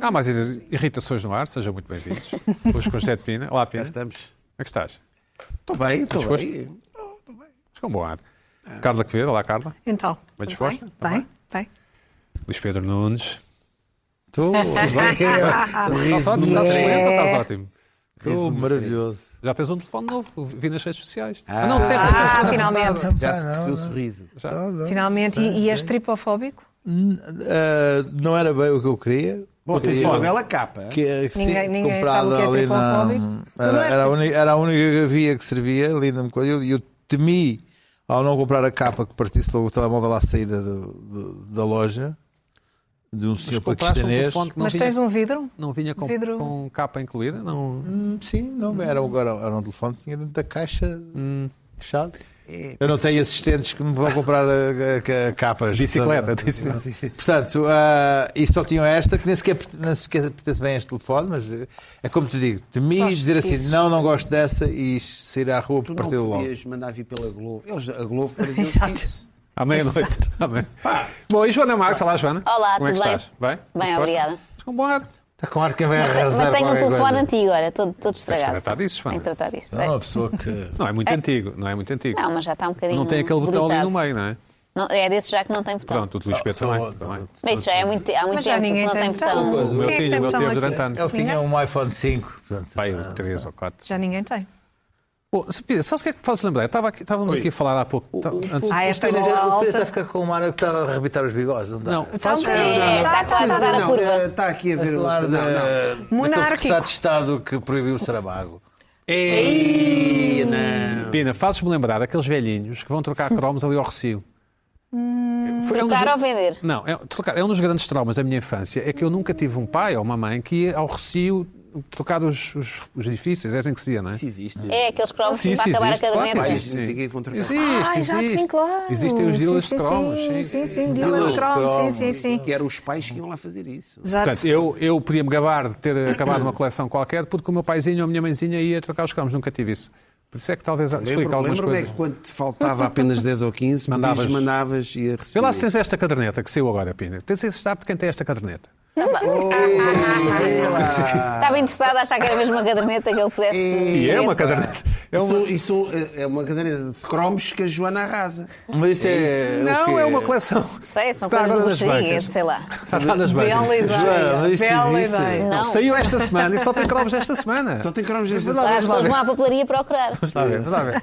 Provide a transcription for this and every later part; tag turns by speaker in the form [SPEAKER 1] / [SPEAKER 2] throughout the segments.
[SPEAKER 1] Há mais irritações no ar, sejam muito bem-vindos. Hoje com o José de Pina. Olá,
[SPEAKER 2] Já
[SPEAKER 1] Pina. Como
[SPEAKER 2] estamos.
[SPEAKER 1] é que estás?
[SPEAKER 2] Estou bem, estou
[SPEAKER 1] Disposto?
[SPEAKER 2] bem. Oh, estou bem.
[SPEAKER 1] Estás com bom ar. Carla Quevedo, olá, Carla.
[SPEAKER 3] Então.
[SPEAKER 1] Bem
[SPEAKER 3] tudo
[SPEAKER 1] disposta?
[SPEAKER 3] Bem, bem.
[SPEAKER 1] Luís Pedro Nunes.
[SPEAKER 4] Estou
[SPEAKER 1] Estás ótimo, estás excelente ou então estás ótimo?
[SPEAKER 4] Estou maravilhoso.
[SPEAKER 1] Já tens um telefone novo, vi nas redes sociais.
[SPEAKER 2] Ah.
[SPEAKER 1] Ah, não, disseste
[SPEAKER 3] Ah,
[SPEAKER 1] na semana
[SPEAKER 3] finalmente.
[SPEAKER 1] passada.
[SPEAKER 2] Já se
[SPEAKER 4] não,
[SPEAKER 2] percebeu o sorriso.
[SPEAKER 1] Já.
[SPEAKER 3] Finalmente. E,
[SPEAKER 5] É.
[SPEAKER 3] e és tripofóbico?
[SPEAKER 4] Ah, não era bem o que eu queria.
[SPEAKER 2] Bom, tens
[SPEAKER 4] queria
[SPEAKER 2] uma bela capa.
[SPEAKER 4] que, eh,
[SPEAKER 3] Ninguém-
[SPEAKER 4] sim,
[SPEAKER 3] ninguém
[SPEAKER 4] comprada
[SPEAKER 3] sabe o que é
[SPEAKER 4] ali na-
[SPEAKER 3] tripofóbico.
[SPEAKER 4] Era, era a única, era a única que havia que servia, linda-me coisa. Eu, eu temi, ao não comprar a capa, que partisse logo o telemóvel à saída do- do- da loja, de um senhor
[SPEAKER 1] Compraste um
[SPEAKER 4] paquistanês.
[SPEAKER 1] telefone que não
[SPEAKER 3] Mas
[SPEAKER 1] vinha,
[SPEAKER 3] tens um vidro?
[SPEAKER 1] não vinha com,
[SPEAKER 3] vidro-
[SPEAKER 1] com capa incluída? Não.
[SPEAKER 4] Hum, Sim,
[SPEAKER 1] Uhum.
[SPEAKER 4] não, era, agora, era um telefone que tinha dentro da caixa
[SPEAKER 1] Hum.
[SPEAKER 4] fechado. Eu não tenho assistentes que me vão comprar a, a- a- capas.
[SPEAKER 1] Bicicleta,
[SPEAKER 4] Portanto,
[SPEAKER 1] bicicleta.
[SPEAKER 4] Portanto, ah, e só tinham esta, que nem sequer, apete- nem sequer apetece bem este telefone, mas eh, é como te digo, temi
[SPEAKER 3] Só
[SPEAKER 4] dizer assim,
[SPEAKER 3] isso.
[SPEAKER 4] não, não gosto dessa e sair à rua
[SPEAKER 2] Tu
[SPEAKER 4] para
[SPEAKER 2] não
[SPEAKER 4] partir logo.
[SPEAKER 2] podias mandar vir pela Globo. Eles, a Globo trazia
[SPEAKER 3] Exato.
[SPEAKER 2] isso.
[SPEAKER 1] À meia-noite. Ah. Amém. Bom, e Joana Marques, olá, Joana.
[SPEAKER 5] Olá,
[SPEAKER 1] Como é que
[SPEAKER 5] tudo bem?
[SPEAKER 1] estás? Bem?
[SPEAKER 5] Bem,
[SPEAKER 1] Gosto?
[SPEAKER 5] obrigada.
[SPEAKER 1] Estás com bom ar.
[SPEAKER 4] Está Tá com ar que vai arrasar
[SPEAKER 5] Mas tenho um
[SPEAKER 4] qualquer
[SPEAKER 5] telefone
[SPEAKER 4] coisa.
[SPEAKER 5] antigo, olha, todo, todo estragado.
[SPEAKER 1] tratar disso, Joana.
[SPEAKER 5] Tem que tratar disso.
[SPEAKER 4] Não, uma pessoa que...
[SPEAKER 1] Não é muito antigo, não é muito antigo.
[SPEAKER 5] é. Não, mas já está um bocadinho.
[SPEAKER 1] Não tem aquele botão ali no
[SPEAKER 5] bonitaço.
[SPEAKER 1] meio, não é?
[SPEAKER 5] Não, é desse já que não tem botão.
[SPEAKER 1] Pronto, o de Luís Pedro também. também.
[SPEAKER 5] Mas isso já é muito, há muito
[SPEAKER 3] Mas
[SPEAKER 5] tempo
[SPEAKER 3] já ninguém
[SPEAKER 5] que não
[SPEAKER 3] tem
[SPEAKER 5] tem
[SPEAKER 3] botão.
[SPEAKER 5] botão.
[SPEAKER 1] O meu
[SPEAKER 3] Quem é
[SPEAKER 1] tio,
[SPEAKER 3] que tem É
[SPEAKER 1] o meu
[SPEAKER 3] botão
[SPEAKER 1] tio
[SPEAKER 3] aqui?
[SPEAKER 1] durante anos.
[SPEAKER 4] Ele tinha um iPhone 5. Portanto,
[SPEAKER 1] Pai, eu, três ou quatro.
[SPEAKER 3] Já ninguém tem.
[SPEAKER 1] Bom, Sapira, sabes o que é que me faz lembrar? Estava aqui- estávamos aqui a falar há pouco. tá- antes-
[SPEAKER 3] Ah, esta
[SPEAKER 4] Pedro-
[SPEAKER 3] gola
[SPEAKER 4] o Pedro
[SPEAKER 3] alta.
[SPEAKER 4] está a ficar com uma área que está a arrebitar os bigodes, não está?
[SPEAKER 1] Não, faz
[SPEAKER 3] Não, não,
[SPEAKER 5] É,
[SPEAKER 3] não.
[SPEAKER 5] está quase a dar a
[SPEAKER 2] Não,
[SPEAKER 5] curva.
[SPEAKER 2] eh, Está aqui a ver o.
[SPEAKER 4] Falar
[SPEAKER 2] Não,
[SPEAKER 4] de,
[SPEAKER 2] não.
[SPEAKER 4] daquele
[SPEAKER 3] Monárquico.
[SPEAKER 4] secretário de Estado que proibiu o Saramago.
[SPEAKER 2] Ei, não.
[SPEAKER 1] Pina, fazes-me lembrar aqueles velhinhos que vão trocar cromos ali ao Recio. Foi- é um dos-
[SPEAKER 5] Trocar ou vender?
[SPEAKER 1] Não, é, trocar- é um dos grandes traumas da minha infância. É que eu nunca tive um pai ou uma mãe que ia ao Recio trocar os, os, os edifícios. É assim que se ia, não é?
[SPEAKER 2] Isso existe.
[SPEAKER 5] É aqueles cromos
[SPEAKER 1] Sim,
[SPEAKER 5] que
[SPEAKER 1] sim,
[SPEAKER 5] vai acabar a
[SPEAKER 1] existe.
[SPEAKER 5] cada
[SPEAKER 1] Claro que
[SPEAKER 5] vez.
[SPEAKER 2] existe. Não sei o que é que vão trocar.
[SPEAKER 1] Existe,
[SPEAKER 3] Ah, já
[SPEAKER 1] existe.
[SPEAKER 3] sim, claro.
[SPEAKER 1] Existem os dealers
[SPEAKER 3] sim,
[SPEAKER 1] de cromos.
[SPEAKER 3] Sim,
[SPEAKER 1] sim.
[SPEAKER 3] sim, sim. Dealers de cromos. Sim, sim, sim.
[SPEAKER 2] Que eram os pais que iam lá fazer isso.
[SPEAKER 3] Exato.
[SPEAKER 1] Portanto, eu, eu podia-me gabar de ter acabado uma coleção qualquer porque o meu paizinho ou a minha mãezinha ia trocar os cromos. Nunca tive isso. Por isso é que talvez explique
[SPEAKER 2] Lembro-
[SPEAKER 1] algumas
[SPEAKER 2] Lembro-me é
[SPEAKER 1] coisas.
[SPEAKER 2] que quando te faltava apenas 10 ou 15, mandavas,
[SPEAKER 1] Mandavas.
[SPEAKER 2] mandavas e ia receber.
[SPEAKER 1] Vê lá se tens esta caderneta que saiu agora, Pina. Tens esse estado de quem tem esta caderneta.
[SPEAKER 5] Ah, Estava interessado a achar que era mesmo uma caderneta que ele pudesse.
[SPEAKER 1] E é uma
[SPEAKER 5] caderneta.
[SPEAKER 1] caderneta. É uma...
[SPEAKER 2] Isso, isso é é uma cadeira de cromos que a Joana arrasa.
[SPEAKER 4] Mas isto é. o
[SPEAKER 1] Não,
[SPEAKER 4] quê?
[SPEAKER 1] é uma coleção.
[SPEAKER 5] Sei,
[SPEAKER 1] Está
[SPEAKER 5] são coisas
[SPEAKER 1] agora
[SPEAKER 5] do
[SPEAKER 1] nas
[SPEAKER 5] Xeriga,
[SPEAKER 1] bancas.
[SPEAKER 5] sei lá.
[SPEAKER 1] Está lá nas
[SPEAKER 3] Bela
[SPEAKER 1] bancas.
[SPEAKER 4] Joana, mas
[SPEAKER 3] ideia.
[SPEAKER 4] isto
[SPEAKER 3] é Bela
[SPEAKER 4] existe?
[SPEAKER 3] ideia.
[SPEAKER 5] Não.
[SPEAKER 1] Saiu esta semana e só tem cromos esta semana.
[SPEAKER 2] Só tem cromos nesta
[SPEAKER 5] Agora
[SPEAKER 2] sala.
[SPEAKER 5] as pessoas vão à papelaria procurar.
[SPEAKER 1] Está a ver, está a ver.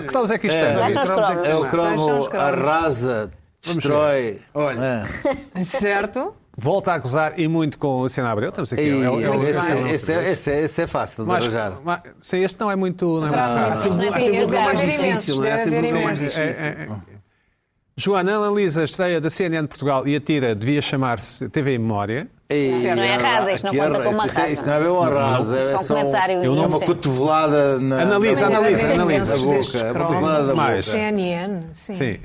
[SPEAKER 1] Que cromos é que isto tem?
[SPEAKER 5] Lá estão os cromos.
[SPEAKER 4] É o
[SPEAKER 3] Baixam os
[SPEAKER 4] cromo,
[SPEAKER 3] cromos.
[SPEAKER 4] arrasa, destrói.
[SPEAKER 2] Olha.
[SPEAKER 4] É.
[SPEAKER 3] Certo?
[SPEAKER 1] Volta a acusar e muito com o Luciano Abreu. Estamos aqui.
[SPEAKER 4] Ei,
[SPEAKER 1] é o- é o-
[SPEAKER 4] esse-
[SPEAKER 1] é o-
[SPEAKER 4] Esse é- esse é- esse é fácil de
[SPEAKER 1] Mas-
[SPEAKER 4] arranjar.
[SPEAKER 1] mas- Sim, este não é muito. Não é muito raro.
[SPEAKER 5] Não é preciso
[SPEAKER 2] lugar mais
[SPEAKER 5] trocar.
[SPEAKER 2] difícil, não é?
[SPEAKER 3] Deve haver
[SPEAKER 2] Sempre lugar mais
[SPEAKER 3] imensos.
[SPEAKER 2] difícil.
[SPEAKER 1] É, é, é. Joana analisa a estreia da CNN de Portugal e a tira devia chamar-se TV em Memória.
[SPEAKER 4] Ei,
[SPEAKER 5] Isto não é arrasa, isto não
[SPEAKER 4] aqui é
[SPEAKER 5] conta
[SPEAKER 4] arra-
[SPEAKER 5] como uma
[SPEAKER 4] isto é-
[SPEAKER 5] arrasa.
[SPEAKER 4] Isto não é bem um arrasa.
[SPEAKER 5] Só
[SPEAKER 4] É
[SPEAKER 5] um comentário
[SPEAKER 4] É uma
[SPEAKER 5] inocente.
[SPEAKER 4] cotovelada na.
[SPEAKER 1] Analisa,
[SPEAKER 4] na-
[SPEAKER 1] analisa,
[SPEAKER 4] na
[SPEAKER 1] analisa.
[SPEAKER 4] boca, é uma cotovelada da
[SPEAKER 1] Mais.
[SPEAKER 4] boca.
[SPEAKER 3] CNN. Sim.
[SPEAKER 1] Sim.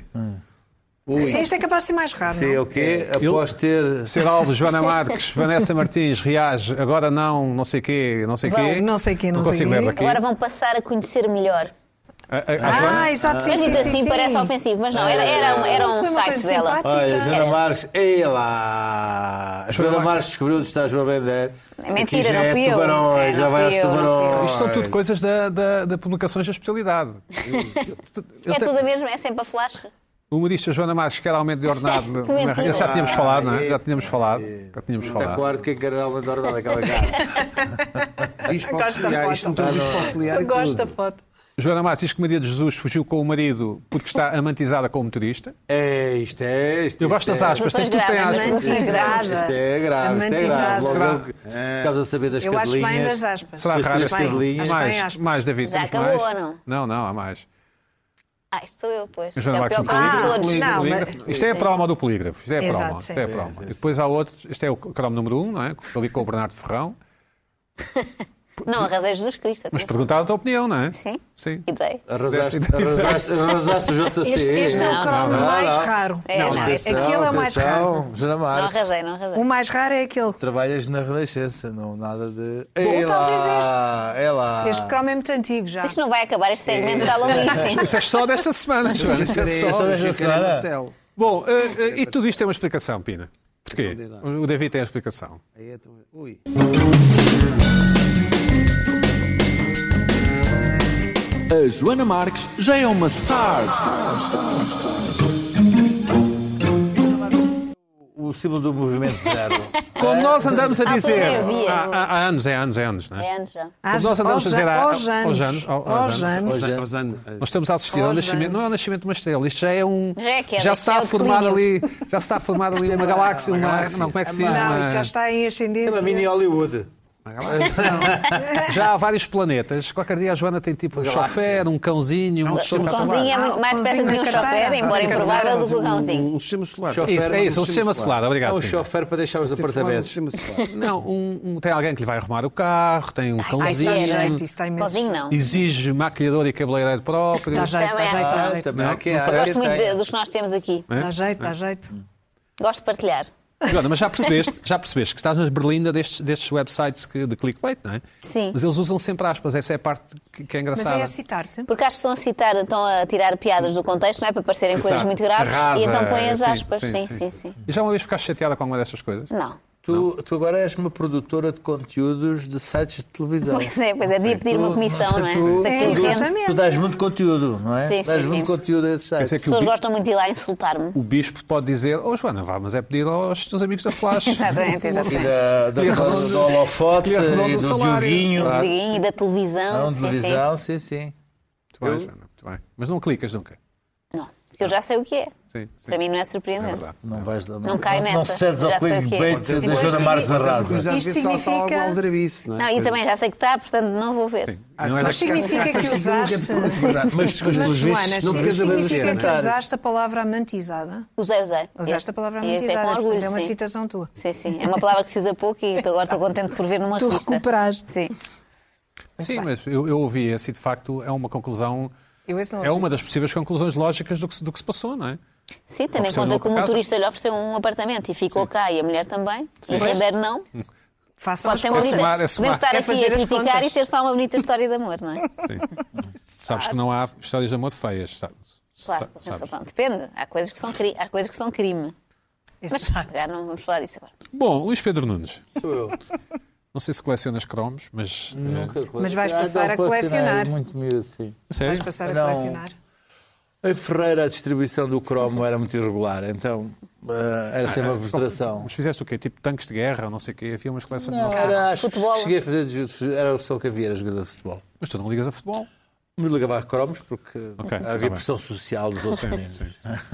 [SPEAKER 3] Isto é capaz de ser mais raro.
[SPEAKER 4] É
[SPEAKER 3] não?
[SPEAKER 4] o quê? Após ter.
[SPEAKER 1] Ser Alves, Joana Marques, Vanessa Martins, reage, agora não, não sei quê, não sei quê.
[SPEAKER 3] Vão, não sei quê, não sei
[SPEAKER 1] consigo
[SPEAKER 3] quê.
[SPEAKER 1] ler aqui.
[SPEAKER 5] Agora vão passar a conhecer melhor.
[SPEAKER 1] A, a, a Joana?
[SPEAKER 3] Ah, exato. Sim,
[SPEAKER 5] Mas
[SPEAKER 3] sim,
[SPEAKER 5] dito
[SPEAKER 3] sim,
[SPEAKER 5] assim
[SPEAKER 3] sim.
[SPEAKER 5] parece ofensivo, mas não, era, era, um- era um
[SPEAKER 3] Foi uma
[SPEAKER 5] site
[SPEAKER 3] coisa
[SPEAKER 5] dela.
[SPEAKER 3] simpática.
[SPEAKER 4] Olha, Joana
[SPEAKER 5] Era.
[SPEAKER 4] Marques, ei lá! A Joana
[SPEAKER 1] Mar-
[SPEAKER 4] Marques descobriu onde está a Joana Bender.
[SPEAKER 5] mentira,
[SPEAKER 4] Aqui já
[SPEAKER 5] não
[SPEAKER 4] é
[SPEAKER 5] fui eu. É,
[SPEAKER 4] Tubarões,
[SPEAKER 5] não
[SPEAKER 4] já vai aos
[SPEAKER 5] fui eu, não fui eu.
[SPEAKER 4] tubarões.
[SPEAKER 1] Isto são tudo coisas da, da, da publicações da especialidade. Eles
[SPEAKER 5] É
[SPEAKER 1] têm-
[SPEAKER 5] tudo a mesma, é sempre a flash.
[SPEAKER 1] O humorista Joana Marques quer aumento de ordenado.
[SPEAKER 5] Que mentira.
[SPEAKER 1] Esse já tínhamos falado, não é? Tá Já tínhamos falado. Já tínhamos
[SPEAKER 4] Está
[SPEAKER 1] falado.
[SPEAKER 4] quarto quem quer aumentar nada daquela cara.
[SPEAKER 2] Diz para
[SPEAKER 3] Gosto da
[SPEAKER 2] auxiliar,
[SPEAKER 3] foto.
[SPEAKER 2] isto não tem
[SPEAKER 1] Ah,
[SPEAKER 2] diz para auxiliar e
[SPEAKER 3] Eu gosto da
[SPEAKER 2] tudo.
[SPEAKER 3] foto.
[SPEAKER 1] Joana Marques diz que Maria de Jesus fugiu com o marido porque está amantizada com o motorista.
[SPEAKER 4] É, isto é. Isto,
[SPEAKER 1] Eu gosto das
[SPEAKER 4] isto é-
[SPEAKER 1] aspas, tem tudo tem
[SPEAKER 5] graves,
[SPEAKER 1] aspas.
[SPEAKER 5] acusações graves.
[SPEAKER 4] Isto é grave, isto é grave.
[SPEAKER 3] Amantizada.
[SPEAKER 4] Logo ele que- Ficamos a saber das
[SPEAKER 3] Eu acho bem
[SPEAKER 4] cadelinhas.
[SPEAKER 3] das aspas.
[SPEAKER 1] Será
[SPEAKER 4] As
[SPEAKER 1] raro
[SPEAKER 4] três
[SPEAKER 1] mais,
[SPEAKER 4] cadelinhas. As
[SPEAKER 3] bem
[SPEAKER 1] mais,
[SPEAKER 3] aspas.
[SPEAKER 1] mais, David,
[SPEAKER 5] Já
[SPEAKER 1] temos
[SPEAKER 5] acabou
[SPEAKER 1] mais?
[SPEAKER 5] ou não?
[SPEAKER 1] Não, não, há mais.
[SPEAKER 5] Ah, isto sou eu, pois.
[SPEAKER 1] Joana
[SPEAKER 5] é o
[SPEAKER 1] Marques,
[SPEAKER 5] pior
[SPEAKER 1] um
[SPEAKER 5] de
[SPEAKER 3] polígrafo.
[SPEAKER 5] todos.
[SPEAKER 3] Ah, não.
[SPEAKER 1] Polígrafo. Isto é a promo do polígrafo. Isto é a
[SPEAKER 3] Exato,
[SPEAKER 1] promo. Isto
[SPEAKER 3] sim.
[SPEAKER 1] é a promo. E depois há outros. Isto é o cromo número um, não é? Ali com o Bernardo Ferrão.
[SPEAKER 5] Não, a razão é Jesus Cristo.
[SPEAKER 1] Mas
[SPEAKER 5] até.
[SPEAKER 1] perguntaram a tua opinião, não é?
[SPEAKER 5] Sim.
[SPEAKER 1] Sim.
[SPEAKER 5] E dei.
[SPEAKER 4] Arrasaste, arrasaste, arrasaste o JC.
[SPEAKER 3] Este, este é o
[SPEAKER 5] Não,
[SPEAKER 3] cromo
[SPEAKER 4] não,
[SPEAKER 3] mais
[SPEAKER 4] não.
[SPEAKER 3] raro.
[SPEAKER 5] É, não, este-
[SPEAKER 3] aquele é o mais raro.
[SPEAKER 4] atenção, Joana
[SPEAKER 5] Não
[SPEAKER 4] Marques.
[SPEAKER 5] arrasei, não arrasei.
[SPEAKER 3] O mais raro é aquele.
[SPEAKER 4] Trabalhas na Renascença, não nada de.
[SPEAKER 3] talvez
[SPEAKER 4] lá, é lá.
[SPEAKER 3] então Este cromo é muito antigo já.
[SPEAKER 5] Isto não vai acabar, este segmento está longuíssimo.
[SPEAKER 1] Isto é só desta semana, Joana. Isto é
[SPEAKER 2] Era
[SPEAKER 1] só.
[SPEAKER 2] esse,
[SPEAKER 4] desta
[SPEAKER 2] achei que era
[SPEAKER 4] semana.
[SPEAKER 2] Marcelo.
[SPEAKER 1] Bom, eh, eh, e tudo isto tem uma explicação, Pina. Porquê? O David tem a explicação.
[SPEAKER 2] Aí é tão- Ui.
[SPEAKER 6] A Joana Marques já é uma star.
[SPEAKER 4] O símbolo do movimento zero.
[SPEAKER 1] Como nós andamos a
[SPEAKER 5] pois
[SPEAKER 1] dizer
[SPEAKER 5] é, eu vi.
[SPEAKER 1] há, há- há anos, é anos, é anos, não é?
[SPEAKER 5] É anos já.
[SPEAKER 3] Aos,
[SPEAKER 1] nós andamos a dizer há-
[SPEAKER 3] aos
[SPEAKER 1] aos
[SPEAKER 3] anos.
[SPEAKER 1] anos, ao- aos anos.
[SPEAKER 3] Aos anos.
[SPEAKER 2] Hoje- hoje ando-
[SPEAKER 1] Nós estamos a assistir ao
[SPEAKER 3] Aos
[SPEAKER 1] nascimento,
[SPEAKER 3] anos.
[SPEAKER 1] não é o nascimento de uma estrela, isto já é um.
[SPEAKER 5] Já é aquela,
[SPEAKER 1] já se
[SPEAKER 5] isto
[SPEAKER 1] está
[SPEAKER 5] é
[SPEAKER 1] a
[SPEAKER 5] o
[SPEAKER 1] formar ali,
[SPEAKER 5] declínio.
[SPEAKER 1] já se está a formar ali uma galáxia, uma. Não, como é que se diz?
[SPEAKER 3] Não, isto já
[SPEAKER 1] Uma-
[SPEAKER 3] está
[SPEAKER 4] É
[SPEAKER 3] em
[SPEAKER 4] uma mini
[SPEAKER 3] ascendência.
[SPEAKER 4] Hollywood. É um-
[SPEAKER 1] Já há vários planetas. Qualquer dia a Joana tem tipo um
[SPEAKER 4] galáxia.
[SPEAKER 1] chofer, um cãozinho, um
[SPEAKER 5] O cãozinho é
[SPEAKER 3] Ah,
[SPEAKER 5] muito mais
[SPEAKER 3] o
[SPEAKER 5] perto de
[SPEAKER 3] cãozinho
[SPEAKER 5] um
[SPEAKER 3] na carteira.
[SPEAKER 5] chofer, embora
[SPEAKER 3] Ah,
[SPEAKER 5] improvável, do que o cãozinho.
[SPEAKER 2] Um, um sistema solar.
[SPEAKER 4] Chofer.
[SPEAKER 1] Isso, é isso, um sistema solar,
[SPEAKER 4] É
[SPEAKER 1] obrigado.
[SPEAKER 4] um
[SPEAKER 1] Pina.
[SPEAKER 4] chofer para deixar os
[SPEAKER 2] Apartamentos.
[SPEAKER 4] apartamentos.
[SPEAKER 2] Sistema solar.
[SPEAKER 1] Não, um- um- tem alguém que lhe vai arrumar o carro, tem um
[SPEAKER 3] Ah, isto dá
[SPEAKER 1] cãozinho,
[SPEAKER 3] jeito, isto dá imenso.
[SPEAKER 5] Cãozinho não.
[SPEAKER 1] exige maquilhador e cabeleireiro próprio.
[SPEAKER 3] Dá jeito, dá
[SPEAKER 5] Também
[SPEAKER 3] jeito, dá
[SPEAKER 4] Ah,
[SPEAKER 3] jeito.
[SPEAKER 4] também há quem- há
[SPEAKER 5] Gosto
[SPEAKER 4] quem
[SPEAKER 5] muito
[SPEAKER 4] tenha.
[SPEAKER 5] de- dos que nós temos aqui.
[SPEAKER 1] É?
[SPEAKER 3] Dá jeito, dá jeito.
[SPEAKER 5] Gosto de partilhar.
[SPEAKER 1] Joana, mas já percebeste, já percebeste que estás nas berlinda destes, destes websites que, de clickbait, não é?
[SPEAKER 5] Sim.
[SPEAKER 1] Mas eles usam sempre aspas, essa é a parte que, que é
[SPEAKER 3] Mas
[SPEAKER 1] engraçada.
[SPEAKER 3] é a citar-te.
[SPEAKER 5] Porque acho que estão a citar, estão a tirar piadas do contexto, não é? Para parecerem
[SPEAKER 1] Exato.
[SPEAKER 5] coisas muito graves.
[SPEAKER 1] Arrasa,
[SPEAKER 5] e então põem as
[SPEAKER 1] sim,
[SPEAKER 5] aspas.
[SPEAKER 1] sim,
[SPEAKER 5] Sim
[SPEAKER 1] sim.
[SPEAKER 5] sim, sim,
[SPEAKER 1] E já uma vez ficaste chateada com alguma dessas coisas?
[SPEAKER 5] Não.
[SPEAKER 4] Tu, tu agora és uma produtora de conteúdos de sites de televisão.
[SPEAKER 5] Pois é, pois é, devia pedir uma
[SPEAKER 4] Tu-
[SPEAKER 5] comissão, não é?
[SPEAKER 4] tu-
[SPEAKER 5] Se aquele
[SPEAKER 3] É,
[SPEAKER 5] gente-
[SPEAKER 3] exatamente.
[SPEAKER 4] Tu dás muito conteúdo, não é?
[SPEAKER 5] Sim,
[SPEAKER 4] dás
[SPEAKER 5] sim,
[SPEAKER 4] muito
[SPEAKER 5] sim.
[SPEAKER 4] conteúdo a esses
[SPEAKER 1] Quer dizer
[SPEAKER 4] sites.
[SPEAKER 5] As
[SPEAKER 1] que o,
[SPEAKER 5] pessoas
[SPEAKER 1] bi-
[SPEAKER 5] gostam muito de ir lá insultar-me.
[SPEAKER 1] o bispo pode dizer, oh Joana, vá, mas é pedir aos teus amigos da Flash.
[SPEAKER 5] Exatamente,
[SPEAKER 4] E
[SPEAKER 5] exatamente.
[SPEAKER 4] da, da,
[SPEAKER 1] Clear
[SPEAKER 4] do,
[SPEAKER 1] Redondo-
[SPEAKER 4] do holofote
[SPEAKER 1] Clear Redondo
[SPEAKER 4] e
[SPEAKER 1] do
[SPEAKER 4] do
[SPEAKER 1] salário.
[SPEAKER 4] Dioguinho.
[SPEAKER 5] Do Diguinho e da televisão.
[SPEAKER 4] Não, de
[SPEAKER 5] sim,
[SPEAKER 4] televisão, sim, sim.
[SPEAKER 1] Muito bem, Joana, muito bem. Mas não clicas nunca.
[SPEAKER 5] sim. Não, porque eu já sei o que é.
[SPEAKER 1] Sim, sim.
[SPEAKER 5] Para mim não é
[SPEAKER 1] é
[SPEAKER 5] surpreendente.
[SPEAKER 1] verdade.
[SPEAKER 4] Não vais não,
[SPEAKER 5] cai
[SPEAKER 4] não,
[SPEAKER 5] nessa.
[SPEAKER 4] cedes ao
[SPEAKER 5] Já sei o que é.
[SPEAKER 4] clickbait da
[SPEAKER 5] Pois
[SPEAKER 4] Joana
[SPEAKER 5] sim.
[SPEAKER 4] Marques
[SPEAKER 2] Mas
[SPEAKER 4] Arrasa.
[SPEAKER 2] às
[SPEAKER 3] Isto
[SPEAKER 2] vezes salta
[SPEAKER 3] significa-
[SPEAKER 2] algum aldrabice, não é?
[SPEAKER 5] não, e também já sei que está, portanto não vou ver.
[SPEAKER 1] Não é
[SPEAKER 3] Mas
[SPEAKER 1] daqueles-
[SPEAKER 3] significa que usaste.
[SPEAKER 4] Mas com os
[SPEAKER 3] Mas, Joana,
[SPEAKER 4] vistos não queres
[SPEAKER 3] significa que
[SPEAKER 4] avançar.
[SPEAKER 3] usaste a palavra amantizada.
[SPEAKER 5] Usei, usei.
[SPEAKER 3] Usaste a palavra
[SPEAKER 5] E até
[SPEAKER 3] amantizada,
[SPEAKER 5] com orgulho,
[SPEAKER 3] portanto, é uma
[SPEAKER 5] sim.
[SPEAKER 3] citação tua.
[SPEAKER 5] Sim, sim. É uma palavra que se usa pouco e agora estou contente por ver numa
[SPEAKER 3] Tu
[SPEAKER 5] revista.
[SPEAKER 3] recuperaste.
[SPEAKER 5] Sim.
[SPEAKER 1] Sim, mas eu, eu ouvi esse e de facto é uma conclusão.
[SPEAKER 3] Eu esse não
[SPEAKER 1] É uma das possíveis conclusões lógicas do que, se- do que se passou, não é?
[SPEAKER 5] Sim, tendo em
[SPEAKER 1] Ofereceu-lhe
[SPEAKER 5] conta
[SPEAKER 1] uma
[SPEAKER 5] que o
[SPEAKER 1] casa.
[SPEAKER 5] motorista lhe ofereceu um apartamento e ficou cá e a mulher também, e
[SPEAKER 3] Pois.
[SPEAKER 5] render não,
[SPEAKER 3] Faça
[SPEAKER 5] pode
[SPEAKER 3] as
[SPEAKER 5] ser uma
[SPEAKER 1] É
[SPEAKER 5] bonita.
[SPEAKER 3] contas.
[SPEAKER 1] somar, é somar.
[SPEAKER 5] Podemos estar
[SPEAKER 3] É
[SPEAKER 5] aqui
[SPEAKER 3] fazer
[SPEAKER 5] a
[SPEAKER 3] as
[SPEAKER 5] criticar
[SPEAKER 3] contas.
[SPEAKER 5] e ser só uma bonita história de amor, não é?
[SPEAKER 1] Sim. Sabes que não há histórias de amor feias, sabes?
[SPEAKER 5] Claro,
[SPEAKER 1] Sa-
[SPEAKER 5] tens
[SPEAKER 1] sabes.
[SPEAKER 5] razão. Depende. Há coisas que são, cri- há coisas que são crime. Mas
[SPEAKER 3] Exato.
[SPEAKER 5] já não vamos falar disso agora.
[SPEAKER 1] Bom, Luís Pedro Nunes. Não sei se colecionas cromos, mas. eh,
[SPEAKER 3] Mas vais
[SPEAKER 4] Ah,
[SPEAKER 3] passar a colecionar.
[SPEAKER 4] Muito miúdo, sim.
[SPEAKER 1] sério?
[SPEAKER 3] Vais passar a
[SPEAKER 4] Não.
[SPEAKER 3] colecionar.
[SPEAKER 4] Em Ferreira, a distribuição do cromo era muito irregular, então eh, era
[SPEAKER 1] Ah,
[SPEAKER 4] sempre uma frustração.
[SPEAKER 1] Mas fizeste o quê? Tipo tanques de guerra, ou não sei o quê? Havia umas coleções.
[SPEAKER 4] Não,
[SPEAKER 1] sei.
[SPEAKER 4] era, acho que
[SPEAKER 5] Futebol.
[SPEAKER 4] cheguei a fazer jiu-jitsu, era só o que havia, era jogador de futebol.
[SPEAKER 1] Mas tu não ligas a futebol.
[SPEAKER 4] Me ligava a cromos porque
[SPEAKER 1] Ok, tá
[SPEAKER 4] havia
[SPEAKER 1] bem.
[SPEAKER 4] pressão social dos outros meninos.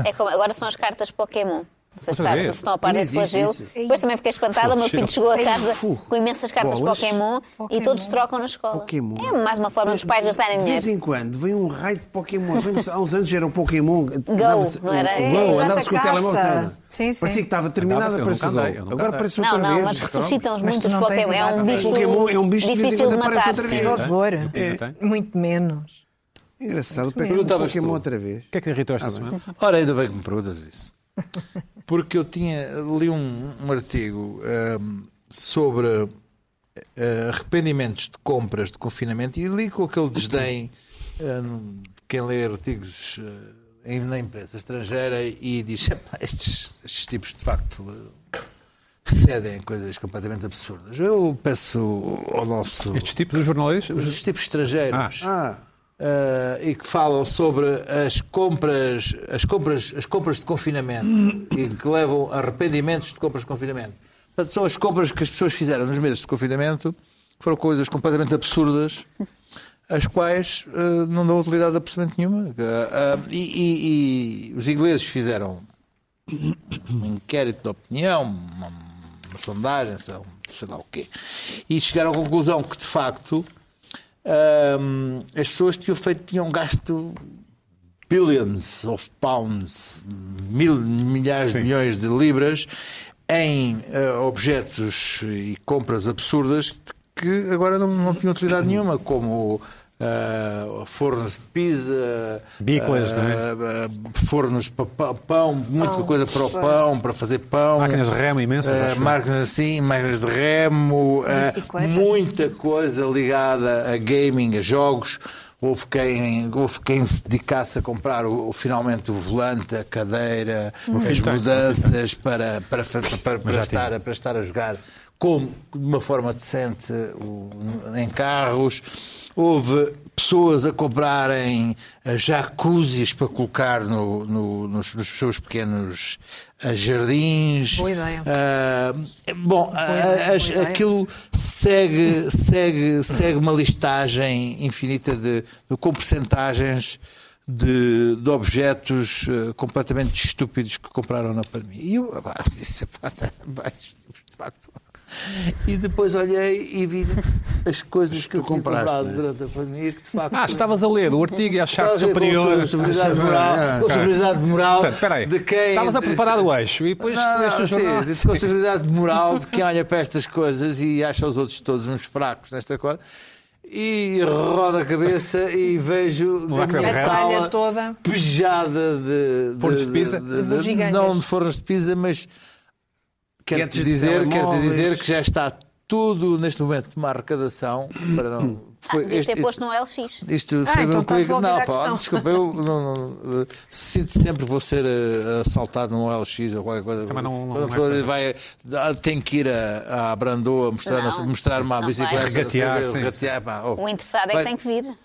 [SPEAKER 5] É como, agora são as cartas Pokémon. Não sei se
[SPEAKER 1] Outra
[SPEAKER 5] sabem,
[SPEAKER 1] vez?
[SPEAKER 5] se estão a par
[SPEAKER 2] Não
[SPEAKER 5] desse
[SPEAKER 2] existe
[SPEAKER 5] flagelo.
[SPEAKER 2] isso.
[SPEAKER 5] Depois também fiquei espantada. O meu filho chegou a casa com imensas cartas
[SPEAKER 2] Bolas.
[SPEAKER 5] Pokémon, e
[SPEAKER 3] Pokémon.
[SPEAKER 5] todos trocam na escola.
[SPEAKER 2] Pokémon.
[SPEAKER 5] É mais uma forma dos pais gastarem
[SPEAKER 2] De vez
[SPEAKER 5] dinheiro.
[SPEAKER 2] em quando vem um raio de Pokémon. Há uns anos era o Pokémon. andava-se-
[SPEAKER 5] não era?
[SPEAKER 2] o
[SPEAKER 5] É,
[SPEAKER 2] Go,
[SPEAKER 3] exato,
[SPEAKER 2] andava-se com o
[SPEAKER 3] a
[SPEAKER 2] telemóvel.
[SPEAKER 3] caça.
[SPEAKER 2] sabe?
[SPEAKER 3] Sim, sim.
[SPEAKER 2] Parecia que estava terminado,
[SPEAKER 1] Andava-se, eu
[SPEAKER 2] aparece o
[SPEAKER 1] nunca
[SPEAKER 2] Go.
[SPEAKER 1] andei, eu nunca
[SPEAKER 2] Agora
[SPEAKER 1] andei.
[SPEAKER 2] aparece
[SPEAKER 5] Não,
[SPEAKER 2] outra
[SPEAKER 5] não,
[SPEAKER 2] vez.
[SPEAKER 5] mas ressuscitam os
[SPEAKER 3] Mas
[SPEAKER 5] muitos
[SPEAKER 3] tu não tens
[SPEAKER 5] Pokémon. É
[SPEAKER 3] idade,
[SPEAKER 5] um
[SPEAKER 3] não é?
[SPEAKER 5] bicho,
[SPEAKER 2] Pokémon é um bicho que de vez em
[SPEAKER 5] difícil de
[SPEAKER 2] quando aparece
[SPEAKER 5] matar.
[SPEAKER 2] outra
[SPEAKER 5] sim.
[SPEAKER 2] vez.
[SPEAKER 3] Por favor.
[SPEAKER 1] Ainda tem?
[SPEAKER 3] Muito menos.
[SPEAKER 2] Engraçado, pega o
[SPEAKER 4] Perguntavas
[SPEAKER 2] Pokémon
[SPEAKER 4] tu.
[SPEAKER 2] outra vez.
[SPEAKER 1] O que é que te irritou esta semana?
[SPEAKER 4] Ora, ainda Ah, bem que me perguntas isso. Porque eu tinha li um, um artigo ahm, sobre eh, arrependimentos de compras de confinamento e li com aquele desdém ahm, de quem lê artigos eh, em- na imprensa estrangeira e diz: "Epá, estes, estes tipos de facto eh, cedem a coisas completamente absurdas. Eu peço ao nosso.
[SPEAKER 1] Estes tipos de jornalistas. os-
[SPEAKER 4] Os tipos estrangeiros.
[SPEAKER 1] Ah.
[SPEAKER 2] Ah,
[SPEAKER 4] Ah, e que falam sobre as compras, as compras, as compras de confinamento e que levam a arrependimentos de compras de confinamento. Portanto, são as compras que as pessoas fizeram nos meses de confinamento, que foram coisas completamente absurdas, as quais ah, não dão utilidade a absolutamente nenhuma. Ah, ah, e, e- e os ingleses fizeram um inquérito de opinião, uma, uma sondagem, sei lá- sei lá o quê, e chegaram à conclusão que de facto hum, as pessoas tinham feito, tinham gasto billions of pounds, mil milhares de
[SPEAKER 1] Sim.
[SPEAKER 4] milhões de libras em eh, objetos e compras absurdas que agora não, não tinham utilidade nenhuma, como ah, fornos de pizza,
[SPEAKER 1] Biclas,
[SPEAKER 4] ah,
[SPEAKER 1] não é?
[SPEAKER 4] ah, fornos para pa- pão, muita coisa para o pão, para fazer pão.
[SPEAKER 1] Máquinas de é? remo imensas,
[SPEAKER 4] Ah,
[SPEAKER 1] acho eu.
[SPEAKER 4] máquinas assim, máquinas de remo, ah,
[SPEAKER 3] Bicicletas.
[SPEAKER 4] muita coisa ligada a gaming, a jogos. Houve quem, houve quem se dedicasse a comprar o, o- finalmente o volante, a cadeira, as
[SPEAKER 1] Fiz bem.
[SPEAKER 4] mudanças para, para, fa- para, para
[SPEAKER 1] já
[SPEAKER 4] estar, para estar a jogar como, de uma forma decente o- em carros. Houve pessoas a comprarem eh, jacuzzis para colocar no, no- nos, nos seus pequenos eh, jardins.
[SPEAKER 3] Boa ideia.
[SPEAKER 4] Ah, bom,
[SPEAKER 1] é,
[SPEAKER 3] ideia,
[SPEAKER 4] as-
[SPEAKER 3] boa ideia.
[SPEAKER 4] aquilo segue, segue, segue uma listagem infinita de, de- com percentagens de, de objetos eh, completamente estúpidos que compraram na pandemia. E eu pá, disse, pá, tá baixo, de facto. E depois olhei e vi as coisas que eu tinha
[SPEAKER 2] compraste,
[SPEAKER 4] comprado
[SPEAKER 2] né?
[SPEAKER 4] durante a pandemia que de facto. é
[SPEAKER 1] Ah, estavas a ler o artigo e a achar superior.
[SPEAKER 4] Com superioridade moral, com superioridade moral
[SPEAKER 1] Portanto, espera aí.
[SPEAKER 4] de quem.
[SPEAKER 1] Estavas a preparar o eixo e depois
[SPEAKER 4] Não,
[SPEAKER 1] leste
[SPEAKER 4] não,
[SPEAKER 1] o jornal.
[SPEAKER 4] sim, com sensibilidade moral de quem olha para estas coisas e acha os outros todos uns fracos nesta coisa. E roda a cabeça e vejo
[SPEAKER 1] Lá
[SPEAKER 4] a
[SPEAKER 1] que
[SPEAKER 4] minha
[SPEAKER 1] é. A
[SPEAKER 3] tralha
[SPEAKER 4] sala
[SPEAKER 3] toda.
[SPEAKER 4] pejada de...
[SPEAKER 1] Fornos de pizza?
[SPEAKER 3] Bugigangas.
[SPEAKER 4] não de fornos de pizza, mas quero-te
[SPEAKER 2] Gadgets,
[SPEAKER 4] dizer, quero
[SPEAKER 2] telemóveis.
[SPEAKER 4] dizer que já está tudo neste momento uma arrecadação para não... Foi,
[SPEAKER 5] Podias Ah, ter posto no LX.
[SPEAKER 4] isto
[SPEAKER 3] Ah,
[SPEAKER 4] foi
[SPEAKER 3] então
[SPEAKER 4] meu colega.
[SPEAKER 3] está resolvida
[SPEAKER 4] Não,
[SPEAKER 3] a
[SPEAKER 4] pá,
[SPEAKER 3] questão.
[SPEAKER 4] desculpa, eu não, não, eh, sinto sempre vou ser eh, assaltado num LX ou qualquer coisa.
[SPEAKER 1] Também não- não
[SPEAKER 4] Quando a
[SPEAKER 1] é
[SPEAKER 4] pessoa
[SPEAKER 1] para-
[SPEAKER 4] vai, ah, tem que ir a- à Brandoa mostrar,
[SPEAKER 5] Não,
[SPEAKER 4] mostrar uma
[SPEAKER 5] não
[SPEAKER 4] bicicleta.
[SPEAKER 5] vais.
[SPEAKER 1] Regatear,
[SPEAKER 4] saber,
[SPEAKER 1] sim,
[SPEAKER 4] regatear, pá, oh.
[SPEAKER 5] O interessado é que
[SPEAKER 4] Vai,
[SPEAKER 5] tem que vir.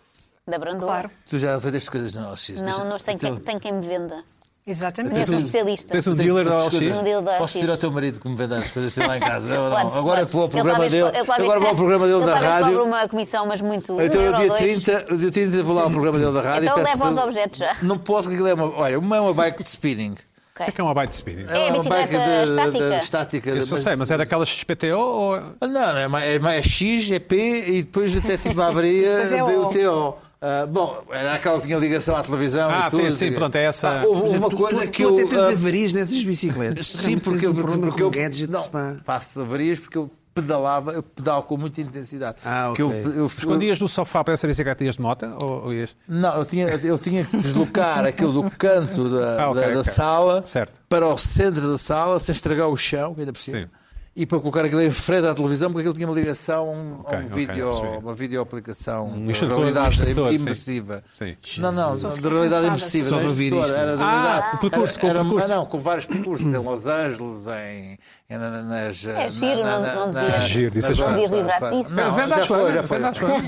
[SPEAKER 5] Da Brandoa.
[SPEAKER 3] Claro.
[SPEAKER 4] Tu já fazeste coisas no LX? deixa-
[SPEAKER 5] Não, é. não tem,
[SPEAKER 4] então,
[SPEAKER 5] quem, tem quem me venda.
[SPEAKER 3] Exatamente.
[SPEAKER 5] Conheço um especialista.
[SPEAKER 1] Tens um dealer da
[SPEAKER 4] Desculpa,
[SPEAKER 1] OLX.
[SPEAKER 5] Um deal da
[SPEAKER 4] Posso pedir
[SPEAKER 5] LX.
[SPEAKER 4] ao teu marido que me venda as coisas que tem lá em casa? Eu não.
[SPEAKER 5] Podes,
[SPEAKER 4] Agora
[SPEAKER 5] podes.
[SPEAKER 4] que vou ao
[SPEAKER 5] Ele
[SPEAKER 4] programa
[SPEAKER 5] talvez-
[SPEAKER 4] dele.
[SPEAKER 5] ele talvez-
[SPEAKER 4] Agora vou ao programa dele
[SPEAKER 5] ele
[SPEAKER 4] da
[SPEAKER 5] talvez cobre
[SPEAKER 4] rádio.
[SPEAKER 5] uma comissão, mas muito. um
[SPEAKER 4] Então, eu
[SPEAKER 5] euro,
[SPEAKER 4] dia
[SPEAKER 5] dois.
[SPEAKER 4] 30, eu dia 30 vou lá ao programa dele da rádio.
[SPEAKER 5] Então
[SPEAKER 4] e peço
[SPEAKER 5] leva os
[SPEAKER 4] para-
[SPEAKER 5] objetos já.
[SPEAKER 4] Não pode, porque ele é uma. Olha, uma é uma bike de speeding.
[SPEAKER 5] Ok.
[SPEAKER 1] O que é um abate de speeding?
[SPEAKER 5] É a
[SPEAKER 4] uma
[SPEAKER 5] bicicleta
[SPEAKER 4] bike de- de-
[SPEAKER 5] estática.
[SPEAKER 4] de- estática.
[SPEAKER 1] Eu só sei, mas é daquelas XPTO ou.
[SPEAKER 4] Ah, Não, é mais, é mais X, é P e depois até tipo a avaria
[SPEAKER 3] Depois é
[SPEAKER 4] veio
[SPEAKER 3] O.
[SPEAKER 4] o TO. Ah, bom, era aquela que tinha ligação à televisão
[SPEAKER 1] Ah,
[SPEAKER 4] e tudo.
[SPEAKER 1] tem, sim, pronto, é essa-
[SPEAKER 4] Ah, houve uma coisa
[SPEAKER 2] tu,
[SPEAKER 4] que
[SPEAKER 2] tu
[SPEAKER 4] eu...
[SPEAKER 2] até tens
[SPEAKER 4] ah,
[SPEAKER 2] avarias nessas bicicletas.
[SPEAKER 4] Sim,
[SPEAKER 2] Realmente
[SPEAKER 4] porque
[SPEAKER 2] tens
[SPEAKER 4] eu,
[SPEAKER 2] um problema
[SPEAKER 4] porque
[SPEAKER 2] com
[SPEAKER 4] eu
[SPEAKER 2] gadgets,
[SPEAKER 4] não,
[SPEAKER 2] pá.
[SPEAKER 4] passo avarias porque eu pedalava, eu pedalo com muita intensidade.
[SPEAKER 2] Ah,
[SPEAKER 4] Porque
[SPEAKER 2] ok.
[SPEAKER 4] eu, eu, eu,
[SPEAKER 1] Escondias no sofá para essa bicicleta e ias de moto? Ou, ou ias?
[SPEAKER 4] não, eu tinha, eu tinha que deslocar aquilo do canto da,
[SPEAKER 1] Ah, ok,
[SPEAKER 4] da- da
[SPEAKER 1] ok.
[SPEAKER 4] sala
[SPEAKER 1] Certo.
[SPEAKER 4] para o centro da sala, sem estragar o chão, que ainda por cima.
[SPEAKER 1] Sim.
[SPEAKER 4] E para colocar aquilo em frente à televisão, porque aquilo tinha uma ligação a um-
[SPEAKER 1] Ok,
[SPEAKER 4] a um
[SPEAKER 1] ok,
[SPEAKER 4] vídeo,
[SPEAKER 1] já percebi.
[SPEAKER 4] uma videoaplicação de
[SPEAKER 1] instrutor,
[SPEAKER 4] realidade
[SPEAKER 1] um instrutor, sim.
[SPEAKER 4] imersiva.
[SPEAKER 1] Sim.
[SPEAKER 4] Não, não,
[SPEAKER 3] Só
[SPEAKER 4] de
[SPEAKER 3] fiquei
[SPEAKER 4] realidade
[SPEAKER 3] cansada.
[SPEAKER 4] imersiva.
[SPEAKER 2] Só
[SPEAKER 4] não é
[SPEAKER 2] de ouvir
[SPEAKER 4] instrutor,
[SPEAKER 2] isto.
[SPEAKER 4] era de
[SPEAKER 1] Ah,
[SPEAKER 4] realidade-
[SPEAKER 1] percurso, com
[SPEAKER 4] era- era-
[SPEAKER 1] percurso.
[SPEAKER 4] ah, Não, com vários percursos, em Los Angeles, em, em- na- na- nas...
[SPEAKER 5] É giro, não- não
[SPEAKER 4] na-
[SPEAKER 5] devias-
[SPEAKER 1] É Giro, disse
[SPEAKER 5] não
[SPEAKER 1] a
[SPEAKER 5] devias
[SPEAKER 4] Joana.
[SPEAKER 5] livrar-te disso.
[SPEAKER 4] Não,
[SPEAKER 1] Venda
[SPEAKER 4] já
[SPEAKER 1] à
[SPEAKER 4] foi,
[SPEAKER 1] Joana,
[SPEAKER 4] já foi.
[SPEAKER 1] venda à Joana.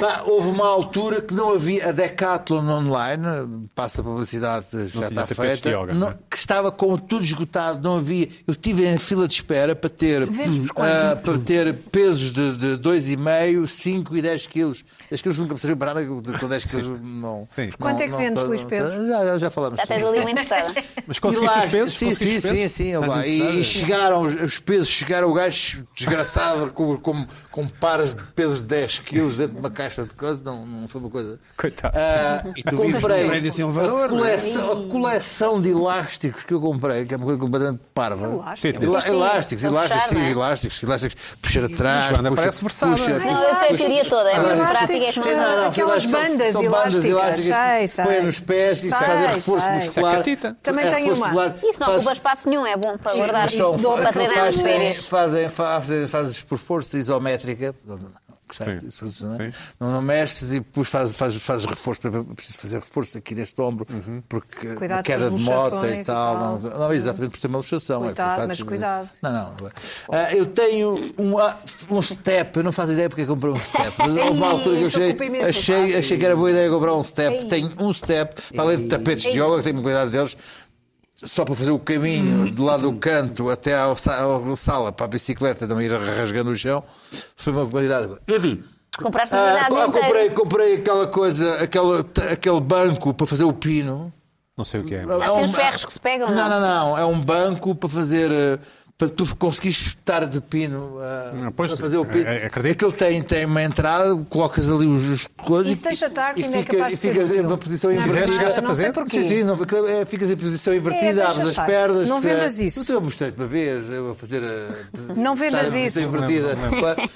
[SPEAKER 4] Pá, houve uma altura que não havia a Decathlon online, passa a publicidade, já
[SPEAKER 1] tinha
[SPEAKER 4] está
[SPEAKER 1] tapetes
[SPEAKER 4] feita,
[SPEAKER 1] de yoga,
[SPEAKER 4] não-
[SPEAKER 1] não é?
[SPEAKER 4] que estava com tudo esgotado, não havia. Eu tive em fila de espera para ter,
[SPEAKER 3] Vês por
[SPEAKER 4] ah, para ter pesos de 2,5, 5 e 10 quilos. 10 quilos nunca me serviu para nada, que com 10 quilos não.
[SPEAKER 1] Sim.
[SPEAKER 3] Quanto é que
[SPEAKER 4] não-
[SPEAKER 3] vendes,
[SPEAKER 4] não-
[SPEAKER 3] Luís Pedro?
[SPEAKER 4] Já, já- já falámos.
[SPEAKER 5] Já tens
[SPEAKER 4] sobre
[SPEAKER 5] ali um uma interessada.
[SPEAKER 1] Mas
[SPEAKER 4] e
[SPEAKER 1] conseguiste
[SPEAKER 4] lá-
[SPEAKER 1] os pesos?
[SPEAKER 4] Sim,
[SPEAKER 1] Conseguiste
[SPEAKER 4] sim,
[SPEAKER 1] os pesos?
[SPEAKER 4] sim, sim. lá. E,
[SPEAKER 2] interessada?
[SPEAKER 4] e chegaram os, os pesos, chegaram o gajo desgraçado com, com, com paras de pesos de 10 quilos dentro de uma caixa de coisa, não, não foi uma coisa.
[SPEAKER 1] Coitado.
[SPEAKER 4] Ah,
[SPEAKER 2] tu vives num prédio sem elevador, é?
[SPEAKER 4] a, coleção, a coleção de elásticos que eu comprei, que é uma coisa completamente parva.
[SPEAKER 3] Elásticos?
[SPEAKER 4] Elá-
[SPEAKER 5] Sim,
[SPEAKER 4] Elásticos, elásticos,
[SPEAKER 5] para puxar,
[SPEAKER 4] sim,
[SPEAKER 5] não
[SPEAKER 4] elásticos, elásticos,
[SPEAKER 5] é?
[SPEAKER 4] puxar atrás.
[SPEAKER 1] Joana,
[SPEAKER 4] puxa-
[SPEAKER 1] parece versada.
[SPEAKER 4] puxa-
[SPEAKER 2] é?
[SPEAKER 1] Não,
[SPEAKER 5] Não, eu sei a teoria toda. É muito
[SPEAKER 3] Elásticos.
[SPEAKER 5] prática. É que não-
[SPEAKER 3] Sim, não, não. Aquelas
[SPEAKER 4] são-
[SPEAKER 3] bandas
[SPEAKER 4] são bandas
[SPEAKER 3] elásticas. Sei,
[SPEAKER 4] elásticas que se põem
[SPEAKER 3] sei.
[SPEAKER 4] nos pés e se
[SPEAKER 3] Sei,
[SPEAKER 4] fazem reforço
[SPEAKER 3] sei.
[SPEAKER 1] Isso é
[SPEAKER 4] muscular.
[SPEAKER 1] catita.
[SPEAKER 3] Também
[SPEAKER 4] É
[SPEAKER 3] tenho
[SPEAKER 4] reforço
[SPEAKER 3] uma.
[SPEAKER 4] muscular.
[SPEAKER 5] Isso não
[SPEAKER 4] Faz-
[SPEAKER 5] ocupa espaço nenhum. É bom para guardar
[SPEAKER 4] mas são-
[SPEAKER 5] isso. Para
[SPEAKER 4] mas são-
[SPEAKER 5] treinar nas
[SPEAKER 4] fazem-
[SPEAKER 5] férias.
[SPEAKER 4] Fazem, fazem, fazes por força isométrica. Não, não, não. Gostaste
[SPEAKER 1] Sim.
[SPEAKER 4] disso, Francisco, não, é?
[SPEAKER 1] Sim.
[SPEAKER 4] não, não mexes e depois fazes, fazes, fazes reforço. Eu Preciso fazer reforço aqui neste ombro
[SPEAKER 1] Uhum.
[SPEAKER 4] porque
[SPEAKER 3] Cuidado
[SPEAKER 4] a queda
[SPEAKER 3] com as
[SPEAKER 4] de moto
[SPEAKER 3] luxações
[SPEAKER 4] e
[SPEAKER 3] e
[SPEAKER 4] tal.
[SPEAKER 3] tal.
[SPEAKER 4] Não, não, exatamente por ter uma luxação. é,
[SPEAKER 3] Cuidado,
[SPEAKER 4] portanto,
[SPEAKER 3] mas cuidado.
[SPEAKER 4] Não, não. Ah, eu tenho um, ah, um step. Eu não faço ideia porque comprei um step. Mas houve uma
[SPEAKER 3] Ei,
[SPEAKER 4] altura que eu
[SPEAKER 3] É isso
[SPEAKER 4] achei,
[SPEAKER 3] ocupa imenso
[SPEAKER 4] achei,
[SPEAKER 3] espaço. É
[SPEAKER 4] achei que era boa ideia comprar um step. Tenho um step, para além de tapetes de yoga, que tenho que cuidar deles só para fazer o caminho de lá do canto até à sa- à sala para a bicicleta não ir rasgando o chão foi uma quantidade. Enfim.
[SPEAKER 5] Compraste um
[SPEAKER 4] ah,
[SPEAKER 5] ginásio
[SPEAKER 4] co- comprei,
[SPEAKER 5] inteiro.
[SPEAKER 4] comprei aquela coisa, aquele, aquele banco para fazer o pino.
[SPEAKER 1] Não sei o que é.
[SPEAKER 5] Ah,
[SPEAKER 4] É
[SPEAKER 5] tem
[SPEAKER 4] um-
[SPEAKER 5] os ferros que se pegam,
[SPEAKER 4] Não,
[SPEAKER 5] não?
[SPEAKER 4] não, não. É um banco para fazer eh, para tu conseguires estar de pino ah,
[SPEAKER 1] Ah, pois,
[SPEAKER 4] a fazer o pino.
[SPEAKER 1] é- é- acredito.
[SPEAKER 4] Aquilo tem, tem uma entrada, colocas ali os, os coisas.
[SPEAKER 3] Isso deixa tarde
[SPEAKER 4] e
[SPEAKER 3] ainda é
[SPEAKER 4] fica-
[SPEAKER 3] capaz
[SPEAKER 4] e
[SPEAKER 3] de ser
[SPEAKER 4] ficas em
[SPEAKER 3] útil.
[SPEAKER 4] uma posição
[SPEAKER 3] Na
[SPEAKER 4] invertida.
[SPEAKER 1] Quiseres,
[SPEAKER 3] verdade,
[SPEAKER 1] chegaste a
[SPEAKER 3] Não sei
[SPEAKER 1] fazer?
[SPEAKER 3] porquê.
[SPEAKER 4] Sim, sim, não, aquilo é- ficas em posição invertida,
[SPEAKER 3] deixa
[SPEAKER 4] abres as
[SPEAKER 3] estar.
[SPEAKER 4] pernas.
[SPEAKER 3] Não
[SPEAKER 4] fica-
[SPEAKER 3] vendas isso.
[SPEAKER 4] Não sei, eu mostrei-te uma vez, eu a fazer a.
[SPEAKER 3] Não vendas
[SPEAKER 4] estar em
[SPEAKER 3] isso.
[SPEAKER 4] posição invertida. Este
[SPEAKER 2] Tinhas
[SPEAKER 4] banco,
[SPEAKER 2] isso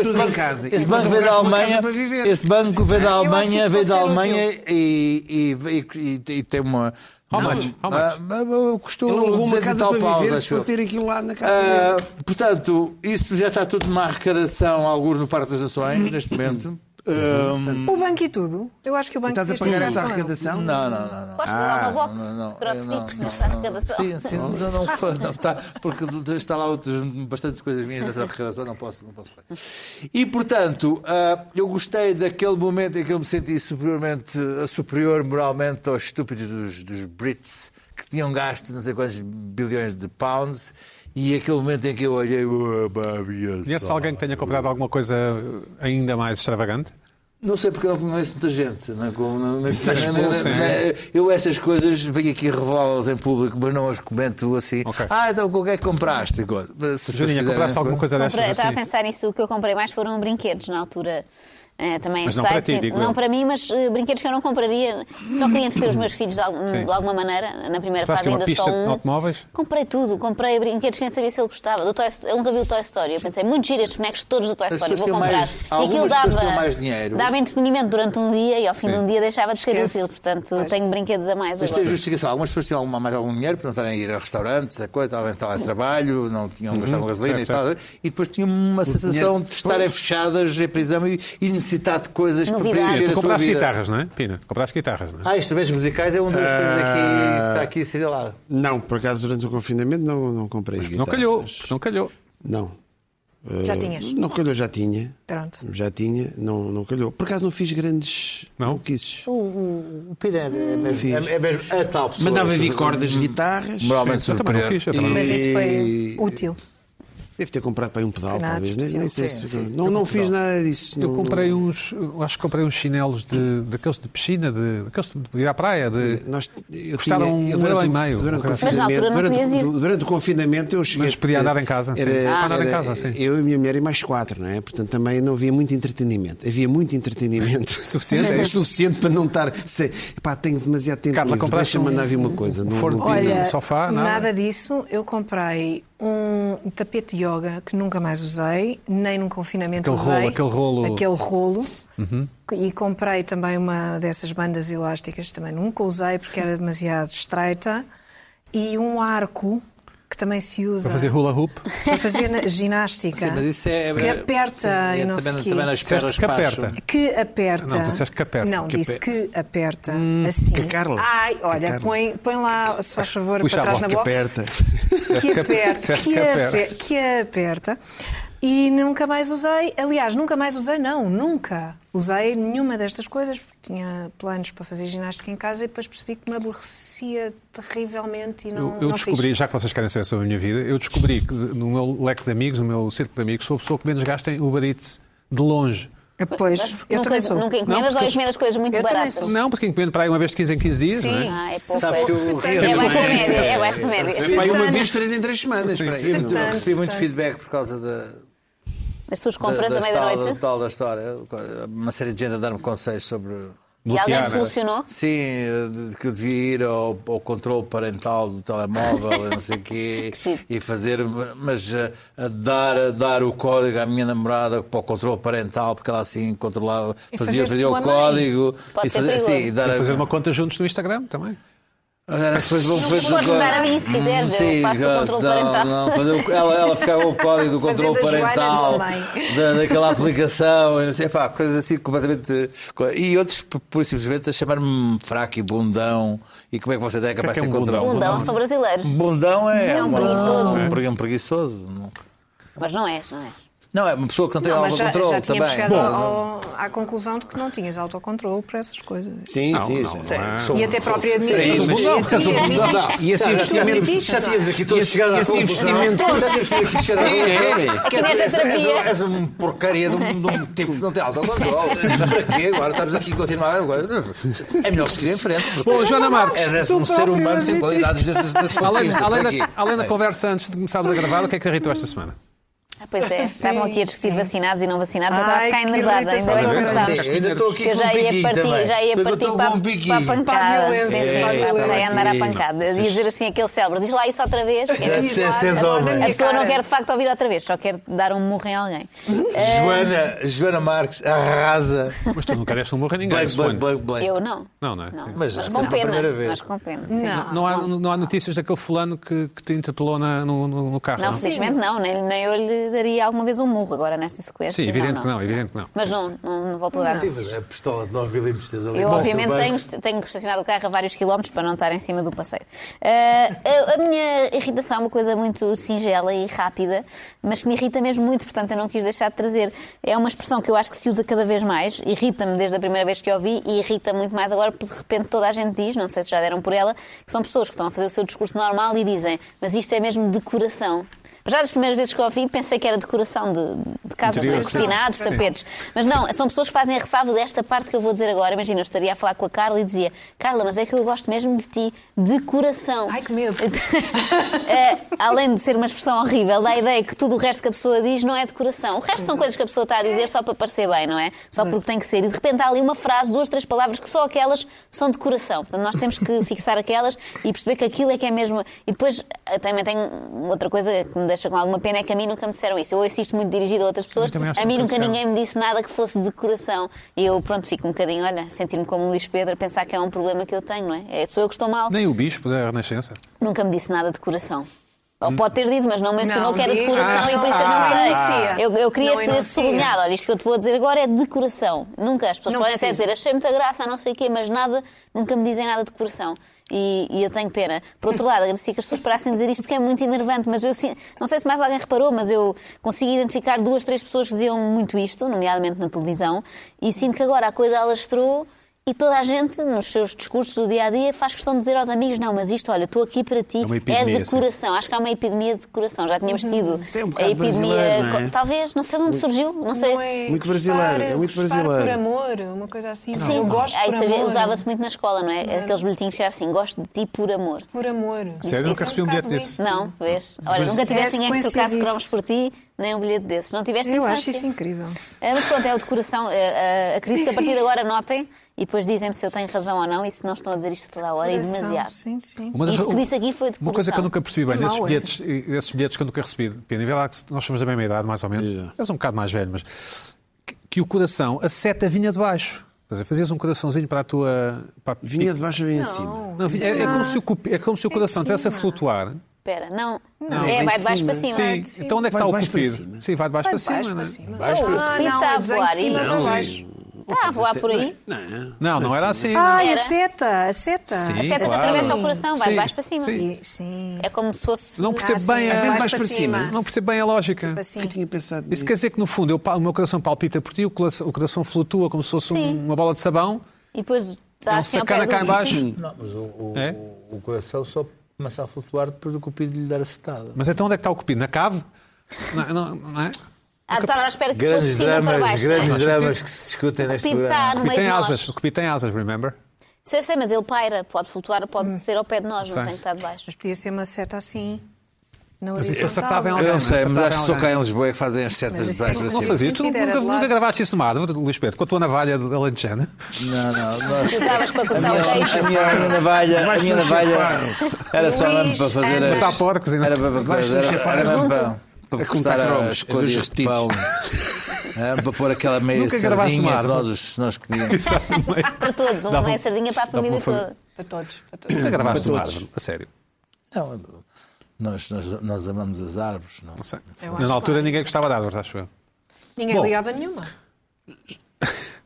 [SPEAKER 4] este
[SPEAKER 2] tudo em
[SPEAKER 4] banco,
[SPEAKER 2] casa.
[SPEAKER 4] esse
[SPEAKER 2] E
[SPEAKER 4] banco
[SPEAKER 2] depois
[SPEAKER 4] veio da
[SPEAKER 2] alugaste uma
[SPEAKER 4] Alemanha.
[SPEAKER 2] casa para viver.
[SPEAKER 4] Esse banco veio da
[SPEAKER 3] acho que
[SPEAKER 4] Alemanha,
[SPEAKER 3] isto
[SPEAKER 4] veio
[SPEAKER 3] pode
[SPEAKER 4] da
[SPEAKER 3] ser útil.
[SPEAKER 4] Alemanha e, e, e- e- e tem uma.
[SPEAKER 1] How
[SPEAKER 4] Não,
[SPEAKER 1] much? How
[SPEAKER 4] ah, ah, custou
[SPEAKER 2] Ele alugou uma
[SPEAKER 4] 200 e
[SPEAKER 2] casa
[SPEAKER 4] tal
[SPEAKER 2] para
[SPEAKER 4] pau,
[SPEAKER 2] viver
[SPEAKER 4] acho eu.
[SPEAKER 2] para ter aquilo lá na casa dele.
[SPEAKER 4] Ah, portanto, isso já está tudo numa arrecadação, alguns no Parque das Nações, neste momento. Ah, Ahm,
[SPEAKER 3] O banco e tudo. Eu acho que o banco
[SPEAKER 2] Estás a
[SPEAKER 3] devia
[SPEAKER 2] pagar
[SPEAKER 3] estar
[SPEAKER 2] essa
[SPEAKER 4] é um
[SPEAKER 3] com ela.
[SPEAKER 2] arrecadação?
[SPEAKER 4] não, não, não. não.
[SPEAKER 5] Posso pegar uma box
[SPEAKER 4] não, não,
[SPEAKER 5] de crossfit nessa
[SPEAKER 4] não, não.
[SPEAKER 5] arrecadação?
[SPEAKER 4] Sim, sim, mas eu não, fa- não, tá, porque está lá outros, bastantes coisas minhas nessa relação, não posso, não posso. E portanto, ah, eu gostei daquele momento em que eu me senti superiormente superior moralmente aos estúpidos dos, dos Brits que tinham gasto não sei quantos bilhões de pounds e aquele momento em que eu olhei oh, baby,
[SPEAKER 1] Conhece alguém que tenha comprado alguma coisa ainda mais extravagante?
[SPEAKER 4] não sei porque não conheço muita gente. Não, é? Como- não, não,
[SPEAKER 1] é
[SPEAKER 4] não-
[SPEAKER 1] bom,
[SPEAKER 4] não-
[SPEAKER 1] sim.
[SPEAKER 4] não- eu essas coisas venho aqui revelá-las em público, mas não as comento assim.
[SPEAKER 1] Ok.
[SPEAKER 4] Ah, então com o que é que compraste? agora? Mas se as pessoas
[SPEAKER 1] Juninha,
[SPEAKER 4] quiserem-
[SPEAKER 1] compraste alguma coisa
[SPEAKER 5] Comprei- eu
[SPEAKER 1] destas
[SPEAKER 5] estava a
[SPEAKER 1] assim?
[SPEAKER 5] pensar nisso. O que eu comprei mais foram brinquedos na altura. eh, também
[SPEAKER 1] Mas não
[SPEAKER 5] site,
[SPEAKER 1] para ti, digo
[SPEAKER 5] não
[SPEAKER 1] eu.
[SPEAKER 5] para mim, mas eh, brinquedos que eu não compraria. Só queria entreter os meus filhos de, algum-
[SPEAKER 1] Sim.
[SPEAKER 5] de alguma maneira. Na
[SPEAKER 1] Compraste
[SPEAKER 5] primeira fase
[SPEAKER 1] uma
[SPEAKER 5] ainda
[SPEAKER 1] pista
[SPEAKER 5] só
[SPEAKER 1] de
[SPEAKER 5] um.
[SPEAKER 1] automóveis?
[SPEAKER 5] Comprei tudo. Comprei brinquedos que nem sabia se ele gostava. Do Toy, eu nunca vi o Toy Story. Eu pensei, muito giro estes bonecos todos do Toy
[SPEAKER 4] As
[SPEAKER 5] Story.
[SPEAKER 4] pessoas
[SPEAKER 5] Vou
[SPEAKER 4] têm
[SPEAKER 5] comprar.
[SPEAKER 4] mais-
[SPEAKER 5] e aquilo
[SPEAKER 4] algumas pessoas têm
[SPEAKER 5] dava,
[SPEAKER 4] mais dinheiro.
[SPEAKER 5] dava entretenimento durante um dia e ao fim de um dia deixava de ser
[SPEAKER 3] Esquece.
[SPEAKER 5] útil. Portanto, tenho brinquedos a mais
[SPEAKER 4] Mas tem
[SPEAKER 5] agora.
[SPEAKER 4] é justificação. Algumas pessoas tinham alguma- mais algum dinheiro para não estarem a ir a restaurantes, a coisa, estavam em teletrabalho, não tinham gastado gasolina e
[SPEAKER 1] Uhum. certo,
[SPEAKER 4] tal. E depois tinham uma sensação de estarem fechadas em prisão e, e necessitar de coisas para
[SPEAKER 5] Novidades.
[SPEAKER 4] preencher
[SPEAKER 5] Sim,
[SPEAKER 1] Tu
[SPEAKER 4] a sua
[SPEAKER 1] compraste
[SPEAKER 4] vida.
[SPEAKER 1] guitarras, não é? Pina, compraste guitarras, não é?
[SPEAKER 4] Ah, instrumentos musicais é um dos que
[SPEAKER 2] Ah.
[SPEAKER 4] está aqui assinalado.
[SPEAKER 2] Não, por acaso durante o confinamento não, não comprei
[SPEAKER 1] Não
[SPEAKER 2] guitarras.
[SPEAKER 1] calhou, não calhou.
[SPEAKER 2] Não.
[SPEAKER 3] Já tinhas.
[SPEAKER 2] Não calhou, já tinha.
[SPEAKER 3] Pronto.
[SPEAKER 2] Já tinha, não, não calhou. Por acaso não fiz grandes
[SPEAKER 1] Não?
[SPEAKER 2] quises.
[SPEAKER 4] O, o, o Pedro é, é mesmo, é, é mesmo a tal pessoa.
[SPEAKER 2] Mandava vir cordas, guitarras.
[SPEAKER 4] Moralmente
[SPEAKER 1] Eu também não
[SPEAKER 4] surpreendente.
[SPEAKER 1] fiz, eu também não
[SPEAKER 3] Mas
[SPEAKER 1] fiz.
[SPEAKER 3] isso foi útil.
[SPEAKER 2] Deve ter comprado para aí um pedal,
[SPEAKER 3] Nada
[SPEAKER 2] talvez. Nem,
[SPEAKER 3] especial.
[SPEAKER 2] nem sei se-
[SPEAKER 4] Sim, sim.
[SPEAKER 2] Não, não fiz nada disso.
[SPEAKER 1] Eu
[SPEAKER 2] não-
[SPEAKER 1] comprei uns, eu acho que comprei uns chinelos de, daqueles de piscina, de, daqueles de ir à praia, de
[SPEAKER 2] Nós, eu
[SPEAKER 1] Custaram
[SPEAKER 2] tinha-
[SPEAKER 1] um
[SPEAKER 2] eu durante
[SPEAKER 1] euro e
[SPEAKER 2] o-
[SPEAKER 1] meio,
[SPEAKER 2] Durante o
[SPEAKER 1] uma coisa
[SPEAKER 5] assim. Mas na
[SPEAKER 2] confinamento,
[SPEAKER 5] altura não
[SPEAKER 2] durante,
[SPEAKER 5] podias
[SPEAKER 2] o- durante o confinamento eu cheguei.
[SPEAKER 1] Mas podia
[SPEAKER 2] a-
[SPEAKER 1] andar em casa, sim. Para andar em casa, sim.
[SPEAKER 2] Eu e a minha mulher e mais quatro, não é? Portanto, também não havia muito entretenimento. Havia muito entretenimento.
[SPEAKER 1] Suficiente, é
[SPEAKER 2] o
[SPEAKER 1] isso?
[SPEAKER 2] suficiente para não estar. Sei, pá, tenho demasiado tempo.
[SPEAKER 1] Carla,
[SPEAKER 2] livre.
[SPEAKER 1] compraste
[SPEAKER 2] Deixa-me
[SPEAKER 1] um-
[SPEAKER 2] mandar vir uma coisa.
[SPEAKER 1] um
[SPEAKER 2] não-
[SPEAKER 1] forno
[SPEAKER 2] não
[SPEAKER 1] de
[SPEAKER 2] tenho-
[SPEAKER 1] pizza?
[SPEAKER 3] Olha,
[SPEAKER 1] no sofá, nada?
[SPEAKER 3] nada. disso. Eu comprei um tapete de yoga que nunca mais usei, nem num confinamento
[SPEAKER 1] Aquele
[SPEAKER 3] usei.
[SPEAKER 1] rolo, aquele rolo. Uhum.
[SPEAKER 3] Aquele rolo. E comprei também uma dessas bandas elásticas, também nunca usei porque era demasiado estreita. E um arco que também se usa
[SPEAKER 1] para fazer hula hoop.
[SPEAKER 3] para fazer na- ginástica.
[SPEAKER 4] Sim, mas isso é.
[SPEAKER 3] que aperta
[SPEAKER 4] é,
[SPEAKER 3] e não sei
[SPEAKER 4] também,
[SPEAKER 3] o quê.
[SPEAKER 4] também nas
[SPEAKER 1] Disseste
[SPEAKER 4] pernas
[SPEAKER 1] que
[SPEAKER 4] baixo.
[SPEAKER 1] aperta.
[SPEAKER 3] Que aperta.
[SPEAKER 1] Não, tu disseste que aperta.
[SPEAKER 3] Não,
[SPEAKER 1] Que
[SPEAKER 3] disse que aperta. assim.
[SPEAKER 2] Hum, que Carla.
[SPEAKER 3] Ai,
[SPEAKER 2] Que
[SPEAKER 3] olha,
[SPEAKER 2] Carla.
[SPEAKER 3] põe, põe lá, se faz favor,
[SPEAKER 1] Puxa a
[SPEAKER 3] para trás
[SPEAKER 1] bola.
[SPEAKER 3] na
[SPEAKER 1] Que
[SPEAKER 3] box.
[SPEAKER 2] Aperta.
[SPEAKER 1] Disseste
[SPEAKER 3] Que aperta.
[SPEAKER 1] disseste
[SPEAKER 3] Que aperta. Que aperta. E nunca mais usei, aliás, nunca mais usei, não, nunca usei nenhuma destas coisas, porque tinha planos para fazer ginástica em casa e depois percebi que me aborrecia terrivelmente e
[SPEAKER 1] Eu,
[SPEAKER 3] não.
[SPEAKER 1] eu
[SPEAKER 3] não
[SPEAKER 1] descobri, já que vocês querem saber sobre a minha vida, eu descobri que no meu leque de amigos, no meu círculo de amigos, sou a pessoa que menos gasta em Uber Eats de longe.
[SPEAKER 3] Fiz. Eh, Pois,
[SPEAKER 5] Mas
[SPEAKER 3] eu
[SPEAKER 5] nunca,
[SPEAKER 3] também sou.
[SPEAKER 5] nunca
[SPEAKER 1] Não,
[SPEAKER 5] encomendas
[SPEAKER 1] porque
[SPEAKER 5] ou
[SPEAKER 1] eu-
[SPEAKER 5] encomendas coisas muito
[SPEAKER 3] eu também
[SPEAKER 5] baratas?
[SPEAKER 3] sou.
[SPEAKER 1] Não, porque encomendo para aí uma vez de 15 em 15 dias,
[SPEAKER 3] Sim.
[SPEAKER 1] não é?
[SPEAKER 5] Ah, é
[SPEAKER 3] Se
[SPEAKER 5] pouco.
[SPEAKER 3] for-
[SPEAKER 5] é.
[SPEAKER 3] se tem-
[SPEAKER 5] É baixo da média, é baixo da média.
[SPEAKER 2] É pá, uma
[SPEAKER 3] Setana.
[SPEAKER 2] vez, três em três semanas. espera aí.
[SPEAKER 1] sim.
[SPEAKER 4] Eu
[SPEAKER 2] Não-
[SPEAKER 4] recebi muito
[SPEAKER 3] Portanto, eh,
[SPEAKER 4] feedback por causa da.
[SPEAKER 5] As tuas
[SPEAKER 4] da-
[SPEAKER 5] compras
[SPEAKER 4] da
[SPEAKER 5] à
[SPEAKER 4] tal-
[SPEAKER 5] meia-noite?
[SPEAKER 4] tal da história. Uma série de gente a dar-me conselhos sobre.
[SPEAKER 5] E alguém
[SPEAKER 1] Bloquear.
[SPEAKER 5] solucionou?
[SPEAKER 4] Sim, de que eu devia ir ao, ao controle parental do telemóvel, e não sei o quê, e fazer, mas eh, a dar, a dar o código à minha namorada para o controle parental, porque ela assim controlava,
[SPEAKER 3] E
[SPEAKER 4] fazia,
[SPEAKER 3] fazer-te
[SPEAKER 4] fazia o
[SPEAKER 3] sua mãe.
[SPEAKER 4] código.
[SPEAKER 5] Pode
[SPEAKER 4] e
[SPEAKER 5] ser
[SPEAKER 4] fazer,
[SPEAKER 5] perigoso.
[SPEAKER 4] sim, e dar
[SPEAKER 1] E
[SPEAKER 4] a-
[SPEAKER 1] fazer uma conta juntos no Instagram também.
[SPEAKER 4] Era, depois vão
[SPEAKER 5] Podes mandar a mim, se quiseres, eu faço o controle parental.
[SPEAKER 4] Hum, Não, fazer o- ela, ela ficava com o código do controle
[SPEAKER 3] Fazendo a Joana
[SPEAKER 4] parental
[SPEAKER 3] da mãe.
[SPEAKER 4] da- daquela aplicação, e não sei, pá, coisas assim completamente. E outros, por pura e simplesmente, a chamar-me fraco e bundão. E como é que você é capaz
[SPEAKER 1] que é
[SPEAKER 4] de ter
[SPEAKER 1] um
[SPEAKER 4] controle?
[SPEAKER 5] Bundão, são brasileiros.
[SPEAKER 4] Bundão é,
[SPEAKER 5] É um
[SPEAKER 4] uma-
[SPEAKER 5] preguiçoso.
[SPEAKER 4] um pregui- um preguiçoso. não-
[SPEAKER 5] Mas não és, não és.
[SPEAKER 4] Não, é uma pessoa que não tem
[SPEAKER 3] Não, Ah, mas já,
[SPEAKER 4] autocontrole
[SPEAKER 3] já tínhamos
[SPEAKER 4] também.
[SPEAKER 3] chegado
[SPEAKER 4] Bom,
[SPEAKER 3] ao- à conclusão de que não tinhas autocontrole para essas coisas.
[SPEAKER 2] Sim,
[SPEAKER 1] Não,
[SPEAKER 2] sim.
[SPEAKER 1] não,
[SPEAKER 2] sim.
[SPEAKER 1] não
[SPEAKER 2] Sim.
[SPEAKER 1] é.
[SPEAKER 3] E até própria
[SPEAKER 4] Sim, mas- Não,
[SPEAKER 3] admitir.
[SPEAKER 4] mas-
[SPEAKER 2] E esse
[SPEAKER 4] Cara, assim, já
[SPEAKER 2] investimento.
[SPEAKER 4] tínhamos- Já tínhamos aqui todos
[SPEAKER 2] esse-
[SPEAKER 4] chegado à
[SPEAKER 2] esse
[SPEAKER 4] conclusão.
[SPEAKER 2] investimento-
[SPEAKER 4] Já tínhamos aqui chegado à
[SPEAKER 2] Sim,
[SPEAKER 4] conclusão.
[SPEAKER 2] é.
[SPEAKER 4] Que és-
[SPEAKER 5] Essa
[SPEAKER 4] és- és-
[SPEAKER 5] terapia.
[SPEAKER 4] És um porcaria de um de um tipo que não tem autocontrole. Para quê? Agora estamos aqui a continuar. agora- É melhor seguir em frente. porque-
[SPEAKER 1] Bom, Joana Marques.
[SPEAKER 4] És és um
[SPEAKER 3] Tu
[SPEAKER 4] ser humano
[SPEAKER 3] própria
[SPEAKER 4] sem
[SPEAKER 3] admitiste.
[SPEAKER 4] qualidades desse desse ponto de
[SPEAKER 1] Além,
[SPEAKER 4] vista.
[SPEAKER 1] além
[SPEAKER 4] Por
[SPEAKER 1] da,
[SPEAKER 4] aqui.
[SPEAKER 1] além da
[SPEAKER 4] É.
[SPEAKER 1] convermos antes de começarmos a gravar, o que é que irritou esta semana?
[SPEAKER 5] Ah, pois é, estavam aqui a discutir
[SPEAKER 3] sim.
[SPEAKER 5] vacinados e não vacinados, eu estava a
[SPEAKER 3] Ai,
[SPEAKER 5] ficar
[SPEAKER 3] que
[SPEAKER 5] enlazada, ainda
[SPEAKER 3] irritação
[SPEAKER 5] bem que
[SPEAKER 1] tão grande.
[SPEAKER 5] começámos.
[SPEAKER 4] Eu ainda estou aqui
[SPEAKER 5] Que eu já
[SPEAKER 4] com um
[SPEAKER 5] ia
[SPEAKER 4] piquinho
[SPEAKER 5] partir,
[SPEAKER 4] também.
[SPEAKER 5] já ia
[SPEAKER 4] Eu
[SPEAKER 5] partir
[SPEAKER 4] estou
[SPEAKER 5] para,
[SPEAKER 4] com um
[SPEAKER 5] para a
[SPEAKER 4] piquinho.
[SPEAKER 5] pancada.
[SPEAKER 3] Para a violência,
[SPEAKER 5] Sim, sim,
[SPEAKER 3] para a
[SPEAKER 5] estava
[SPEAKER 3] violência.
[SPEAKER 5] a andar à pancada. Ia dizer assim aquele célebre, diz lá isso outra vez. que é
[SPEAKER 4] Deve
[SPEAKER 5] muito
[SPEAKER 4] ser
[SPEAKER 5] fácil.
[SPEAKER 4] seis homens.
[SPEAKER 5] A pessoa não
[SPEAKER 3] Cara.
[SPEAKER 5] quer de facto ouvir outra vez, só quer dar um murro em alguém.
[SPEAKER 4] Joana, Joana Marques arrasa.
[SPEAKER 1] Mas tu não queres que eu morra ninguém.
[SPEAKER 4] Blank, blank,
[SPEAKER 1] suponho.
[SPEAKER 4] blank, blank.
[SPEAKER 5] Eu não.
[SPEAKER 1] Não, não é?
[SPEAKER 4] Mas já
[SPEAKER 5] com
[SPEAKER 4] sempre a
[SPEAKER 5] pena.
[SPEAKER 4] primeira vez.
[SPEAKER 5] Mas com pena. sim.
[SPEAKER 3] Não.
[SPEAKER 1] Não há, não há notícias daquele fulano que, que te interpelou na- no, no- no carro, não? é?
[SPEAKER 5] Não, felizmente não, nem, nem eu lhe daria alguma vez um murro agora nesta sequência.
[SPEAKER 1] Sim, evidente que não, evidente que não.
[SPEAKER 5] Mas assim, não, não, não volto a dar.
[SPEAKER 4] Sim, mas a pistola de 9mm tens ali.
[SPEAKER 5] Eu,
[SPEAKER 4] Bom,
[SPEAKER 5] obviamente,
[SPEAKER 4] também.
[SPEAKER 5] tenho, tenho estacionado o carro a vários quilómetros para não estar em cima do passeio. Ah, a- a, minha irritação é uma coisa muito singela e rápida, mas que me irrita mesmo muito, portanto, eu não quis deixar de trazer. É uma expressão que eu acho que se usa cada vez mais, irrita-me desde a primeira vez que a ouvi e irrita muito mais agora, porque de repente toda a gente diz, não sei se já deram por ela, que são pessoas que estão a fazer o seu discurso normal e dizem, mas isto é mesmo decoração. Já das primeiras vezes que eu ouvi, pensei que era decoração de, de casas
[SPEAKER 1] Interior,
[SPEAKER 5] bem
[SPEAKER 1] sim.
[SPEAKER 5] destinados, tapetes. Mas não, são pessoas que fazem a ressalva desta parte que eu vou dizer agora. Imagina, eu estaria a falar com a Carla e dizia: Carla, mas é que eu gosto mesmo de ti, de coração.
[SPEAKER 3] Ai, que medo.
[SPEAKER 5] Eh, além de ser uma expressão horrível, dá a ideia que tudo o resto que a pessoa diz não é de coração. O resto
[SPEAKER 3] Uhum.
[SPEAKER 5] são coisas que a pessoa está a dizer só para parecer bem, não é? Só porque tem que ser. E de repente há ali uma frase, duas, três palavras que só aquelas são de coração. Portanto, nós temos que fixar aquelas e perceber que aquilo é que é mesmo. E depois eh, também tenho outra coisa que me deixa com alguma pena é que a mim nunca me disseram isso. Eu ouço isto muito dirigido a outras pessoas.
[SPEAKER 1] Eu também acho
[SPEAKER 5] A
[SPEAKER 1] que
[SPEAKER 5] mim
[SPEAKER 1] nunca
[SPEAKER 5] nunca
[SPEAKER 1] me disseram.
[SPEAKER 5] ninguém me disse nada que fosse de coração. E eu, pronto, fico um bocadinho, olha, sentir-me como o Luís Pedro, pensar que é um problema que eu tenho, não é? É, sou eu que estou mal.
[SPEAKER 1] Nem o bispo da Renascença.
[SPEAKER 5] Nunca me disse nada de coração. Ou
[SPEAKER 1] Hum.
[SPEAKER 5] pode ter dito, mas não
[SPEAKER 3] Não,
[SPEAKER 5] mencionou que era de
[SPEAKER 3] diz,
[SPEAKER 5] coração
[SPEAKER 1] Ah,
[SPEAKER 3] mas
[SPEAKER 5] e por isso eu
[SPEAKER 3] não- não
[SPEAKER 5] não
[SPEAKER 3] enuncia.
[SPEAKER 5] sei. Eu, eu queria
[SPEAKER 3] Não
[SPEAKER 5] ter
[SPEAKER 3] enuncia.
[SPEAKER 5] sublinhado. Olha, isto que eu te vou dizer agora é de coração. Nunca. As pessoas
[SPEAKER 3] Não
[SPEAKER 5] podem até
[SPEAKER 3] precisa.
[SPEAKER 5] dizer, achei muita graça, não sei o quê, mas nada, nunca me dizem nada de coração. E, e eu tenho pena. Por outro lado, agradecia que as pessoas parassem de dizer isto porque é muito enervante, mas eu sin- não sei se mais alguém reparou, mas eu consegui identificar duas, três pessoas que diziam muito isto, nomeadamente na televisão, e sinto que agora a coisa alastrou e toda a gente, nos seus discursos do dia a dia, faz questão de dizer aos amigos: não, mas isto, olha, estou aqui para ti,
[SPEAKER 1] É uma
[SPEAKER 5] é
[SPEAKER 1] epidemia,
[SPEAKER 5] de
[SPEAKER 1] sim.
[SPEAKER 5] coração. Acho que há uma epidemia de coração. Já
[SPEAKER 3] Uhum.
[SPEAKER 5] tínhamos tido
[SPEAKER 2] Isso é um
[SPEAKER 5] a
[SPEAKER 2] bocado
[SPEAKER 5] epidemia.
[SPEAKER 2] brasileiro, não é?
[SPEAKER 5] Talvez, não sei de onde surgiu, não sei.
[SPEAKER 3] Não é
[SPEAKER 2] Muito brasileiro, é muito
[SPEAKER 3] gostar
[SPEAKER 2] brasileiro.
[SPEAKER 3] por amor, uma coisa assim.
[SPEAKER 5] Sim,
[SPEAKER 3] eu gosto
[SPEAKER 5] aí
[SPEAKER 3] por
[SPEAKER 5] sabia-
[SPEAKER 3] amor.
[SPEAKER 5] usava-se muito na escola, não é? Aqueles bilhetinhos que era assim: gosto de ti por amor.
[SPEAKER 3] Por amor.
[SPEAKER 1] Sério? Nunca
[SPEAKER 3] Isso é
[SPEAKER 1] recebi um bilhete
[SPEAKER 3] bocado
[SPEAKER 1] desse.
[SPEAKER 3] isso.
[SPEAKER 5] Não, vês? Olha, nunca tiveste
[SPEAKER 3] É a
[SPEAKER 5] ninguém
[SPEAKER 3] sequência
[SPEAKER 5] que trocasse
[SPEAKER 3] disso.
[SPEAKER 5] cromos por ti, nem um bilhete desses. Não tiveste
[SPEAKER 3] Eu acho
[SPEAKER 5] infância.
[SPEAKER 3] isso incrível.
[SPEAKER 5] Ah, Mas pronto, é o de coração. Ah, ah, Acredito que a partir de agora notem e depois dizem-me se eu tenho razão ou não e se não estão a dizer isto toda a hora e
[SPEAKER 3] Coração,
[SPEAKER 5] demasiado.
[SPEAKER 3] Sim, sim.
[SPEAKER 1] Uma
[SPEAKER 5] Isto que disse aqui foi de
[SPEAKER 1] Uma coisa que eu
[SPEAKER 5] coração.
[SPEAKER 1] nunca percebi bem,
[SPEAKER 3] É
[SPEAKER 1] desses
[SPEAKER 3] mau, é?
[SPEAKER 1] bilhetes, esses bilhetes que eu nunca recebi, Pina, e vê lá que nós somos da mesma idade, mais ou menos, és um bocado mais velho, mas que, que o coração, a seta vinha de baixo. Quer dizer, fazias um coraçãozinho para a tua... Para a
[SPEAKER 2] Vinha de baixo vinha de cima.
[SPEAKER 1] Não, é, é como se o, cupi- é como se o coração estivesse a flutuar.
[SPEAKER 5] Espera, não.
[SPEAKER 2] vem
[SPEAKER 5] é,
[SPEAKER 2] de
[SPEAKER 5] vai de baixo
[SPEAKER 2] cima.
[SPEAKER 5] para cima.
[SPEAKER 1] Sim. Então onde é que
[SPEAKER 2] Vai
[SPEAKER 1] está
[SPEAKER 2] de
[SPEAKER 1] o
[SPEAKER 2] baixo para
[SPEAKER 1] cupido?
[SPEAKER 2] cima.
[SPEAKER 1] Sim, vai de baixo
[SPEAKER 3] Vai
[SPEAKER 1] para
[SPEAKER 3] de baixo
[SPEAKER 1] cima. não é?
[SPEAKER 3] para cima.
[SPEAKER 4] Vais para
[SPEAKER 3] Ah,
[SPEAKER 5] cima.
[SPEAKER 3] não,
[SPEAKER 5] Tá
[SPEAKER 3] é
[SPEAKER 5] a
[SPEAKER 3] desenho
[SPEAKER 5] voar
[SPEAKER 3] de cima
[SPEAKER 5] aí.
[SPEAKER 3] para baixo.
[SPEAKER 5] Está a voar Tá, por aí.
[SPEAKER 2] Não,
[SPEAKER 1] Não, não era assim.
[SPEAKER 3] Ai,
[SPEAKER 5] Era.
[SPEAKER 3] a seta, a seta.
[SPEAKER 1] Sim,
[SPEAKER 5] A seta
[SPEAKER 1] claro.
[SPEAKER 5] atravessa é o coração, vai de
[SPEAKER 1] Sim,
[SPEAKER 5] baixo para cima.
[SPEAKER 1] sim.
[SPEAKER 3] E- Sim.
[SPEAKER 5] É como se fosse.
[SPEAKER 1] Não
[SPEAKER 3] Ah,
[SPEAKER 1] percebo
[SPEAKER 3] sim,
[SPEAKER 1] bem
[SPEAKER 3] vai
[SPEAKER 1] a...
[SPEAKER 3] de
[SPEAKER 2] baixo para cima.
[SPEAKER 1] Não percebo bem a lógica.
[SPEAKER 3] Assim.
[SPEAKER 2] Eu tinha pensado
[SPEAKER 1] Isso
[SPEAKER 2] nisso.
[SPEAKER 1] quer dizer que, no fundo, eu, pa- o meu coração palpita por ti, o coração, o coração flutua como se fosse um-
[SPEAKER 5] Sim.
[SPEAKER 1] uma bola de sabão,
[SPEAKER 5] E depois
[SPEAKER 1] é
[SPEAKER 5] está
[SPEAKER 1] um
[SPEAKER 5] assim ao pé
[SPEAKER 1] sacana
[SPEAKER 5] do-
[SPEAKER 1] cá em baixo.
[SPEAKER 4] Não, mas o, o,
[SPEAKER 1] É?
[SPEAKER 4] o coração só começa a flutuar depois do cupido lhe dar a cetada.
[SPEAKER 1] Mas então onde é que está o cupido? Na cave? Não, não, não é?
[SPEAKER 5] Ah, estava à espera que fosse de
[SPEAKER 4] Grandes
[SPEAKER 5] cima para
[SPEAKER 4] dramas,
[SPEAKER 5] baixo.
[SPEAKER 4] grandes
[SPEAKER 5] não é?
[SPEAKER 4] dramas que se discutem neste
[SPEAKER 5] Pintar.
[SPEAKER 4] programa.
[SPEAKER 5] No
[SPEAKER 1] O cupido
[SPEAKER 5] meio
[SPEAKER 1] tem
[SPEAKER 5] de nós.
[SPEAKER 1] asas, o cupido tem asas, remember?
[SPEAKER 5] Sei, sei, mas ele paira, pode flutuar,
[SPEAKER 3] Hum.
[SPEAKER 5] pode ser ao pé de nós,
[SPEAKER 1] Sei.
[SPEAKER 5] não tem que estar de baixo.
[SPEAKER 3] Mas podia ser uma seta assim. Na
[SPEAKER 1] Mas isso
[SPEAKER 3] horizontal.
[SPEAKER 1] acertava em
[SPEAKER 4] Eu
[SPEAKER 1] alguém.
[SPEAKER 4] não sei, mas
[SPEAKER 1] acertava
[SPEAKER 4] acho que só
[SPEAKER 1] alguém.
[SPEAKER 4] cá em Lisboa é que fazem as setas
[SPEAKER 3] Mas
[SPEAKER 4] de
[SPEAKER 3] isso
[SPEAKER 4] baixo assim.
[SPEAKER 3] é
[SPEAKER 4] para
[SPEAKER 1] Não
[SPEAKER 3] Sim.
[SPEAKER 4] cima.
[SPEAKER 1] fazia. Tu
[SPEAKER 3] Quem
[SPEAKER 1] nunca,
[SPEAKER 3] dera de
[SPEAKER 1] nunca
[SPEAKER 3] lado.
[SPEAKER 1] gravaste isso numa árvore, Luís Pedro, com a tua navalha de alentejana.
[SPEAKER 4] Não, não, não.
[SPEAKER 5] Estavas para
[SPEAKER 4] A
[SPEAKER 5] cortar o queixo.
[SPEAKER 4] minha, a minha, a minha navalha, a minha navalha era só mesmo para fazer as...
[SPEAKER 1] Matar porcos e não-
[SPEAKER 4] Era para, para,
[SPEAKER 2] Vais
[SPEAKER 4] era-
[SPEAKER 2] mexer para
[SPEAKER 4] era mesmo
[SPEAKER 2] junto.
[SPEAKER 4] para, para
[SPEAKER 2] A contar
[SPEAKER 4] cortar
[SPEAKER 2] cromos,
[SPEAKER 4] as
[SPEAKER 2] é dos
[SPEAKER 4] coisas de
[SPEAKER 2] retidos.
[SPEAKER 4] pão. Era para pôr aquela meia
[SPEAKER 1] Nunca gravaste
[SPEAKER 4] sardinha
[SPEAKER 1] uma
[SPEAKER 4] que
[SPEAKER 1] árvore.
[SPEAKER 4] nós, os- nós comíamos.
[SPEAKER 5] Para todos, uma
[SPEAKER 1] Dava-
[SPEAKER 5] meia sardinha para a
[SPEAKER 1] dava
[SPEAKER 5] família
[SPEAKER 1] uma fam-
[SPEAKER 5] toda.
[SPEAKER 3] Para todos. Para todos.
[SPEAKER 1] Nunca gravaste uma
[SPEAKER 4] todos.
[SPEAKER 1] árvore, a sério.
[SPEAKER 4] Não, nós, nós, nós amamos as árvores. Não?
[SPEAKER 1] Não sei.
[SPEAKER 3] Eu
[SPEAKER 1] Mas
[SPEAKER 3] acho
[SPEAKER 1] Na altura
[SPEAKER 3] bem.
[SPEAKER 1] ninguém gostava de árvores, acho eu.
[SPEAKER 3] Ninguém
[SPEAKER 1] Bom.
[SPEAKER 3] ligava nenhuma.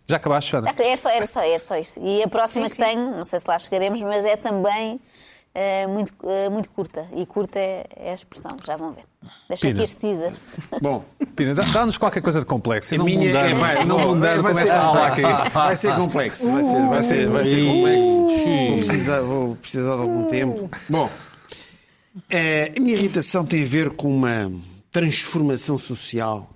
[SPEAKER 1] Já
[SPEAKER 5] Tá,
[SPEAKER 1] acabaste, Joana?
[SPEAKER 5] Já que- É só, era, só, era só isto. E a próxima
[SPEAKER 3] Sim,
[SPEAKER 5] que tenho, não sei se lá chegaremos, mas é também eh, muito, eh, muito curta. E curta é, é a expressão, já vão ver. Deixa
[SPEAKER 1] Pina.
[SPEAKER 5] aqui este teaser.
[SPEAKER 2] Bom,
[SPEAKER 1] Pina, dá- dá-nos qualquer coisa de complexo. E
[SPEAKER 2] a
[SPEAKER 1] não
[SPEAKER 2] minha
[SPEAKER 1] mundano.
[SPEAKER 2] é, vai,
[SPEAKER 1] não
[SPEAKER 2] vai-
[SPEAKER 1] mundano
[SPEAKER 2] vai,
[SPEAKER 1] como
[SPEAKER 2] ser,
[SPEAKER 1] esta aula aqui.
[SPEAKER 2] vai ser complexo. Vai ser, vai ser, vai ser complexo. Vou precisar, vou precisar de algum tempo. Bom, eh, a minha irritação tem a ver com uma transformação social.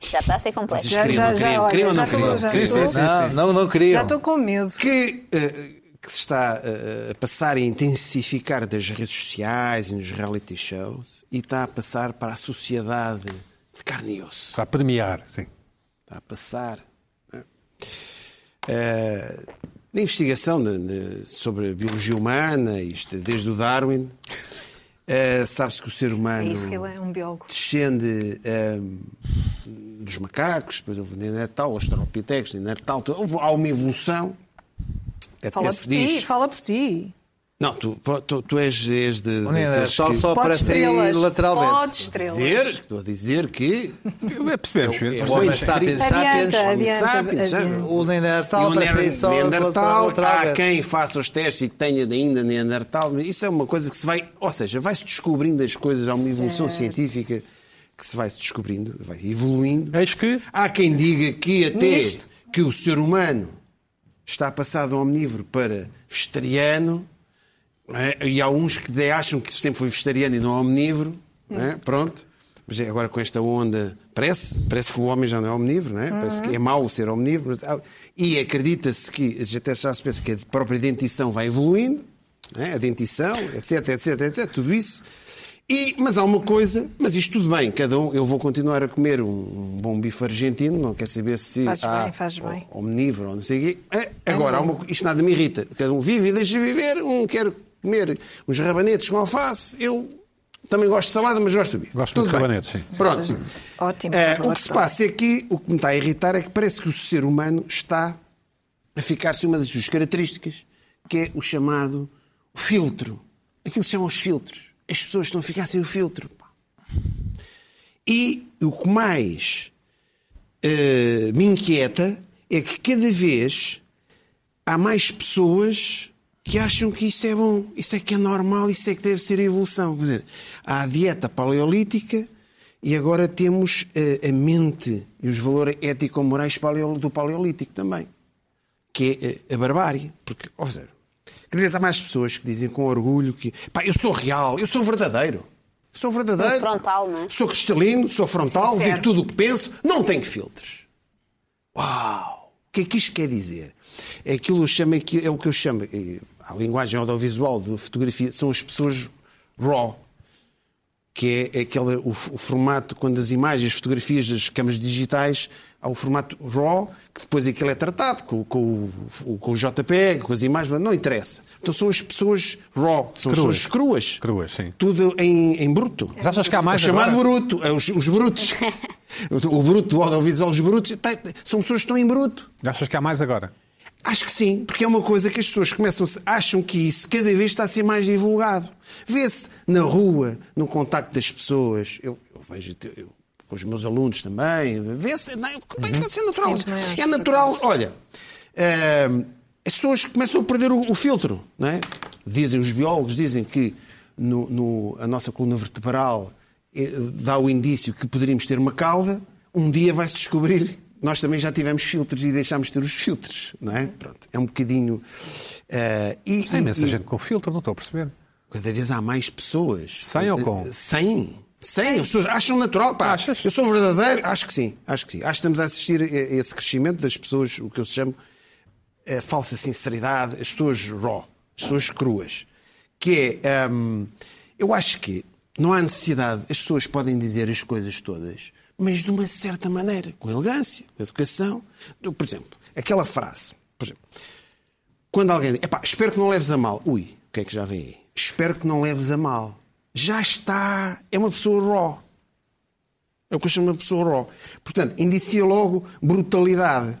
[SPEAKER 5] Já está a ser complexo.
[SPEAKER 2] Vocês queriam, não queriam?
[SPEAKER 3] olha,
[SPEAKER 2] Queriam ou não
[SPEAKER 3] já estou-
[SPEAKER 2] queriam?
[SPEAKER 3] já
[SPEAKER 2] Sim,
[SPEAKER 3] estou-
[SPEAKER 7] Não, não, não queria.
[SPEAKER 3] Já estou com medo.
[SPEAKER 2] que, eh, que se está eh, a passar e a intensificar das redes sociais e nos reality shows e está a passar para a sociedade de carne e osso.
[SPEAKER 1] Está a premiar, sim.
[SPEAKER 2] Está a passar. né? Eh, na investigação de- de- sobre a biologia humana, isto é, desde o Darwin, eh, sabe-se que o ser humano
[SPEAKER 3] É isso que ele é, um biólogo.
[SPEAKER 2] descende ehm, dos macacos, depois houve o Neandertal, os Australopithecus, Neandertal, houve, há uma evolução. Até
[SPEAKER 3] Fala
[SPEAKER 2] se
[SPEAKER 3] por
[SPEAKER 2] diz.
[SPEAKER 3] ti, fala por ti.
[SPEAKER 2] Não, tu, tu, tu és, és de.
[SPEAKER 7] O Neandertal
[SPEAKER 2] daqueles que-
[SPEAKER 7] só
[SPEAKER 3] Pode
[SPEAKER 7] aparece aí
[SPEAKER 3] estrelas. Pode
[SPEAKER 7] lateralmente.
[SPEAKER 3] estrelas.
[SPEAKER 2] dizer, estou a dizer que.
[SPEAKER 1] É, Percebemos, Pina.
[SPEAKER 7] O homem
[SPEAKER 2] Pois,
[SPEAKER 7] sapiens sapiens.
[SPEAKER 3] Adianta, adianta,
[SPEAKER 2] Sapiens,
[SPEAKER 3] adianta.
[SPEAKER 7] O
[SPEAKER 2] E
[SPEAKER 7] Neandertal
[SPEAKER 2] o
[SPEAKER 7] aparece aí só
[SPEAKER 2] Neandertal, há
[SPEAKER 7] lateralmente.
[SPEAKER 2] quem faça os testes e que tenha ainda Neandertal. mas Isso é uma coisa que se vai. Ou seja, vai-se descobrindo as coisas, há uma evolução científica que se vai-se descobrindo, vai evoluindo.
[SPEAKER 1] Eis que.
[SPEAKER 2] Há quem diga que até
[SPEAKER 3] Nisto.
[SPEAKER 2] que o ser humano está passado do omnívoro para vegetariano, não é? e há uns que de- acham que sempre foi vegetariano e não omnívoro, não é? pronto. Mas é agora com esta onda, parece, parece que o homem já não é omnívoro, não é? Parece que é mau ser omnívoro. mas há- E acredita-se que, já até já se pensa que a própria dentição vai evoluindo, não é? a dentição, etc, etc, etc, tudo isso. E, mas há uma coisa, mas isto tudo bem, cada um, eu vou continuar a comer um, um bom bife argentino, não quer saber se
[SPEAKER 3] Fazes
[SPEAKER 2] há
[SPEAKER 3] bem, fazes bem.
[SPEAKER 2] omnívoro ou não sei o quê. É, Agora, há uma, co- isto nada me irrita. Cada um vive e deixa viver, um quer comer uns rabanetes com alface, eu também gosto de salada, mas gosto de bife.
[SPEAKER 1] Gosto
[SPEAKER 2] Tudo
[SPEAKER 1] muito de
[SPEAKER 2] bem.
[SPEAKER 1] rabanetes, sim.
[SPEAKER 2] Pronto.
[SPEAKER 3] Ótimo. então.
[SPEAKER 2] É,
[SPEAKER 3] adoro
[SPEAKER 2] o que se
[SPEAKER 3] falar.
[SPEAKER 2] passa aqui, o que me está a irritar é que parece que o ser humano está a ficar-se uma das suas características, que é o chamado filtro. Aquilo que se chamam os filtros. As pessoas estão a ficar sem o filtro. pá. E o que mais eh, me inquieta é que cada vez há mais pessoas que acham que isso é bom, isso é que é normal, isso é que deve ser a evolução. Quer dizer, há a dieta paleolítica e agora temos eh, a mente e os valores ético-morais paleo- do paleolítico também, que é eh, a barbárie. Porque, ou seja, cada vez há mais pessoas que dizem com orgulho que pá, eu sou real, eu sou verdadeiro. Sou verdadeiro.
[SPEAKER 5] Muito frontal, não é?
[SPEAKER 2] Sou cristalino, sou frontal,
[SPEAKER 3] Certo.
[SPEAKER 2] digo tudo o que penso, não tenho filtros. Uau! O que é que isto quer dizer? É aquilo que eu chamo, aqui- é o que eu chamo, eh, a linguagem audiovisual da fotografia, são as pessoas raw, que é aquela, o, f- o formato, quando as imagens, as fotografias das câmaras digitais, há o formato RAW, que depois aquilo é tratado com, com o, com o JPEG, com as imagens, mas não interessa. Então são as pessoas RAW, são
[SPEAKER 1] Cruas.
[SPEAKER 2] as pessoas cruas.
[SPEAKER 1] Cruas, sim.
[SPEAKER 2] Tudo em, em bruto.
[SPEAKER 1] Mas achas que há mais
[SPEAKER 2] O chamado
[SPEAKER 1] agora?
[SPEAKER 2] bruto, é os, os brutos. o bruto do audiovisual, os brutos, tá- são pessoas que estão em bruto.
[SPEAKER 1] Achas que há mais agora?
[SPEAKER 2] Acho que sim, porque é uma coisa que as pessoas começam acham que isso cada vez está a ser mais divulgado. Vê-se na rua, no contacto das pessoas. Eu, eu vejo te- eu, com os meus alunos também. Vê-se. Não, tem que ser natural.
[SPEAKER 3] Sim, também acho,
[SPEAKER 2] é
[SPEAKER 3] por
[SPEAKER 2] natural. Olha, hum, as pessoas começam a perder o, o filtro, não é? Dizem os biólogos, dizem que no, no- a nossa coluna vertebral eh, dá o indício que poderíamos ter uma cauda. Um dia vai-se descobrir. Nós também já tivemos filtros e deixámos de ter os filtros, não é? Pronto, é um bocadinho. eh, e,
[SPEAKER 1] Sim,
[SPEAKER 2] e-
[SPEAKER 1] imensa
[SPEAKER 2] e
[SPEAKER 1] gente com filtro, não estou a perceber.
[SPEAKER 2] cada vez há mais pessoas.
[SPEAKER 1] Sem ou com?
[SPEAKER 2] Sem. Sem. As pessoas acham natural, pá.
[SPEAKER 1] Achas?
[SPEAKER 2] Eu sou verdadeiro? Acho que sim. Acho que sim. Acho que estamos a assistir a a esse crescimento das pessoas, o que eu chamo a falsa sinceridade, as pessoas raw, as pessoas cruas. Que é. hum, eu acho que não há necessidade, as pessoas podem dizer as coisas todas, mas de uma certa maneira, com elegância, com educação. Eu, Por exemplo, aquela frase. Por exemplo, quando alguém diz, epá, espero que não leves a mal. Ui, o que é que já vem aí? Espero que não leves a mal. Já está. É uma pessoa raw. É o que eu chamo de uma pessoa raw. Portanto, indicia logo brutalidade.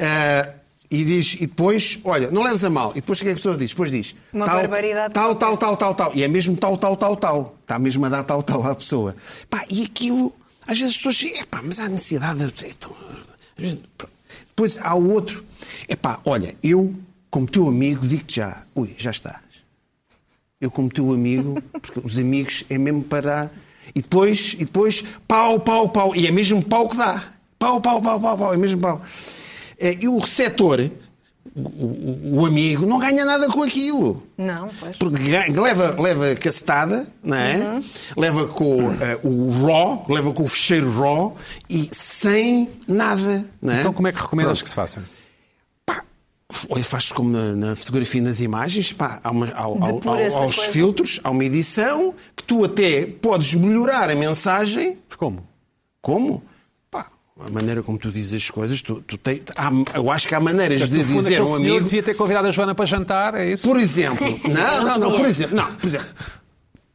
[SPEAKER 2] Ah, e diz, e depois, olha, não leves a mal. E depois o que é que a pessoa diz? Depois diz,
[SPEAKER 3] Uma
[SPEAKER 2] tal,
[SPEAKER 3] barbaridade
[SPEAKER 2] tal,
[SPEAKER 3] qualquer.
[SPEAKER 2] tal, tal, tal, tal. E é mesmo tal, tal, tal, tal. Está mesmo a dar tal, tal à pessoa. Pá, e aquilo, às vezes as pessoas dizem, epá, mas há necessidade. de- Então, às vezes, pronto. depois há o outro, epá, olha, eu, como teu amigo, digo-te já, ui, já estás. Eu como teu amigo, porque os amigos é mesmo para. E depois, e depois, pau, pau, pau. E é mesmo pau que dá. Pau, pau, pau, pau, pau. É mesmo pau. Eh, E o receptor, o, o- o amigo, não ganha nada com aquilo.
[SPEAKER 3] Não, pois.
[SPEAKER 2] Porque ga- leva, leva cacetada, não é? Leva com eh, o raw, leva com o fecheiro raw e sem nada, não é?
[SPEAKER 1] Então como é que recomendas que se faça?
[SPEAKER 2] Olha, faz-se como na, na fotografia e nas imagens, pá, há uma- há- há- há-
[SPEAKER 3] Depura essa
[SPEAKER 2] aos
[SPEAKER 3] coisa.
[SPEAKER 2] filtros, há uma edição que tu até podes melhorar a mensagem.
[SPEAKER 1] Mas como?
[SPEAKER 2] Como? Pá, a maneira como tu dizes as coisas, tu, tu tem- há- eu acho que há maneiras de
[SPEAKER 1] No fundo,
[SPEAKER 2] dizer a
[SPEAKER 1] aquele
[SPEAKER 2] um
[SPEAKER 1] senhor
[SPEAKER 2] amigo.
[SPEAKER 1] devia ter convidado a Joana para jantar, é isso?
[SPEAKER 2] Por exemplo, não, não, não, por exemplo, não, por exemplo,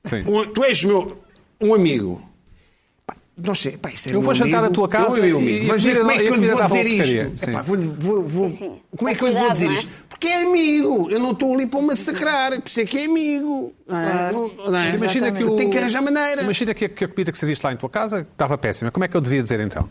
[SPEAKER 1] Sim.
[SPEAKER 2] um- tu és meu um amigo. Pá, Não sei, pá, isto é
[SPEAKER 1] Eu
[SPEAKER 2] meu
[SPEAKER 1] vou jantar à
[SPEAKER 2] amigo.
[SPEAKER 1] tua casa
[SPEAKER 2] Eu, eu,
[SPEAKER 1] e-
[SPEAKER 2] amigo.
[SPEAKER 1] e
[SPEAKER 2] Vais ver
[SPEAKER 1] a
[SPEAKER 2] como é que
[SPEAKER 1] comida-
[SPEAKER 2] eu lhe
[SPEAKER 1] e a
[SPEAKER 2] vou
[SPEAKER 1] comida
[SPEAKER 2] dizer
[SPEAKER 1] dá porcaria,
[SPEAKER 2] isto.
[SPEAKER 1] sim.
[SPEAKER 2] Epá, vou-lhe- vou- vou-
[SPEAKER 5] Sim.
[SPEAKER 2] Como é que eu lhe vou
[SPEAKER 5] Cuidado,
[SPEAKER 2] dizer
[SPEAKER 5] não é?
[SPEAKER 2] isto? Porque é amigo. Eu não estou ali para uma sacrar. Por isso é que é amigo. não é? Não- não é?
[SPEAKER 1] Mas imagina que o...
[SPEAKER 2] Tem que arranjar maneira.
[SPEAKER 1] Imagina que a, que a comida que serviste lá em tua casa estava péssima. Como é que eu devia dizer então?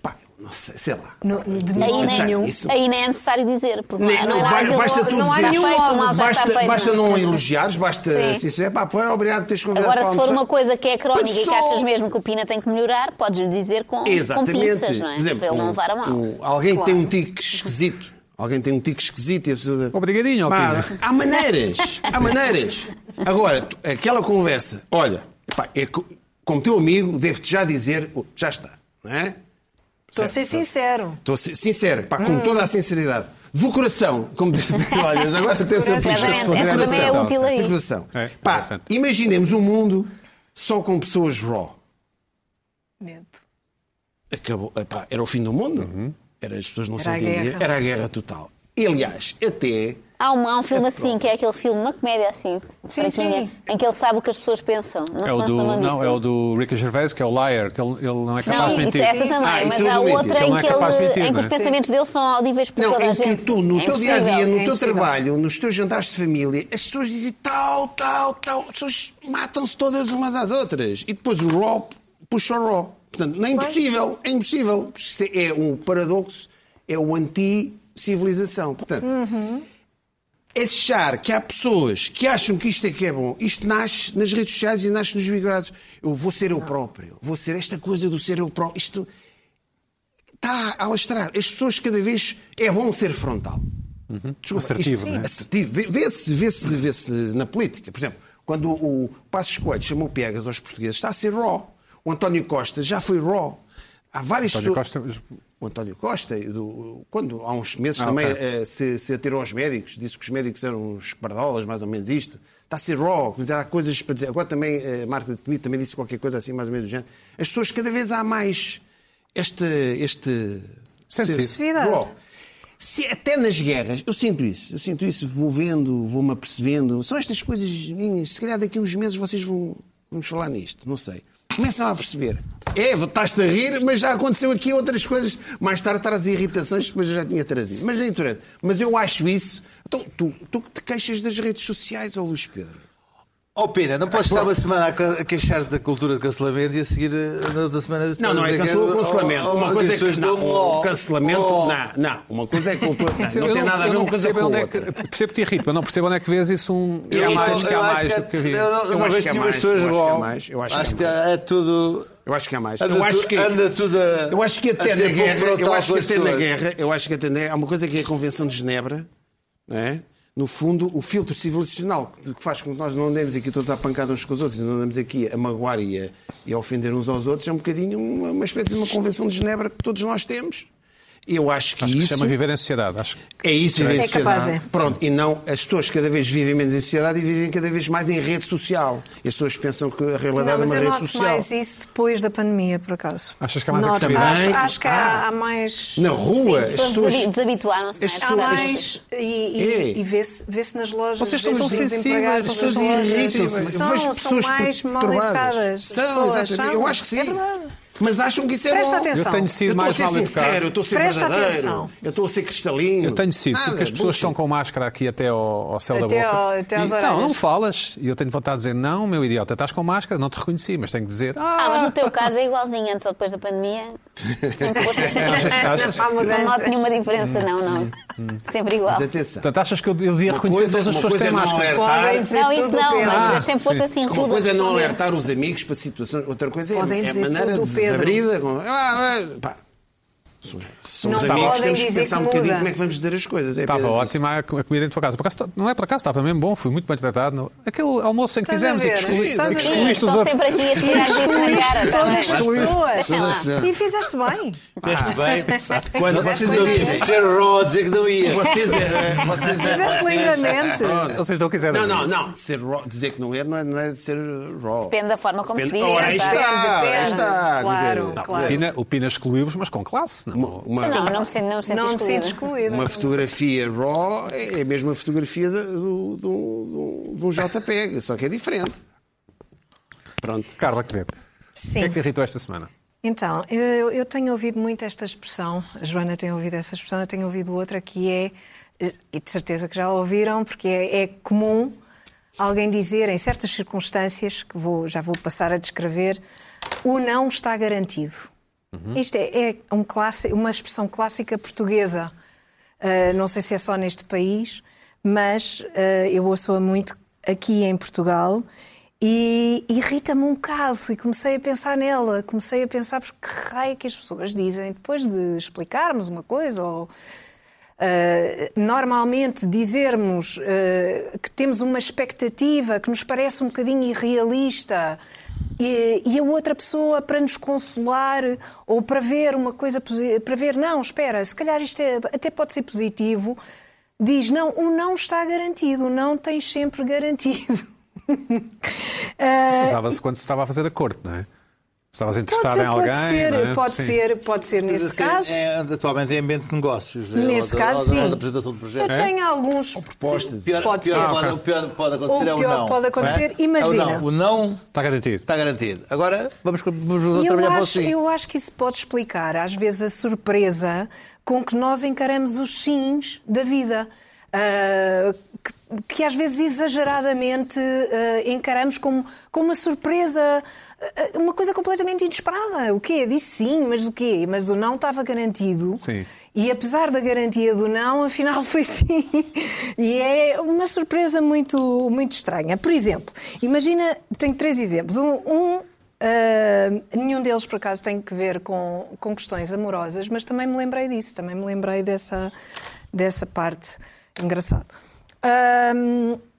[SPEAKER 2] Pá, não sei, sei lá.
[SPEAKER 3] No- de
[SPEAKER 5] Aí
[SPEAKER 3] modo-
[SPEAKER 5] nem,
[SPEAKER 2] Isso é- isso-
[SPEAKER 5] aí nem é necessário dizer, porque
[SPEAKER 2] Nem-
[SPEAKER 5] não,
[SPEAKER 2] não,
[SPEAKER 5] é nada
[SPEAKER 2] ba-
[SPEAKER 5] de
[SPEAKER 2] basta
[SPEAKER 5] logo,
[SPEAKER 2] tu
[SPEAKER 5] não há
[SPEAKER 2] dizer.
[SPEAKER 5] feito, o mal já está
[SPEAKER 2] Basta,
[SPEAKER 5] feito. é?
[SPEAKER 2] basta não elogiares, basta.
[SPEAKER 5] Sim.
[SPEAKER 2] Se isso é pá, pô, obrigado por teres convidado
[SPEAKER 5] Agora,
[SPEAKER 2] para
[SPEAKER 5] se for
[SPEAKER 2] almoçar.
[SPEAKER 5] uma coisa que é crónica e que
[SPEAKER 2] Passou.
[SPEAKER 5] achas mesmo que o Pina tem que melhorar, podes lhe dizer com, com
[SPEAKER 2] Exatamente.
[SPEAKER 5] pinças, não é?
[SPEAKER 2] Por exemplo,
[SPEAKER 5] Para ele não
[SPEAKER 2] o-
[SPEAKER 5] levar a mal.
[SPEAKER 2] o- alguém que tem um tique esquisito. Alguém tem um tique esquisito e a pessoa.
[SPEAKER 1] Obrigadinho,
[SPEAKER 2] Pá,
[SPEAKER 1] Alpina.
[SPEAKER 2] Há maneiras. há maneiras. Agora, tu- aquela conversa, olha, pá, é co- como teu amigo, devo-te já dizer, oh, já está, não é?
[SPEAKER 3] Estou a ser sincero.
[SPEAKER 2] Estou si- sincero, pá,
[SPEAKER 1] Hum.
[SPEAKER 2] com toda a sinceridade. Do coração, como diz olha, agora atenção por
[SPEAKER 5] Exatamente,
[SPEAKER 1] Essa
[SPEAKER 5] essa também é
[SPEAKER 1] coração.
[SPEAKER 5] útil aí.
[SPEAKER 2] um coração.
[SPEAKER 1] É, é
[SPEAKER 2] Pá,
[SPEAKER 1] bastante.
[SPEAKER 2] imaginemos um mundo só com pessoas raw.
[SPEAKER 3] Medo.
[SPEAKER 2] acabou, epá, era o fim do mundo. Era as pessoas não se
[SPEAKER 3] Uhum. Era a
[SPEAKER 2] entendiam.
[SPEAKER 3] guerra.
[SPEAKER 2] Era a guerra total. E, aliás, até
[SPEAKER 5] Há um, há um filme assim, que é aquele filme, uma comédia assim,
[SPEAKER 3] Sim,
[SPEAKER 5] fraquinha,
[SPEAKER 3] sim.
[SPEAKER 5] em que ele sabe o que as pessoas pensam. Não
[SPEAKER 1] É o
[SPEAKER 5] se
[SPEAKER 1] do,
[SPEAKER 5] lembram
[SPEAKER 1] não,
[SPEAKER 5] disso?
[SPEAKER 1] é o do Ricky Gervais, que é o liar, que ele, ele não é capaz
[SPEAKER 5] Não,
[SPEAKER 1] de
[SPEAKER 5] isso,
[SPEAKER 1] mentir.
[SPEAKER 5] essa também,
[SPEAKER 2] Ah, isso
[SPEAKER 5] mas
[SPEAKER 2] é o
[SPEAKER 5] há
[SPEAKER 2] do mentir,
[SPEAKER 1] que
[SPEAKER 5] outra
[SPEAKER 1] ele
[SPEAKER 5] em
[SPEAKER 1] não é
[SPEAKER 5] que,
[SPEAKER 1] capaz de
[SPEAKER 5] ele,
[SPEAKER 1] mentir,
[SPEAKER 5] em que
[SPEAKER 1] não é?
[SPEAKER 5] os pensamentos dele são audíveis por
[SPEAKER 2] Não,
[SPEAKER 5] toda a
[SPEAKER 2] em
[SPEAKER 5] gente.
[SPEAKER 2] que tu, no
[SPEAKER 5] É
[SPEAKER 2] teu dia a dia,
[SPEAKER 5] impossível.
[SPEAKER 2] no
[SPEAKER 3] é
[SPEAKER 2] teu
[SPEAKER 3] impossível.
[SPEAKER 2] trabalho, nos teus jantares de família, as pessoas dizem tal, tal, tal. As pessoas matam-se todas umas às outras. E depois o Ró puxa o Ró. Portanto, não é impossível, é impossível. Porque isso É um paradoxo, é o anti-civilização. Portanto,
[SPEAKER 5] Uhum.
[SPEAKER 2] é achar que há pessoas que acham que isto é que é bom, isto nasce nas redes sociais e nasce nos migrados. Eu vou ser eu próprio, vou ser esta coisa do ser eu próprio. Isto está Tá a alastrar. As pessoas cada vez é bom ser frontal. Desculpa,
[SPEAKER 1] Uhum. Assertivo,
[SPEAKER 2] isto-
[SPEAKER 1] não é?
[SPEAKER 2] Assertivo. Vê- Vê-se vê-se vê-se na política. Por exemplo, quando o, o Passos Coelho chamou Piegas aos portugueses, está a ser raw. O António Costa já foi raw. Há várias
[SPEAKER 1] António
[SPEAKER 2] pessoas-
[SPEAKER 1] Costa-
[SPEAKER 2] o António Costa, e do- quando há uns meses
[SPEAKER 1] Ah,
[SPEAKER 2] também
[SPEAKER 1] ok.
[SPEAKER 2] eh, se, se atirou aos médicos, disse que os médicos eram uns pardolas, mais ou menos isto. Está a ser raw, mas há coisas para dizer. Agora também eh, a Marta de Temido também disse qualquer coisa assim, mais ou menos do género. As pessoas cada vez há mais este. este
[SPEAKER 1] Sente-se
[SPEAKER 2] ser
[SPEAKER 1] isso.
[SPEAKER 3] Agressividade.
[SPEAKER 2] raw. Se, até nas guerras, eu sinto isso. Eu sinto isso, vou vendo, vou-me apercebendo. São estas coisas minhas. Se calhar daqui a uns meses vocês vão vamos falar nisto, não sei. Começam a perceber. É, estás-te a rir, mas já aconteceu aqui outras coisas. Mais tarde traz irritações, depois eu já tinha trazido. Mas não interessa. Mas eu acho isso. Então, tu, tu que te queixas das redes sociais, ó Luís Pedro.
[SPEAKER 4] Oh, Pena, não podes estar uma semana a ca- a queixar-te da cultura de cancelamento e a seguir eh, na outra semana.
[SPEAKER 2] Não, não é
[SPEAKER 4] dizer que
[SPEAKER 2] cancelou o cancelamento.
[SPEAKER 4] oh, oh,
[SPEAKER 2] Uma coisa é
[SPEAKER 4] as pessoas
[SPEAKER 2] que. Não,
[SPEAKER 4] dão-
[SPEAKER 2] o
[SPEAKER 4] oh,
[SPEAKER 2] cancelamento.
[SPEAKER 4] oh.
[SPEAKER 2] Não, não. Uma coisa é cultura. Não, não
[SPEAKER 1] Eu
[SPEAKER 2] tem nada a
[SPEAKER 1] eu
[SPEAKER 2] ver
[SPEAKER 1] não
[SPEAKER 2] uma coisa
[SPEAKER 1] percebo
[SPEAKER 2] com
[SPEAKER 1] onde
[SPEAKER 2] a
[SPEAKER 1] é que-
[SPEAKER 2] outra.
[SPEAKER 1] Percebo-te e irrito, mas não percebo onde é que vês isso um...
[SPEAKER 4] Eu
[SPEAKER 1] há
[SPEAKER 4] não-
[SPEAKER 1] mais, que há
[SPEAKER 4] eu acho
[SPEAKER 1] mais
[SPEAKER 4] que é
[SPEAKER 1] do que havia.
[SPEAKER 4] Eu não-
[SPEAKER 2] Eu
[SPEAKER 4] não
[SPEAKER 2] acho
[SPEAKER 4] vejo
[SPEAKER 2] que há
[SPEAKER 4] nenhuma
[SPEAKER 2] mais,
[SPEAKER 4] pessoas
[SPEAKER 2] eu acho que há
[SPEAKER 4] igual.
[SPEAKER 2] mais, eu acho que há
[SPEAKER 4] que
[SPEAKER 2] mais.
[SPEAKER 4] é tudo.
[SPEAKER 2] Eu acho que há mais.
[SPEAKER 4] Anda
[SPEAKER 2] eu
[SPEAKER 4] tu-
[SPEAKER 2] acho que
[SPEAKER 4] anda tudo a-
[SPEAKER 2] Eu acho que até
[SPEAKER 4] a
[SPEAKER 2] na
[SPEAKER 4] ser
[SPEAKER 2] guerra, eu
[SPEAKER 4] confrontado
[SPEAKER 2] acho que
[SPEAKER 4] com as
[SPEAKER 2] até na
[SPEAKER 4] pessoas.
[SPEAKER 2] guerra, eu acho que até na- há uma coisa que é a Convenção de Genebra, não é? No fundo, o filtro civilizacional que faz com que nós não andemos aqui todos à pancada uns com os outros, e não andemos aqui a magoar e a, e a ofender uns aos outros, é um bocadinho uma, uma espécie de uma Convenção de Genebra que todos nós temos. Eu acho que
[SPEAKER 1] Acho que se
[SPEAKER 2] isso
[SPEAKER 1] chama viver em sociedade. Acho que
[SPEAKER 2] é isso viver em
[SPEAKER 3] É capaz,
[SPEAKER 2] sociedade.
[SPEAKER 3] é.
[SPEAKER 2] Pronto, e não as pessoas cada vez vivem menos em sociedade e vivem cada vez mais em rede social. E as pessoas pensam que a
[SPEAKER 3] Não,
[SPEAKER 2] realidade
[SPEAKER 3] mas
[SPEAKER 2] é
[SPEAKER 3] eu
[SPEAKER 2] uma rede
[SPEAKER 3] noto
[SPEAKER 2] social.
[SPEAKER 3] mais isso depois da pandemia, por acaso.
[SPEAKER 1] Achas que há mais
[SPEAKER 3] Noto.
[SPEAKER 1] agressividade?
[SPEAKER 3] Acho, acho que há, há mais.
[SPEAKER 2] Ah. Na rua,
[SPEAKER 5] As
[SPEAKER 2] as pessoas.
[SPEAKER 5] pessoas desabituaram-se. não é?
[SPEAKER 2] as
[SPEAKER 3] Há
[SPEAKER 2] pessoas-
[SPEAKER 3] mais. E,
[SPEAKER 2] É.
[SPEAKER 3] e, e vê-se vê-se nas lojas.
[SPEAKER 1] Vocês são
[SPEAKER 3] vê-se
[SPEAKER 1] tão
[SPEAKER 3] nos
[SPEAKER 1] sensíveis,
[SPEAKER 3] empregados,
[SPEAKER 2] As
[SPEAKER 1] as
[SPEAKER 2] pessoas
[SPEAKER 3] nas lojas.
[SPEAKER 2] irritam-se. Eu
[SPEAKER 3] São,
[SPEAKER 2] vejo
[SPEAKER 3] são
[SPEAKER 2] pessoas
[SPEAKER 3] mais mal
[SPEAKER 2] perturbadas.
[SPEAKER 3] educadas. as
[SPEAKER 2] São,
[SPEAKER 3] pessoas,
[SPEAKER 2] exatamente.
[SPEAKER 3] são.
[SPEAKER 2] Eu acho que sim.
[SPEAKER 3] É verdade.
[SPEAKER 2] Mas acham que isso é
[SPEAKER 3] Presta
[SPEAKER 2] bom.
[SPEAKER 3] atenção.
[SPEAKER 1] Eu tenho sido
[SPEAKER 2] Eu estou a
[SPEAKER 1] mais
[SPEAKER 2] ser
[SPEAKER 1] mal
[SPEAKER 2] sincero, eu
[SPEAKER 1] educado.
[SPEAKER 2] estou a ser
[SPEAKER 3] Presta
[SPEAKER 2] verdadeiro,
[SPEAKER 3] atenção.
[SPEAKER 2] eu estou a ser cristalino.
[SPEAKER 1] Eu tenho sido,
[SPEAKER 2] Nada,
[SPEAKER 1] porque as pessoas
[SPEAKER 2] bullshit.
[SPEAKER 1] estão com máscara aqui até ao, ao céu da
[SPEAKER 3] Até
[SPEAKER 1] boca.
[SPEAKER 3] ao- até às
[SPEAKER 1] e,
[SPEAKER 3] orelhas.
[SPEAKER 1] não, não falas. E eu tenho vontade de dizer, não, meu idiota, estás com máscara, não te reconheci, mas tenho que dizer, ah,
[SPEAKER 5] Ah, mas no teu caso é igualzinho, antes ou depois da pandemia. Sempre foste assim.
[SPEAKER 1] achas?
[SPEAKER 3] Há É uma
[SPEAKER 5] Não noto
[SPEAKER 3] mudança.
[SPEAKER 5] nenhuma diferença, não, não. Sempre igual.
[SPEAKER 2] Hum, Mas atenção.
[SPEAKER 1] Portanto, achas que eu devia
[SPEAKER 2] Uma
[SPEAKER 1] reconhecer
[SPEAKER 2] coisa-
[SPEAKER 1] todas as
[SPEAKER 2] uma
[SPEAKER 1] pessoas que
[SPEAKER 2] coisa
[SPEAKER 1] têm
[SPEAKER 2] é não
[SPEAKER 1] máscara?
[SPEAKER 2] alertar.
[SPEAKER 3] Podem dizer
[SPEAKER 5] Não, isso
[SPEAKER 3] tudo
[SPEAKER 5] não,
[SPEAKER 3] Pedro.
[SPEAKER 5] mas
[SPEAKER 1] Ah,
[SPEAKER 5] sempre foste
[SPEAKER 1] sim.
[SPEAKER 5] assim rude.
[SPEAKER 2] Uma coisa é não alertar os amigos para situações, outra coisa é,
[SPEAKER 3] Podem
[SPEAKER 2] é a
[SPEAKER 3] dizer
[SPEAKER 2] maneira
[SPEAKER 3] tudo,
[SPEAKER 2] desabrida. com- Ah, ah, pá. Somos- Somos
[SPEAKER 3] Não
[SPEAKER 2] amigos,
[SPEAKER 3] podem
[SPEAKER 2] temos que
[SPEAKER 3] dizer
[SPEAKER 2] pensar
[SPEAKER 3] que
[SPEAKER 2] um bocadinho
[SPEAKER 3] muda.
[SPEAKER 2] como é que vamos dizer as coisas. É
[SPEAKER 1] Estava
[SPEAKER 2] apenas isso.
[SPEAKER 1] ótima a comida em tua casa. Por acaso, não é por acaso, estava mesmo bom, fui muito bem tratado. No... Aquele almoço em que
[SPEAKER 3] Estás a
[SPEAKER 1] fizemos e que
[SPEAKER 3] ver?
[SPEAKER 1] excluí-
[SPEAKER 3] Estás a
[SPEAKER 1] que
[SPEAKER 3] ver?
[SPEAKER 5] Sim,
[SPEAKER 1] excluíste os
[SPEAKER 5] estão
[SPEAKER 1] outros.
[SPEAKER 5] sempre aqui a esperar isso na cara
[SPEAKER 3] Todas as
[SPEAKER 5] também.
[SPEAKER 3] pessoas.
[SPEAKER 5] Deixa
[SPEAKER 2] lá.
[SPEAKER 3] E fizeste bem.
[SPEAKER 4] Fizeste Ah,
[SPEAKER 3] É,
[SPEAKER 4] bem.
[SPEAKER 2] Quando vocês não dizem.
[SPEAKER 4] Ser Ró, dizer que não ia.
[SPEAKER 2] Vocês é. Vocês é.
[SPEAKER 3] Fizeste lindamente.
[SPEAKER 1] Vocês não quiserem.
[SPEAKER 2] Não, não, não. Ser raw, dizer que não é, não é, não é ser uh, raw.
[SPEAKER 5] Depende da forma como se
[SPEAKER 2] Depende-
[SPEAKER 5] diz.
[SPEAKER 2] Ora, aí
[SPEAKER 5] exato.
[SPEAKER 2] está,
[SPEAKER 3] Depende,
[SPEAKER 2] aí está. quer
[SPEAKER 3] claro,
[SPEAKER 2] dizer, tá
[SPEAKER 1] O
[SPEAKER 3] claro.
[SPEAKER 1] Pina, o Pina excluiu-vos, mas com classe. Não? é?
[SPEAKER 2] Uma,
[SPEAKER 5] Não, não me sinto, não me sinto
[SPEAKER 3] Não te
[SPEAKER 5] excluída.
[SPEAKER 3] sinto excluída.
[SPEAKER 2] uma fotografia raw é a mesma fotografia de, do, do, do, de um JPEG, só que é diferente. Pronto.
[SPEAKER 1] Carla Quevedo, o que
[SPEAKER 3] Sim.
[SPEAKER 1] é que te irritou esta semana?
[SPEAKER 3] Então, eu, eu tenho ouvido muito esta expressão, a Joana tem ouvido essa expressão, eu tenho ouvido outra que é, eh, e de certeza que já a ouviram, porque é, é comum alguém dizer, em certas circunstâncias, que vou, já vou passar a descrever, o não está garantido. Isto é, é um classi- uma expressão clássica portuguesa. Uh, não sei se é só neste país, mas uh, eu ouço-a muito aqui em Portugal e irrita-me um bocado. E comecei a pensar nela, comecei a pensar porque que raio é que as pessoas dizem depois de explicarmos uma coisa ou. uh, normalmente dizermos uh, que temos uma expectativa que nos parece um bocadinho irrealista e, e a outra pessoa para nos consolar ou para ver uma coisa posi- para ver não espera se calhar isto é- até pode ser positivo diz não o não está garantido o não tens sempre garantido
[SPEAKER 1] Isso usava-se quando se estava a fazer a corte, não é? Se estavas
[SPEAKER 3] Ah, pode
[SPEAKER 1] interessado
[SPEAKER 3] ser
[SPEAKER 1] em alguém.
[SPEAKER 3] pode ser,
[SPEAKER 1] não é?
[SPEAKER 3] pode,
[SPEAKER 1] Sim.
[SPEAKER 3] ser pode ser
[SPEAKER 4] Mas,
[SPEAKER 3] nesse
[SPEAKER 4] assim,
[SPEAKER 3] caso
[SPEAKER 4] é, atualmente é ambiente de negócios. é,
[SPEAKER 3] nesse
[SPEAKER 4] ou da-
[SPEAKER 3] caso
[SPEAKER 4] ou da- ou
[SPEAKER 3] sim
[SPEAKER 4] da apresentação de projetos.
[SPEAKER 3] eu tenho alguns
[SPEAKER 2] Propostas.
[SPEAKER 4] Pior,
[SPEAKER 3] Pode
[SPEAKER 4] pior
[SPEAKER 3] ser.
[SPEAKER 7] Ah,
[SPEAKER 4] pode, o pior pode acontecer
[SPEAKER 3] O
[SPEAKER 4] é o
[SPEAKER 3] pior
[SPEAKER 4] não.
[SPEAKER 3] pode
[SPEAKER 4] não é?
[SPEAKER 3] acontecer,
[SPEAKER 4] É o não.
[SPEAKER 3] imagina.
[SPEAKER 4] O não
[SPEAKER 1] Está garantido.
[SPEAKER 3] Tá.
[SPEAKER 4] está garantido. Agora vamos, vamos
[SPEAKER 3] E Eu
[SPEAKER 4] trabalhar para o
[SPEAKER 3] acho,
[SPEAKER 4] sim.
[SPEAKER 3] eu acho que isso pode explicar, às vezes, a surpresa com que nós encaramos os sims da vida. Ah, que, que às vezes exageradamente ah, encaramos como, como uma surpresa, ah, ah, uma coisa completamente inesperada. O quê? Disse sim, mas o quê? Mas o não estava garantido.
[SPEAKER 1] Sim.
[SPEAKER 3] E apesar da garantia do não, afinal foi sim. E é uma surpresa muito, muito estranha. Por exemplo, imagina, tenho três exemplos. Um, um, ah, nenhum deles, por acaso, tem que ver com, com questões amorosas, mas também me lembrei disso, também me lembrei dessa, dessa parte. Engraçado. Ah,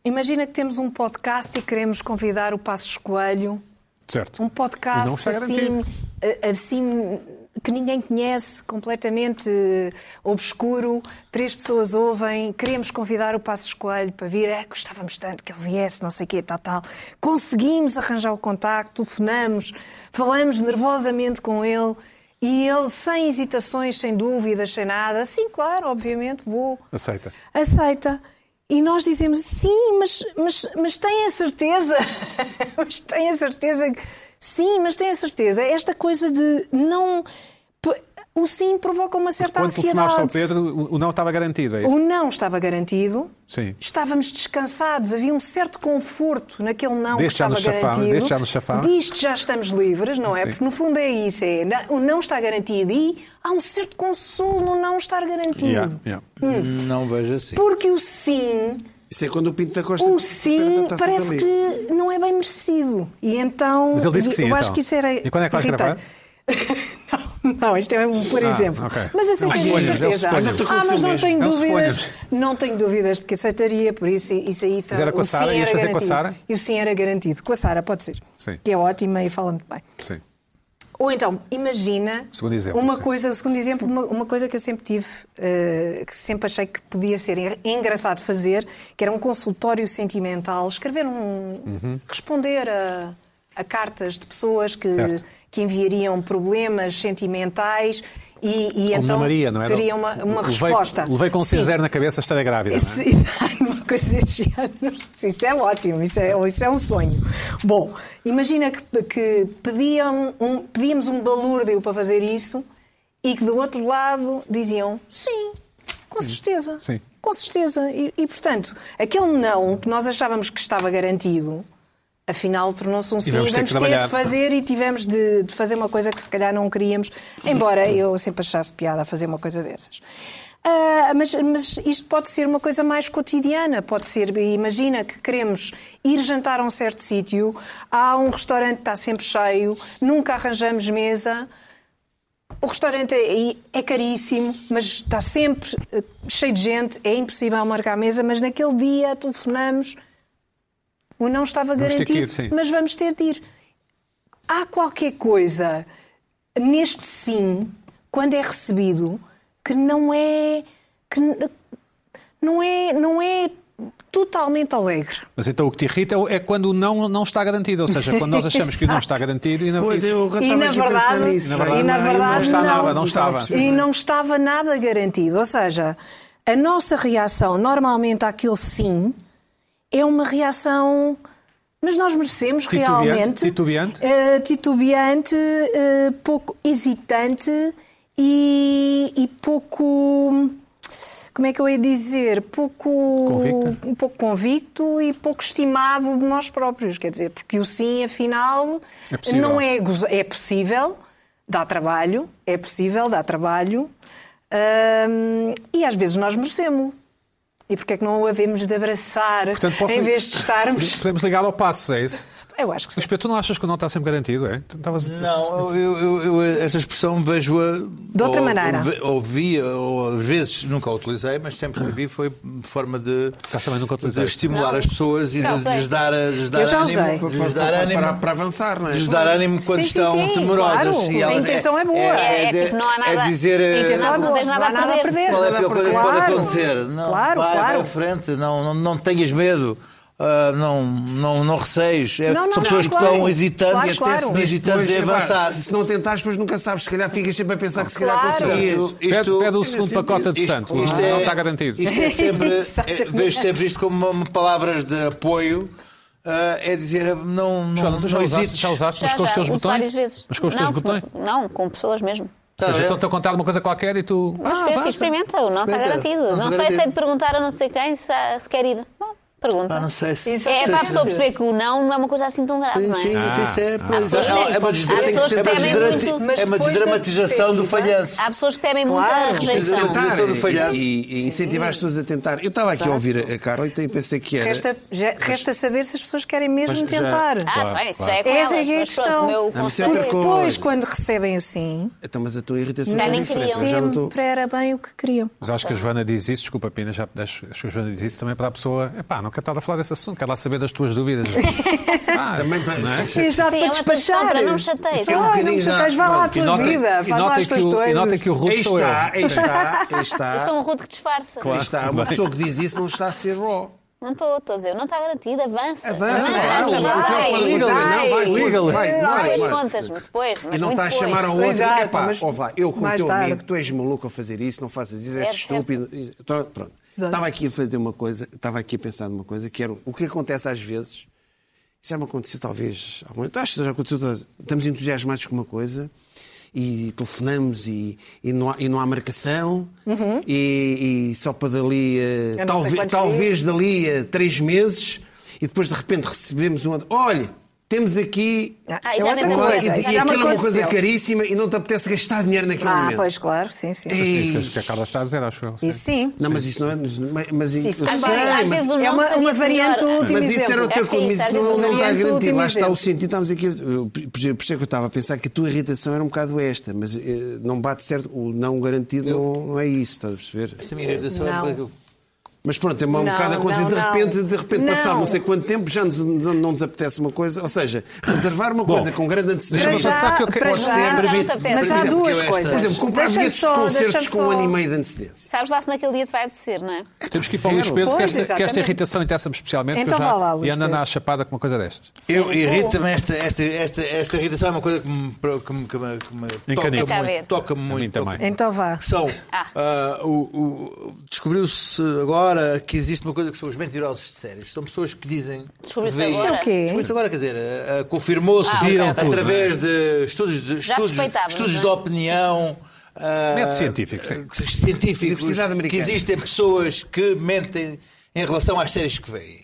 [SPEAKER 3] imagina que temos um podcast e queremos convidar o Passos Coelho
[SPEAKER 1] Certo.
[SPEAKER 3] um
[SPEAKER 1] Não
[SPEAKER 3] podcast
[SPEAKER 1] está
[SPEAKER 3] assim,
[SPEAKER 1] garantido.
[SPEAKER 3] eh, assim que ninguém conhece, completamente eh, obscuro. Três pessoas ouvem, queremos convidar o Passos Coelho para vir. É, gostávamos tanto que ele viesse, não sei o quê, tal, tal. Conseguimos arranjar o contacto, telefonamos, falamos nervosamente com ele e ele, sem hesitações, sem dúvidas, sem nada, sim, claro, obviamente, vou
[SPEAKER 1] Aceita.
[SPEAKER 3] aceita. E nós dizemos, sim, mas, mas, mas tem a certeza, mas tem a certeza, que- sim, mas tem a certeza. Esta coisa de não... p- O sim provoca uma certa
[SPEAKER 1] Quando telefonaste ao
[SPEAKER 3] ansiedade.
[SPEAKER 1] Pedro, o- o não estava garantido, é isso?
[SPEAKER 3] O não estava garantido.
[SPEAKER 1] Sim.
[SPEAKER 3] Estávamos descansados, havia um certo conforto naquele não
[SPEAKER 1] Desde
[SPEAKER 3] que
[SPEAKER 1] já
[SPEAKER 3] estava
[SPEAKER 1] nos chafámos,
[SPEAKER 3] garantido.
[SPEAKER 1] desde já nos chafámos.
[SPEAKER 3] Disto já estamos livres, não é?
[SPEAKER 1] Sim.
[SPEAKER 3] Porque no fundo é isso, é, na- o não está garantido e há um certo consolo no não estar garantido.
[SPEAKER 1] Yeah, yeah.
[SPEAKER 3] Hum.
[SPEAKER 4] Não vejo assim.
[SPEAKER 3] Porque o sim
[SPEAKER 2] Isso é quando o Pinto da Costa
[SPEAKER 3] o
[SPEAKER 2] perde a
[SPEAKER 3] sim
[SPEAKER 2] taça
[SPEAKER 3] parece
[SPEAKER 2] da Liga.
[SPEAKER 3] que não é bem merecido. E então.
[SPEAKER 1] Mas ele disse que sim,
[SPEAKER 3] Eu acho
[SPEAKER 1] então.
[SPEAKER 3] que isso era.
[SPEAKER 1] E quando é que vais
[SPEAKER 3] irritante. não, não, isto é um por
[SPEAKER 1] Ah,
[SPEAKER 3] exemplo.
[SPEAKER 1] ok.
[SPEAKER 3] Mas
[SPEAKER 1] É um
[SPEAKER 3] aceitaria
[SPEAKER 1] suponho, é
[SPEAKER 3] com
[SPEAKER 1] um
[SPEAKER 3] certeza.
[SPEAKER 1] suponho.
[SPEAKER 2] Ainda te
[SPEAKER 3] ah,
[SPEAKER 2] aconteceu
[SPEAKER 3] mas não
[SPEAKER 2] mesmo.
[SPEAKER 3] tenho
[SPEAKER 1] É um
[SPEAKER 3] dúvidas.
[SPEAKER 1] suponho.
[SPEAKER 3] Não tenho dúvidas de que aceitaria, por isso isso aí está.
[SPEAKER 1] Mas era com a
[SPEAKER 3] o sim
[SPEAKER 1] Sara? Ias
[SPEAKER 3] era
[SPEAKER 1] fazer com a
[SPEAKER 3] garantido.
[SPEAKER 1] Sara?
[SPEAKER 3] E o sim era garantido. Com a Sara, pode ser.
[SPEAKER 1] Sim.
[SPEAKER 3] Que é ótima e fala muito bem.
[SPEAKER 1] Sim.
[SPEAKER 3] Ou então, imagina
[SPEAKER 1] Segundo exemplo,
[SPEAKER 3] uma
[SPEAKER 1] sim.
[SPEAKER 3] coisa, segundo exemplo, uma, uma coisa que eu sempre tive, eh, que sempre achei que podia ser en- engraçado fazer, que era um consultório
[SPEAKER 1] Uhum.
[SPEAKER 3] sentimental, escrever um. responder a, a cartas de pessoas que,
[SPEAKER 1] Certo.
[SPEAKER 3] que enviariam problemas sentimentais e, e
[SPEAKER 1] Como
[SPEAKER 3] então
[SPEAKER 1] na Maria, não é?
[SPEAKER 3] teria uma, uma
[SPEAKER 1] levei,
[SPEAKER 3] resposta.
[SPEAKER 1] Levei com
[SPEAKER 3] Sim.
[SPEAKER 1] 6-0 na cabeça a estar grávida. não é?
[SPEAKER 3] Isso, isso- ai, uma coisa deste género. Isso é ótimo, isso é, isso é um sonho. Bom, imagina que, que pediam um, pedíamos um balúrdio para fazer isso e que do outro lado diziam sim, com certeza.
[SPEAKER 1] Sim.
[SPEAKER 3] Com certeza. E, e, portanto, aquele não que nós achávamos que estava garantido. Afinal, tornou-se um sim.
[SPEAKER 1] vamos ter que trabalhar.
[SPEAKER 3] de fazer e tivemos de, de fazer uma coisa que se calhar não queríamos, embora eu sempre achasse piada a fazer uma coisa dessas. Ah, mas, mas isto pode ser uma coisa mais cotidiana, pode ser, imagina que queremos ir jantar a um certo sítio, há um restaurante que está sempre cheio, nunca arranjamos mesa, o restaurante é, é caríssimo, mas está sempre eh, cheio de gente, é impossível marcar mesa, mas naquele dia telefonamos, o não estava
[SPEAKER 1] Vamos ter que ir,
[SPEAKER 3] garantido,
[SPEAKER 1] sim.
[SPEAKER 3] mas vamos ter de ir. Há qualquer coisa neste sim, quando é recebido, que não é. que n- não é, não é totalmente alegre.
[SPEAKER 1] Mas então o que te irrita é o- é quando o não não está garantido, ou seja, quando nós achamos que o não está
[SPEAKER 3] Exato.
[SPEAKER 1] garantido e na
[SPEAKER 2] Pois, eu
[SPEAKER 3] E
[SPEAKER 2] estava
[SPEAKER 3] na
[SPEAKER 2] aqui
[SPEAKER 3] verdade-
[SPEAKER 2] a pensar nisso.
[SPEAKER 3] na verdade-
[SPEAKER 2] Ai,
[SPEAKER 3] e na
[SPEAKER 2] não,
[SPEAKER 3] verdade
[SPEAKER 1] está
[SPEAKER 3] não.
[SPEAKER 1] nada, não
[SPEAKER 2] estava a
[SPEAKER 1] estava.
[SPEAKER 2] perceber.
[SPEAKER 3] E não estava nada garantido. Ou seja, a nossa reação normalmente àquele sim é uma reação. Mas nós merecemos
[SPEAKER 1] Titubeante,
[SPEAKER 3] realmente.
[SPEAKER 1] titubeante?
[SPEAKER 3] eh, titubeante, eh, pouco hesitante e, e pouco. Como é que eu ia dizer? Pouco.
[SPEAKER 1] Convicta?
[SPEAKER 3] Um pouco convicto e pouco estimado de nós próprios. Quer dizer, porque o sim, afinal,
[SPEAKER 1] É possível.
[SPEAKER 3] não é, gozo- é possível, dá trabalho, é possível, dá trabalho. Hum, e às vezes nós merecemos. E porque é que não o havemos de abraçar
[SPEAKER 1] Portanto, posso-
[SPEAKER 3] em vez de estarmos.
[SPEAKER 1] Podemos ligar ao passo, é isso?
[SPEAKER 3] Eu acho que sim.
[SPEAKER 1] Mas Pedro, tu não achas que o não está sempre garantido, é? Tu Estavas...
[SPEAKER 7] Não, eu, eu- eu- esta expressão vejo-a. De
[SPEAKER 3] outra maneira.
[SPEAKER 7] Ouvi, ou às vezes nunca a utilizei, mas sempre que vi foi forma de,
[SPEAKER 1] Cá também nunca utilizei.
[SPEAKER 7] de estimular
[SPEAKER 5] Não.
[SPEAKER 7] as pessoas e
[SPEAKER 5] Já
[SPEAKER 7] de
[SPEAKER 5] usei.
[SPEAKER 7] lhes dar, a- de lhes dar
[SPEAKER 3] já usei.
[SPEAKER 7] ânimo. de
[SPEAKER 2] Para,
[SPEAKER 7] lhes dar
[SPEAKER 2] para, para,
[SPEAKER 7] ânimo.
[SPEAKER 2] para avançar, não é?
[SPEAKER 7] de lhes dar ânimo quando
[SPEAKER 3] Sim, sim,
[SPEAKER 7] estão
[SPEAKER 3] sim,
[SPEAKER 7] temerosas.
[SPEAKER 3] claro.
[SPEAKER 7] E
[SPEAKER 3] A
[SPEAKER 7] elas-
[SPEAKER 3] intenção é boa.
[SPEAKER 5] É, é
[SPEAKER 7] de-
[SPEAKER 5] tipo, não há nada-
[SPEAKER 7] é dizer.
[SPEAKER 5] A
[SPEAKER 7] eh,
[SPEAKER 5] intenção é
[SPEAKER 3] Não,
[SPEAKER 5] boa. tens nada a
[SPEAKER 3] não há nada a
[SPEAKER 5] perder.
[SPEAKER 3] perder.
[SPEAKER 7] Qual é a pior coisa que pode
[SPEAKER 3] Claro.
[SPEAKER 7] acontecer? Não,
[SPEAKER 3] Claro,
[SPEAKER 7] vai, vai
[SPEAKER 3] claro.
[SPEAKER 7] à frente, não, não, não tenhas medo. ah, não, não, não receios. É-
[SPEAKER 3] Não, não,
[SPEAKER 7] São pessoas
[SPEAKER 3] não,
[SPEAKER 7] que
[SPEAKER 3] claro.
[SPEAKER 7] estão hesitando
[SPEAKER 3] Claro,
[SPEAKER 7] e até se
[SPEAKER 3] claro.
[SPEAKER 7] hesitantes em
[SPEAKER 2] é pá,
[SPEAKER 7] avançar.
[SPEAKER 2] Se não tentares, depois nunca sabes. Se calhar ficas sempre a pensar que se calhar
[SPEAKER 3] Claro.
[SPEAKER 2] conseguias.
[SPEAKER 7] Isto-
[SPEAKER 1] Pede,
[SPEAKER 7] isto-
[SPEAKER 1] pede o
[SPEAKER 7] isto-
[SPEAKER 1] segundo pacote de
[SPEAKER 7] isto-
[SPEAKER 1] santo.
[SPEAKER 7] isto
[SPEAKER 1] não
[SPEAKER 7] é-
[SPEAKER 1] está garantido.
[SPEAKER 7] Isto é sempre,
[SPEAKER 3] Exatamente.
[SPEAKER 7] é- vejo sempre isto como uma- palavras de apoio. ah, é dizer, ah, não, não,
[SPEAKER 1] Joana, tu já
[SPEAKER 7] não
[SPEAKER 1] usaste,
[SPEAKER 7] hesites.
[SPEAKER 1] já usaste, mas
[SPEAKER 5] Já,
[SPEAKER 1] com os
[SPEAKER 5] já,
[SPEAKER 1] teus
[SPEAKER 5] uso várias
[SPEAKER 1] botões?
[SPEAKER 5] vezes.
[SPEAKER 1] Mas com os
[SPEAKER 5] não,
[SPEAKER 1] teus botões?
[SPEAKER 5] com- Não, com pessoas mesmo.
[SPEAKER 1] Ou
[SPEAKER 7] Tá,
[SPEAKER 1] seja, então,
[SPEAKER 7] é.
[SPEAKER 1] estão-te a contar uma coisa qualquer e tu...
[SPEAKER 5] Mas
[SPEAKER 7] Ah,
[SPEAKER 5] ah,
[SPEAKER 7] basta.
[SPEAKER 5] experimenta, não está
[SPEAKER 7] Experimenta.
[SPEAKER 5] garantido.
[SPEAKER 7] Não está
[SPEAKER 5] Não, sei se é
[SPEAKER 7] garantido.
[SPEAKER 5] de perguntar a não sei quem se, se quer ir. Bom, pergunta.
[SPEAKER 7] Ah, não sei se.
[SPEAKER 3] Isso
[SPEAKER 5] É,
[SPEAKER 7] sei
[SPEAKER 5] para a
[SPEAKER 7] se-
[SPEAKER 5] pessoa perceber que o não não é uma coisa assim tão grave,
[SPEAKER 7] Sim,
[SPEAKER 5] não é?
[SPEAKER 7] sim, isso é- pois, é-
[SPEAKER 5] pessoas que-
[SPEAKER 7] é uma
[SPEAKER 5] há
[SPEAKER 7] desdra-
[SPEAKER 5] pessoas que
[SPEAKER 7] é uma
[SPEAKER 5] temem
[SPEAKER 7] desdra-
[SPEAKER 5] muito,
[SPEAKER 7] é
[SPEAKER 3] mas
[SPEAKER 7] uma
[SPEAKER 3] depois da
[SPEAKER 7] desdramatização do
[SPEAKER 3] perspectiva-
[SPEAKER 7] falhanço.
[SPEAKER 5] Há pessoas que temem
[SPEAKER 3] Claro.
[SPEAKER 5] muita rejeição.
[SPEAKER 7] Tens a razão. Utilização do falhaço.
[SPEAKER 2] E, e- e incentivar as pessoas a tentar. Eu estava aqui a ouvir a a Carla e tenho- pensei que era.
[SPEAKER 3] Resta, já- resta saber se as pessoas querem mesmo
[SPEAKER 2] Mas já-
[SPEAKER 3] tentar.
[SPEAKER 5] Ah, bem, isso já é com
[SPEAKER 3] Essa é
[SPEAKER 5] elas,
[SPEAKER 3] que é a
[SPEAKER 5] mas pronto,
[SPEAKER 3] questão.
[SPEAKER 5] o meu
[SPEAKER 2] mas
[SPEAKER 5] conselho
[SPEAKER 2] é
[SPEAKER 5] é
[SPEAKER 2] outra
[SPEAKER 5] esse.
[SPEAKER 2] coisa.
[SPEAKER 3] Depois, quando recebem o sim,
[SPEAKER 2] Então, mas a tua irritação
[SPEAKER 5] Já
[SPEAKER 2] é
[SPEAKER 5] nem
[SPEAKER 2] diferente.
[SPEAKER 5] queriam.
[SPEAKER 2] Eu já não
[SPEAKER 3] sempre
[SPEAKER 2] estou.
[SPEAKER 3] era bem o que queriam.
[SPEAKER 1] Mas acho que a Joana diz isso, desculpa Pina, já te deixo, acho que a Joana diz isso também para a pessoa, epá, não quero estar a falar desse assunto, quero lá saber das tuas dúvidas. Ah,
[SPEAKER 2] Também para-
[SPEAKER 3] Exato,
[SPEAKER 5] Sim, é
[SPEAKER 3] para
[SPEAKER 5] uma posição
[SPEAKER 3] despachar.
[SPEAKER 5] para não me chateias.
[SPEAKER 3] Ai, não me
[SPEAKER 2] bocadinho já-
[SPEAKER 3] chateias, vai lá à
[SPEAKER 1] e
[SPEAKER 3] tua
[SPEAKER 1] nota,
[SPEAKER 3] vida,
[SPEAKER 1] e
[SPEAKER 3] faz lá
[SPEAKER 1] nota
[SPEAKER 3] as
[SPEAKER 1] que
[SPEAKER 3] tuas
[SPEAKER 1] o, e
[SPEAKER 3] coisas.
[SPEAKER 1] nota que o
[SPEAKER 2] Aí
[SPEAKER 1] rude sou eu.
[SPEAKER 2] está, aí está, aí
[SPEAKER 5] Eu
[SPEAKER 2] está.
[SPEAKER 5] sou um rude que disfarça.
[SPEAKER 2] Aí está. Uma pessoa que diz isso não está a ser raw.
[SPEAKER 5] Não estou, estou a dizer, não está garantido, avança.
[SPEAKER 2] Avança,
[SPEAKER 5] avança,
[SPEAKER 2] vai, é vai, vai,
[SPEAKER 5] vai.
[SPEAKER 2] vai, vai,
[SPEAKER 1] Liga-lhe.
[SPEAKER 2] vai, vai,
[SPEAKER 5] Depois
[SPEAKER 2] vai.
[SPEAKER 5] contas-me, depois. Mas
[SPEAKER 2] E não
[SPEAKER 5] muito
[SPEAKER 2] está a
[SPEAKER 5] depois.
[SPEAKER 2] chamar ao outro,
[SPEAKER 3] Exato,
[SPEAKER 2] epá,
[SPEAKER 3] mas
[SPEAKER 2] ó vá, eu com o
[SPEAKER 3] mais
[SPEAKER 2] teu
[SPEAKER 3] tarde.
[SPEAKER 2] amigo, tu és maluco a fazer isso, não faças isso, és
[SPEAKER 5] Certo,
[SPEAKER 2] estúpido. Então, pronto. Estava aqui a fazer uma coisa, estava aqui a pensar numa coisa, que era o que acontece às vezes, isso já me aconteceu talvez, há muito- acho que já aconteceu, todas- estamos entusiasmados com uma coisa e telefonamos e, e não, há, e não há marcação e, e só para dali, eh,
[SPEAKER 3] Uhum. Eu não sei
[SPEAKER 2] talvez,
[SPEAKER 3] quantos
[SPEAKER 2] talvez dali a três meses e depois de repente recebemos um... Olha, temos aqui
[SPEAKER 3] Ah,
[SPEAKER 5] Ah,
[SPEAKER 3] isso é
[SPEAKER 5] já
[SPEAKER 3] outra
[SPEAKER 5] me aconteceu,
[SPEAKER 3] coisa.
[SPEAKER 2] e,
[SPEAKER 5] isso
[SPEAKER 2] e
[SPEAKER 3] Já me
[SPEAKER 2] aquilo é uma coisa
[SPEAKER 3] aconteceu.
[SPEAKER 2] caríssima e não te apetece gastar dinheiro naquele
[SPEAKER 3] Ah,
[SPEAKER 2] momento.
[SPEAKER 3] pois claro, sim, sim.
[SPEAKER 1] É isso que a Carla está a dizer, acho eu. sim.
[SPEAKER 3] E sim.
[SPEAKER 2] Não, mas isso não é. Mas, mas
[SPEAKER 3] isso
[SPEAKER 2] eu
[SPEAKER 3] também.
[SPEAKER 2] sei, mas,
[SPEAKER 5] Às vezes o não
[SPEAKER 3] É uma-
[SPEAKER 5] seria
[SPEAKER 3] uma variante
[SPEAKER 5] melhor.
[SPEAKER 3] última.
[SPEAKER 2] mas isso era
[SPEAKER 3] exemplo.
[SPEAKER 2] outra
[SPEAKER 5] Acho que é
[SPEAKER 2] coisa, mas
[SPEAKER 5] isso,
[SPEAKER 2] isso
[SPEAKER 5] às vezes
[SPEAKER 2] não,
[SPEAKER 5] o
[SPEAKER 2] não está
[SPEAKER 3] variante
[SPEAKER 2] garantido.
[SPEAKER 3] último
[SPEAKER 2] Lá está o
[SPEAKER 3] exemplo.
[SPEAKER 2] sentido. Estamos aqui. eu- Por por isso é que eu estava a pensar que a tua irritação era um bocado esta, mas eh, não bate certo. O não garantido não, não é isso, estás a perceber?
[SPEAKER 4] Essa minha irritação é
[SPEAKER 3] Não.
[SPEAKER 4] porque eu-
[SPEAKER 2] Mas pronto, é uma
[SPEAKER 3] Não,
[SPEAKER 2] bocado a acontecer.
[SPEAKER 3] não,
[SPEAKER 2] De
[SPEAKER 3] não.
[SPEAKER 2] repente, de repente, passado
[SPEAKER 3] Não.
[SPEAKER 2] não sei quanto tempo, já nos- não não nos apetece uma coisa. Ou seja, reservar uma coisa com grande antecedência.
[SPEAKER 3] Para
[SPEAKER 1] Deixa-me
[SPEAKER 3] já,
[SPEAKER 1] pensar que eu quero-
[SPEAKER 3] para
[SPEAKER 1] Pode
[SPEAKER 3] já,
[SPEAKER 5] ser, já não te apetece.
[SPEAKER 3] mas
[SPEAKER 5] Por
[SPEAKER 3] há
[SPEAKER 5] exemplo,
[SPEAKER 3] duas
[SPEAKER 4] que eu
[SPEAKER 3] coisas.
[SPEAKER 2] Por exemplo, comprar
[SPEAKER 3] Deixa-me
[SPEAKER 2] bilhetes de
[SPEAKER 3] só,
[SPEAKER 2] concertos
[SPEAKER 3] deixa-me
[SPEAKER 2] com um
[SPEAKER 3] só.
[SPEAKER 2] ano e meio de antecedência.
[SPEAKER 5] Sabes lá se naquele dia te vai apetecer, não é?
[SPEAKER 1] Temos que ir para o
[SPEAKER 2] Zero.
[SPEAKER 1] Luís Pedro, que
[SPEAKER 3] Pois,
[SPEAKER 1] esta, que esta
[SPEAKER 3] exatamente.
[SPEAKER 1] irritação interessa-me especialmente.
[SPEAKER 3] Então
[SPEAKER 1] porque eu já-
[SPEAKER 3] vá lá, Luís
[SPEAKER 1] E anda
[SPEAKER 3] Pedro.
[SPEAKER 1] na chapada com uma coisa destas.
[SPEAKER 4] Eu irrita-me esta, esta, esta, esta irritação é uma coisa que me, que me, que me, que me toca
[SPEAKER 1] Encanica.
[SPEAKER 5] Cabeça.
[SPEAKER 4] muito. Toca-me
[SPEAKER 1] A mim
[SPEAKER 4] muito.
[SPEAKER 1] também.
[SPEAKER 4] toca-me.
[SPEAKER 3] Então vá.
[SPEAKER 4] Que são.
[SPEAKER 5] Ah.
[SPEAKER 4] ah, o- o- Descobriu-se agora que existe uma coisa que são os mentirosos de séries. São pessoas que dizem.
[SPEAKER 5] Descobriu-se
[SPEAKER 4] veem-
[SPEAKER 5] agora? Isto é
[SPEAKER 3] o quê?
[SPEAKER 4] Descobriu-se agora, quer dizer, ah, ah, confirmou-se
[SPEAKER 5] Ah, ok, ok.
[SPEAKER 4] através de estudos de,
[SPEAKER 5] Já
[SPEAKER 4] estudos,
[SPEAKER 5] suspeitávamos,
[SPEAKER 4] estudos
[SPEAKER 5] não é?
[SPEAKER 4] de opinião. ah,
[SPEAKER 1] Métodos científicos, sim.
[SPEAKER 4] que- científicos
[SPEAKER 2] Universidade
[SPEAKER 4] que
[SPEAKER 2] Americana.
[SPEAKER 4] existem pessoas que mentem em relação às séries que veem.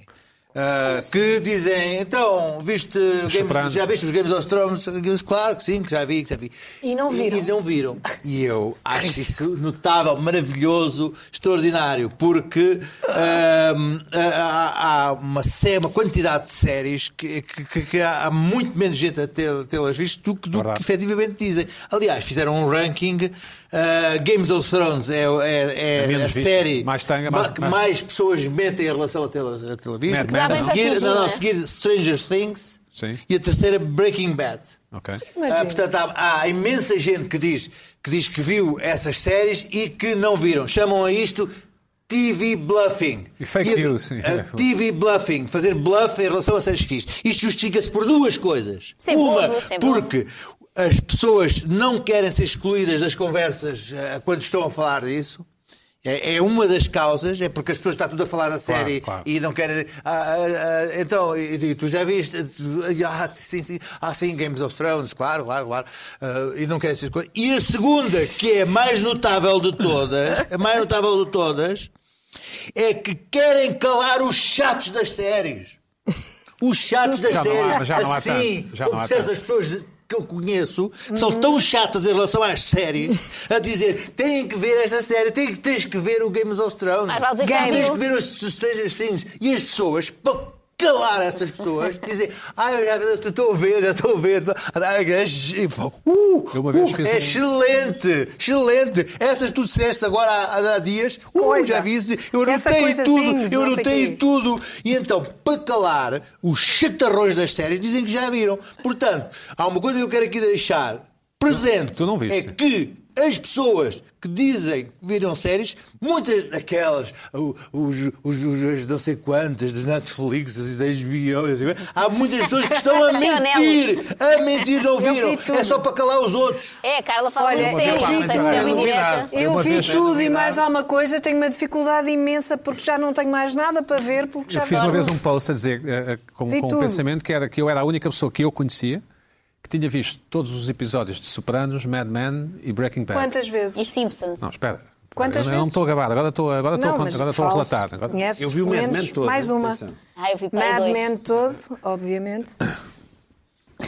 [SPEAKER 4] Ah, que dizem, então, viste Game-
[SPEAKER 1] Sopranos.
[SPEAKER 4] já viste os Games of Thrones? Claro que sim, que já vi, que já vi.
[SPEAKER 3] E não viram.
[SPEAKER 5] é
[SPEAKER 4] E,
[SPEAKER 5] um
[SPEAKER 4] não viram. E eu acho isso notável, maravilhoso, extraordinário, porque ahm, há, há uma, sé- uma quantidade de séries que, que- que- que há muito menos gente a tê- tê-las visto do, que- do
[SPEAKER 1] Verdade.
[SPEAKER 4] que efetivamente dizem. Aliás, fizeram um ranking. ah, Games of Thrones é, é- é
[SPEAKER 1] A menos
[SPEAKER 4] a
[SPEAKER 1] vista.
[SPEAKER 4] série
[SPEAKER 1] Mais tanga,
[SPEAKER 4] ma-
[SPEAKER 1] mais-
[SPEAKER 4] que mais pessoas metem em relação à tele- à televisão.
[SPEAKER 1] Mad Men,
[SPEAKER 5] Dá bem
[SPEAKER 4] A
[SPEAKER 1] não?
[SPEAKER 5] para
[SPEAKER 4] seguir,
[SPEAKER 5] atingir,
[SPEAKER 4] não, não,
[SPEAKER 5] não é?
[SPEAKER 4] a seguir Stranger Things
[SPEAKER 1] Sim.
[SPEAKER 4] e a terceira Breaking Bad.
[SPEAKER 1] Ok.
[SPEAKER 3] Imagina.
[SPEAKER 4] Ah, portanto, há, há imensa gente que diz, que diz que viu essas séries e que não viram. Chamam a isto TV bluffing.
[SPEAKER 1] E fake news, sim. É,
[SPEAKER 4] a TV bluffing. Fazer bluff em relação a séries que fiz. Isto justifica-se por duas coisas.
[SPEAKER 5] Sempre
[SPEAKER 4] Uma,
[SPEAKER 5] houve, sempre
[SPEAKER 4] porque as pessoas não querem ser excluídas das conversas ah, quando estão a falar disso. É é uma das causas, é porque as pessoas estão tudo a falar da série
[SPEAKER 1] claro.
[SPEAKER 4] e não querem. Ah, ah, ah, então, e, e tu já viste? Ah, sim, sim. Ah, sim, Games of Thrones, claro, claro, claro. Ah, e não querem essas coisas. E a segunda, que é a mais notável de todas, a mais notável de todas, é que querem calar os chatos das séries. Os chatos das
[SPEAKER 1] Já não há-
[SPEAKER 4] séries.
[SPEAKER 1] já não há
[SPEAKER 4] assim,
[SPEAKER 1] tanto, já não há
[SPEAKER 4] como certas pessoas que eu conheço que são tão chatas em relação às séries a dizer têm que ver esta série, têm, que- tens que ver o Games of Thrones,
[SPEAKER 5] Mais vale dizer que
[SPEAKER 3] Game.
[SPEAKER 5] não
[SPEAKER 4] tens
[SPEAKER 5] viu.
[SPEAKER 4] que ver os Stranger Things. E as pessoas, para calar essas pessoas, dizem ah, eu já eu estou a ver, já estou a ver. estou- Ah, é gi- pô, uh,
[SPEAKER 1] Eu uma vez
[SPEAKER 4] uh,
[SPEAKER 1] fiz
[SPEAKER 4] é
[SPEAKER 1] um-
[SPEAKER 4] excelente, excelente. Essas que tu disseste agora há, há dias, uh,
[SPEAKER 3] Coisa.
[SPEAKER 4] já vi isso, eu
[SPEAKER 3] Essa
[SPEAKER 4] anotei
[SPEAKER 3] coisa
[SPEAKER 4] tudo,
[SPEAKER 3] things,
[SPEAKER 4] eu
[SPEAKER 3] não sei quê.
[SPEAKER 4] anotei tudo. E então, para calar, os chatarrões das séries dizem que já viram. Portanto, há uma coisa que eu quero aqui deixar presente.
[SPEAKER 1] Tu não viste.
[SPEAKER 4] É que as pessoas que dizem que viram séries, muitas daquelas, o- os, os, os- as não sei quantas, das Netflix e das HBO, não sei o quê, há muitas pessoas que estão a mentir, a mentir, não
[SPEAKER 3] vi
[SPEAKER 4] viram.
[SPEAKER 3] tudo.
[SPEAKER 4] É só para calar os outros.
[SPEAKER 5] É, a Carla fala
[SPEAKER 3] Olha,
[SPEAKER 5] muito sério,
[SPEAKER 3] eu vi
[SPEAKER 5] não sei se
[SPEAKER 3] tudo.
[SPEAKER 5] é uma indireta.
[SPEAKER 1] Eu
[SPEAKER 3] Eu
[SPEAKER 1] uma
[SPEAKER 3] fiz
[SPEAKER 1] vez-
[SPEAKER 3] tudo e mais alguma coisa, tenho uma dificuldade imensa porque já não tenho mais nada para ver, porque já
[SPEAKER 1] Eu fiz uma
[SPEAKER 3] dormo.
[SPEAKER 1] vez um post a dizer, eh, eh, com,
[SPEAKER 3] Vi
[SPEAKER 1] com um
[SPEAKER 3] tudo.
[SPEAKER 1] pensamento que era que eu era a única pessoa que eu conhecia que tinha visto todos os episódios de Sopranos, Mad Men e Breaking Bad.
[SPEAKER 3] Quantas vezes?
[SPEAKER 5] E Simpsons.
[SPEAKER 1] Não, espera.
[SPEAKER 3] Quantas
[SPEAKER 1] eu, eu não
[SPEAKER 3] vezes?
[SPEAKER 1] estou a gabar, agora estou, agora estou, a
[SPEAKER 3] Não,
[SPEAKER 1] cont-
[SPEAKER 3] mas
[SPEAKER 1] agora estou a
[SPEAKER 3] falso.
[SPEAKER 1] relatar. Agora-
[SPEAKER 3] Conheces
[SPEAKER 2] Eu vi o Mad
[SPEAKER 3] menos-
[SPEAKER 2] Men todo,
[SPEAKER 3] Mais uma.
[SPEAKER 2] atenção.
[SPEAKER 5] Ah, eu vi para aí
[SPEAKER 3] Mad
[SPEAKER 5] dois.
[SPEAKER 3] Men todo, obviamente.